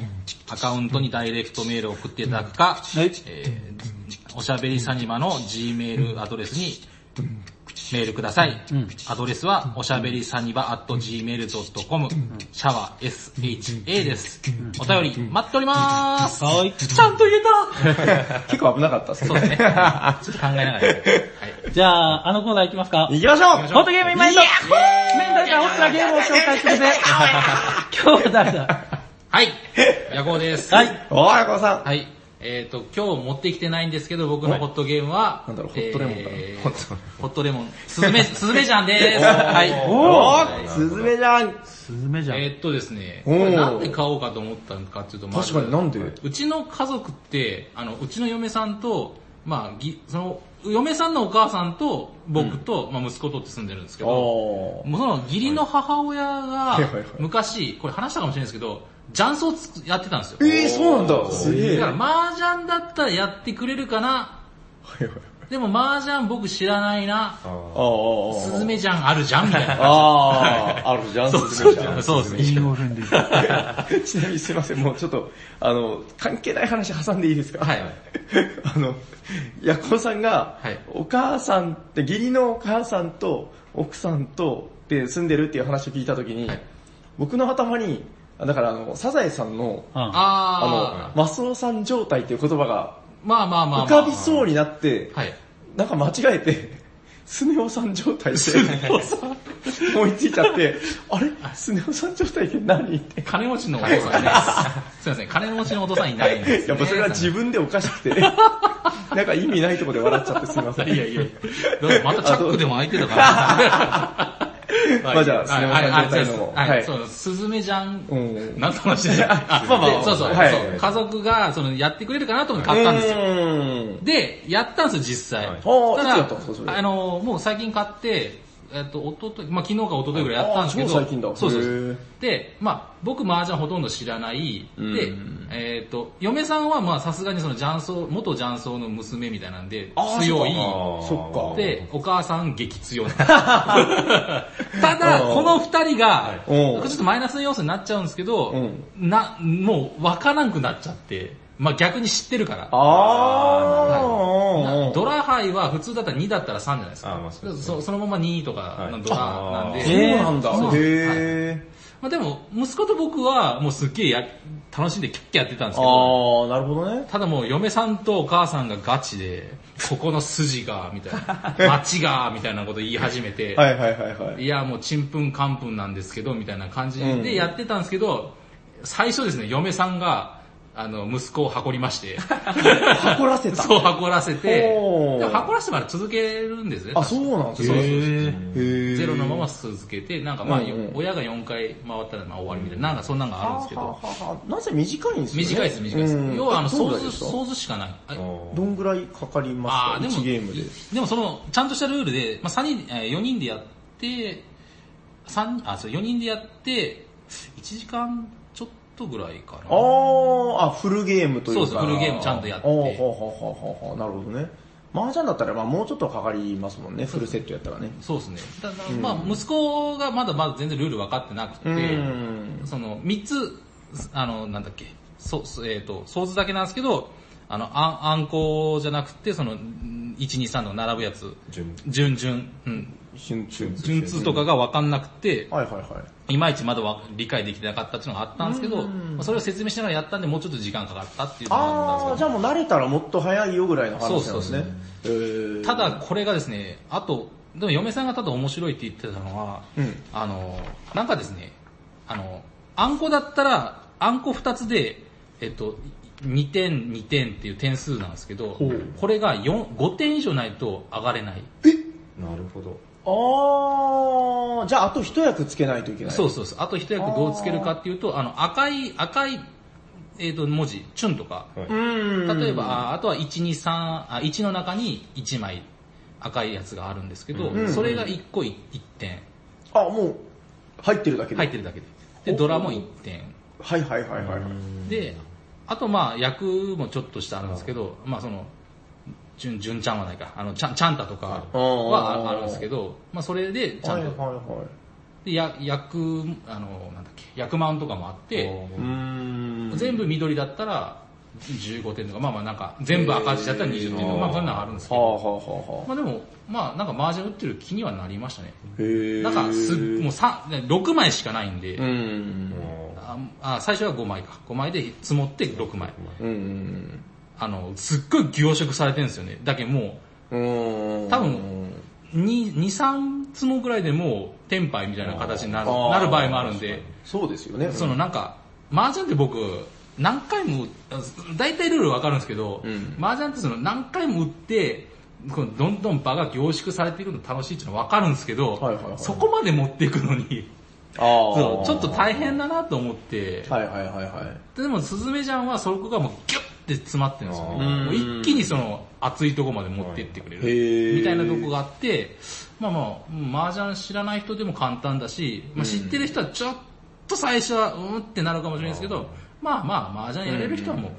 [SPEAKER 3] アカウントにダイレクトメールを送っていただくか、
[SPEAKER 1] はい
[SPEAKER 3] えーおしゃべりサニバの G メールアドレスにメールください。アドレスは、おしゃべりサニバ at gmail.com、シャワー SHA です。お便り待っております。
[SPEAKER 1] はい。
[SPEAKER 3] ちゃんと言えた
[SPEAKER 2] 結構危なかったです
[SPEAKER 3] そうですね。ちょっと考えながら。はい。
[SPEAKER 1] じゃあ、あのコーナー行きますか。
[SPEAKER 2] 行きましょう
[SPEAKER 1] ホットゲームイマイトメンタルがホットなゲームを紹介してく れ今日誰だ
[SPEAKER 3] はい。ヤコウです。
[SPEAKER 1] はい。
[SPEAKER 2] おー、横尾さん。
[SPEAKER 3] はい。えっ、と、今日持ってきてないんですけど、僕のホットゲームは、
[SPEAKER 2] なんだろうホットレモンかな
[SPEAKER 3] えー
[SPEAKER 2] ホット
[SPEAKER 3] ホットレモン。スズメ、スズメジャンです。はい。
[SPEAKER 2] お
[SPEAKER 3] は
[SPEAKER 2] ー、
[SPEAKER 3] い
[SPEAKER 2] スズメじゃん。
[SPEAKER 1] スズメじゃん。
[SPEAKER 3] えーっとですね、
[SPEAKER 2] おー
[SPEAKER 3] これなんで買おうかと思ったのかっていうと、まず
[SPEAKER 2] 確かになんで
[SPEAKER 3] うちの家族って、あの、うちの嫁さんと、まあ、ぎその、嫁さんのお母さんと、僕と、まあ、息子とって住んでるんですけど、
[SPEAKER 2] おー。
[SPEAKER 3] もうその義理の母親
[SPEAKER 2] い
[SPEAKER 3] が
[SPEAKER 2] はいはいはい、
[SPEAKER 3] 昔、これ話したかもしれないですけど、雀荘つくやってたんですよ。
[SPEAKER 2] えー、そうなんだ。すげえ。
[SPEAKER 3] だから麻雀だったらやってくれるかな。でも麻雀僕知らないな。
[SPEAKER 5] あ
[SPEAKER 2] あ
[SPEAKER 3] スズメじゃんあるじゃんみたいな。
[SPEAKER 2] あー、あるじゃん、スズメじゃん。
[SPEAKER 3] そうですね。
[SPEAKER 1] 引用文でいい。は
[SPEAKER 2] ちなみにすいません、もうちょっと、あの、関係ない話挟んでいいですか
[SPEAKER 3] はい。
[SPEAKER 2] あの、ヤコウさんが、
[SPEAKER 3] はい
[SPEAKER 2] お母さんって、義理のお母さんと奥さんとで住んでるっていう話を聞いたときに、
[SPEAKER 3] はい
[SPEAKER 2] 僕の頭に、あだからあの、サザエさんの、
[SPEAKER 1] あ
[SPEAKER 2] あの、
[SPEAKER 3] あ
[SPEAKER 2] マスオさん状態っていう言葉が
[SPEAKER 3] ー、まあまあまあまあ。
[SPEAKER 2] 浮かびそうになって、
[SPEAKER 3] はい。
[SPEAKER 2] なんか間違えて、スネ夫さん状態で、思いついちゃって、あれスネ夫さん状態って何って。
[SPEAKER 3] 金持ちのお父さんね。 すいません、金持ちのお父さんいないんですね。
[SPEAKER 2] やっぱそれは自分でおかしくて、なんか意味ないとこで笑っちゃってすみません。
[SPEAKER 3] いやいやいや。またチャックでも開いてたから。
[SPEAKER 2] まあじゃあ、す
[SPEAKER 3] は
[SPEAKER 2] み
[SPEAKER 3] い
[SPEAKER 2] ません、
[SPEAKER 3] はい
[SPEAKER 2] 状態の方。
[SPEAKER 3] はい、そうです、スズメじゃん。
[SPEAKER 2] うん。
[SPEAKER 3] なんて話でしょうあ、
[SPEAKER 2] まあまあ
[SPEAKER 3] でそうそう、
[SPEAKER 2] はい
[SPEAKER 3] そう家族が、その、やってくれるかなと思って買ったんですよ。
[SPEAKER 2] よ。
[SPEAKER 3] で、やったんですよ、実際。
[SPEAKER 5] はい
[SPEAKER 2] おー
[SPEAKER 3] た
[SPEAKER 2] いつやったんですかそれ
[SPEAKER 3] あのー、もう最近買って、えっと、おととまあ昨日か一昨日ぐらいやったんですけど、
[SPEAKER 2] あー超最近だ
[SPEAKER 3] そうそうそ
[SPEAKER 2] へー
[SPEAKER 3] う。で、まあ僕麻雀ほとんど知らない、で
[SPEAKER 2] うん、
[SPEAKER 3] えっと、嫁さんはまあさすがにその雀荘、元雀荘の娘みたいなんで
[SPEAKER 2] あ、ー
[SPEAKER 3] 強い。
[SPEAKER 5] あ。
[SPEAKER 2] そっか
[SPEAKER 3] で、お母さん激 強なんですただ、
[SPEAKER 2] うん
[SPEAKER 3] この二人が、ち
[SPEAKER 2] うん
[SPEAKER 3] ょっとマイナスの要素になっちゃうんですけど、
[SPEAKER 2] う
[SPEAKER 3] な、もうわからんくなっちゃって、まあ逆に知ってるから。
[SPEAKER 2] あー。
[SPEAKER 3] ドラハイは普通だったら2だったら3じゃないですか。
[SPEAKER 5] あまあそうですね
[SPEAKER 3] そそのまま2とかのドラなんで。
[SPEAKER 5] はい
[SPEAKER 2] そうなんだ。
[SPEAKER 3] そう
[SPEAKER 2] へー。
[SPEAKER 3] まあ、でも、息子と僕はもうすっげえや楽しんでキャッキャやってたんです
[SPEAKER 2] あ
[SPEAKER 3] けど、
[SPEAKER 2] ー、なるほどね。
[SPEAKER 3] ただもう嫁さんとお母さんがガチで、ここの筋が、みた いな、町が、みたいなこと言い始めて、
[SPEAKER 2] はいはいはいはい。
[SPEAKER 3] いや、もうちんぷんかんぷんなんですけど、みたいな感じ
[SPEAKER 2] うん
[SPEAKER 3] でやってたんですけど、最初ですね、嫁さんが、あの、息子を運り まして、
[SPEAKER 2] 誇らせた。
[SPEAKER 3] そう、運らせて、
[SPEAKER 2] おー
[SPEAKER 3] でも運らせてまで続けるんですね。
[SPEAKER 2] あ、そうなんです
[SPEAKER 3] そう
[SPEAKER 2] かへ
[SPEAKER 3] そうそう
[SPEAKER 2] ー
[SPEAKER 3] ゼロのまま続けて、なんかまあ、
[SPEAKER 2] うんうん
[SPEAKER 3] 親が4回回ったらまあ終わりみたいな、なんかそんなんがあるんですけ
[SPEAKER 2] は
[SPEAKER 3] ど、
[SPEAKER 2] あはあはあなぜ短いんですか、ね、
[SPEAKER 3] 短いです、短いです。
[SPEAKER 2] うん
[SPEAKER 3] 要は、あの、
[SPEAKER 2] どん
[SPEAKER 3] 想
[SPEAKER 2] ぐらいで
[SPEAKER 3] 像、
[SPEAKER 2] すか
[SPEAKER 3] 想像しかない。あ
[SPEAKER 2] どんぐらいかかりま
[SPEAKER 3] あ
[SPEAKER 2] すか
[SPEAKER 3] ーでも
[SPEAKER 2] ?1 ゲームで。
[SPEAKER 3] でもその、ちゃんとしたルールで、まあ、三人、えー、4人でやって、三あ、そう、4人でやって、1時間ちょっとぐらいかな。
[SPEAKER 2] あー、あ、フルゲームというか。
[SPEAKER 3] そうですフルゲームちゃんとやって
[SPEAKER 2] あーはあはあはあはあなるほどね。麻雀だったら、まあもうちょっとかかりますもんね、フルセットやったらね。
[SPEAKER 3] そうですね。ただ、まあ、息子がまだまだ全然ルール分かってなくて、
[SPEAKER 2] うん
[SPEAKER 3] その、3つ、あの、なんだっけ、そ、そえっ、と、想像だけなんですけど、あの、あん、あんこじゃなくて、その、1、2、3の並ぶやつ、
[SPEAKER 5] 順
[SPEAKER 3] 順々、うん、
[SPEAKER 2] 瞬中。
[SPEAKER 3] 順通とかが分かんなくて、
[SPEAKER 2] はいはいはい。
[SPEAKER 3] いまいちまだわ理解できてなかったっていうのがあったんですけど、まあそれを説明しながらやったんで、もうちょっと時間かかったっていうのがあったん
[SPEAKER 2] あ
[SPEAKER 3] で
[SPEAKER 2] ー、
[SPEAKER 3] す
[SPEAKER 2] じゃあもう慣れたらもっと早いよぐらいの話なんですね。
[SPEAKER 3] そうそうそう
[SPEAKER 2] えー
[SPEAKER 3] けど、た、だこれがですね、あと、でも嫁さんがただ面白いって言ってたのは、
[SPEAKER 2] うん。
[SPEAKER 3] あの、なんかですね、あの、あんこだったら、あんこ2つで、えっと、2点、2点っていう点数なんですけど、これが4 5点以上ないと上がれない。
[SPEAKER 5] なるほど。
[SPEAKER 2] あー、じゃああと一役つけないといけない。。
[SPEAKER 3] そうそうそう。あと一役どうつけるかっていうと、あの、赤い、赤い、えっ、と、文字、チュンとか、
[SPEAKER 5] はいう
[SPEAKER 2] ん。
[SPEAKER 3] 例えば、ああとは1、2、3、あ、1の中に1枚赤いやつがあるんですけど、
[SPEAKER 2] うん
[SPEAKER 3] それが1個 1, 点
[SPEAKER 2] あ、もう、入ってるだけで。
[SPEAKER 3] 入ってるだけで。で、ドラも1点。
[SPEAKER 2] はいはいはいはいはい。
[SPEAKER 3] で、あとまあ役もちょっとしてあるんですけど、まあその、じゅん、じゅんちゃんはないか、あの、ちゃん、ちゃんたとかはああるんですけど、まあそれでちゃ
[SPEAKER 2] はい
[SPEAKER 3] ん
[SPEAKER 2] はい
[SPEAKER 3] と、
[SPEAKER 2] は
[SPEAKER 3] で、や役、あの、なんだっけ、役満とかもあっ
[SPEAKER 5] あ
[SPEAKER 3] て、
[SPEAKER 5] ー
[SPEAKER 2] い。うーん。
[SPEAKER 3] 全部緑だったら15点とか、まあまあなんか、全部赤字だったら20点とか、まあそんなのあるんですけ
[SPEAKER 2] はあ
[SPEAKER 3] ど、
[SPEAKER 2] はあはあはあ。
[SPEAKER 3] まあでも、まあなんか麻雀打ってる気にはなりましたね。
[SPEAKER 2] へー
[SPEAKER 3] なんかすっ、もうさ6枚しかないんで、
[SPEAKER 2] うん。
[SPEAKER 3] ああ最初は5枚か。5枚で積もって6枚。
[SPEAKER 2] うん。
[SPEAKER 3] あの、すっごい凝縮されてるんですよね。だけども
[SPEAKER 2] うん。
[SPEAKER 3] 多分う、2、2 3つもぐらいでもう、テンパイみたいな形になる、
[SPEAKER 2] あー
[SPEAKER 3] なる場合もあるんで、
[SPEAKER 2] そうですよね。
[SPEAKER 3] そのなんか、麻雀って僕、何回も、大体ルールわかるんですけど、
[SPEAKER 2] うん
[SPEAKER 3] 麻雀ってその何回も打って、このどんどん場が凝縮されていくの楽しいっていうのわかるんですけど、
[SPEAKER 2] はいはいはい
[SPEAKER 3] そこまで持っていくのに、
[SPEAKER 2] あー
[SPEAKER 3] そうちょっと大変だなと思って、
[SPEAKER 2] はいはいはいはい。
[SPEAKER 3] でも、スズメちゃんはそこがもうギュッて詰まってるんですよね。
[SPEAKER 5] あ
[SPEAKER 2] ー
[SPEAKER 3] もう一気にその熱いとこまで持ってってくれ
[SPEAKER 2] はいへー
[SPEAKER 3] る。みたいなとこがあって、まあまあ、麻雀知らない人でも簡単だし、まあ知ってる人はちょっと最初はうんってなるかもしれないですけど、まあまあ麻雀やれる人はもう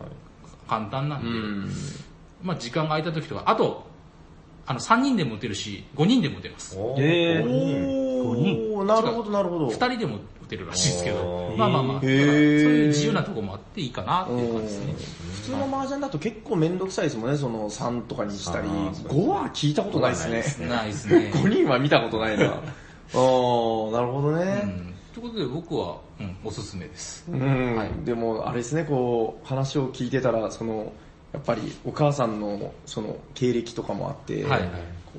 [SPEAKER 3] 簡単なんで、
[SPEAKER 2] うん。
[SPEAKER 3] まあ時間が空いた時とか、あと、あの3人でも打てるし、5人でも打てます。
[SPEAKER 5] お
[SPEAKER 2] お
[SPEAKER 1] え
[SPEAKER 5] ー
[SPEAKER 2] ー、なるほどなるほど。
[SPEAKER 3] 2人でも打てるらしいですけ
[SPEAKER 5] お
[SPEAKER 3] ど、
[SPEAKER 5] ー
[SPEAKER 3] まあまあまあ、だからそう
[SPEAKER 2] へー
[SPEAKER 3] いう自由なとこもあっていいかなっていう感じですね。
[SPEAKER 2] 普通の麻雀だと結構めんどくさいですもんね、その3とかにしたり。
[SPEAKER 5] あーそうですね
[SPEAKER 2] 5は聞いたことないです
[SPEAKER 5] ない
[SPEAKER 2] ね
[SPEAKER 5] で。すね
[SPEAKER 3] ないですね。
[SPEAKER 2] 5人は見たことない な。あー、なるほど
[SPEAKER 3] う
[SPEAKER 2] ね。
[SPEAKER 3] んということで僕は、うん、おすすめです。
[SPEAKER 2] うん、でもあれですね、こう、話を聞いてたら、その、やっぱりお母さんの、その、経歴とかもあって、
[SPEAKER 3] はいはい
[SPEAKER 2] こ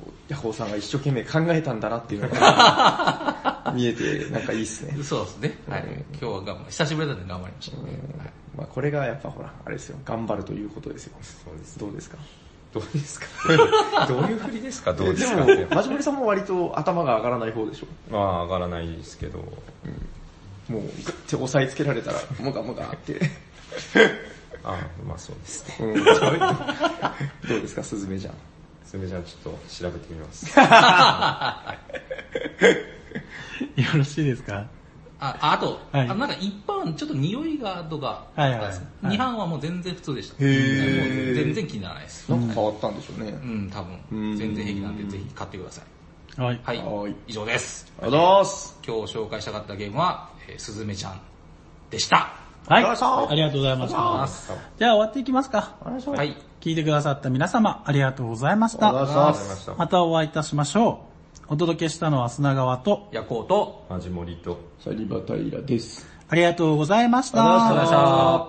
[SPEAKER 2] う、ヤホーさんが一生懸命考えたんだなっていうのが見えて、なんかいいですね。
[SPEAKER 3] そうですね。はい。
[SPEAKER 2] うん
[SPEAKER 3] 今日は頑張久しぶりだったんで頑張りました。はい
[SPEAKER 2] まあこれがやっぱほら、あれですよ、頑張るということですよ。
[SPEAKER 5] そうですね。
[SPEAKER 2] どうですか
[SPEAKER 5] どうですかどういう振りですかどうですか
[SPEAKER 2] えでも、マジモリさんも割と頭が上がらない方でしょ
[SPEAKER 5] まあ上がらないですけど。
[SPEAKER 2] もう、グッて押さえつけられたら、もがもがって。
[SPEAKER 5] あまあそうですね。
[SPEAKER 2] うん、どうですか、スズメちゃん。
[SPEAKER 5] それじゃあちょっと調べてみます。
[SPEAKER 1] よろしいですか
[SPEAKER 3] あ、ああと、
[SPEAKER 1] はい
[SPEAKER 3] あなんか一般、ちょっと匂いがとか、
[SPEAKER 1] はいはいはい
[SPEAKER 3] 二班はもう全然普通でした。
[SPEAKER 2] へー
[SPEAKER 3] もう全然気にならないです。
[SPEAKER 2] なんか変わったんでしょうね。
[SPEAKER 3] うん、多
[SPEAKER 2] うん
[SPEAKER 3] 分、全然平気なんでぜひ買ってください。
[SPEAKER 1] はい。
[SPEAKER 3] はい。
[SPEAKER 2] はい
[SPEAKER 3] 以上です。
[SPEAKER 2] ありがとうございます。
[SPEAKER 3] 今日紹介したかったゲームは、えーすずめちゃんでした。
[SPEAKER 1] はい。
[SPEAKER 2] お疲れ様
[SPEAKER 1] ありがとうございました。じゃあ終わっていきますか。
[SPEAKER 3] は。
[SPEAKER 2] はい
[SPEAKER 1] 聞いてくださった皆様、ありがとうございまし
[SPEAKER 2] ありがとうござ
[SPEAKER 1] た。
[SPEAKER 2] いま
[SPEAKER 5] ありが
[SPEAKER 2] す。
[SPEAKER 5] とうございま
[SPEAKER 1] またお会いいたしましょう。お届けしたのは砂川と、
[SPEAKER 3] 夜行と、
[SPEAKER 5] した。味盛りと。
[SPEAKER 2] サリバタイラです。
[SPEAKER 1] ありがとうございまし。
[SPEAKER 2] ありがとうございましたた。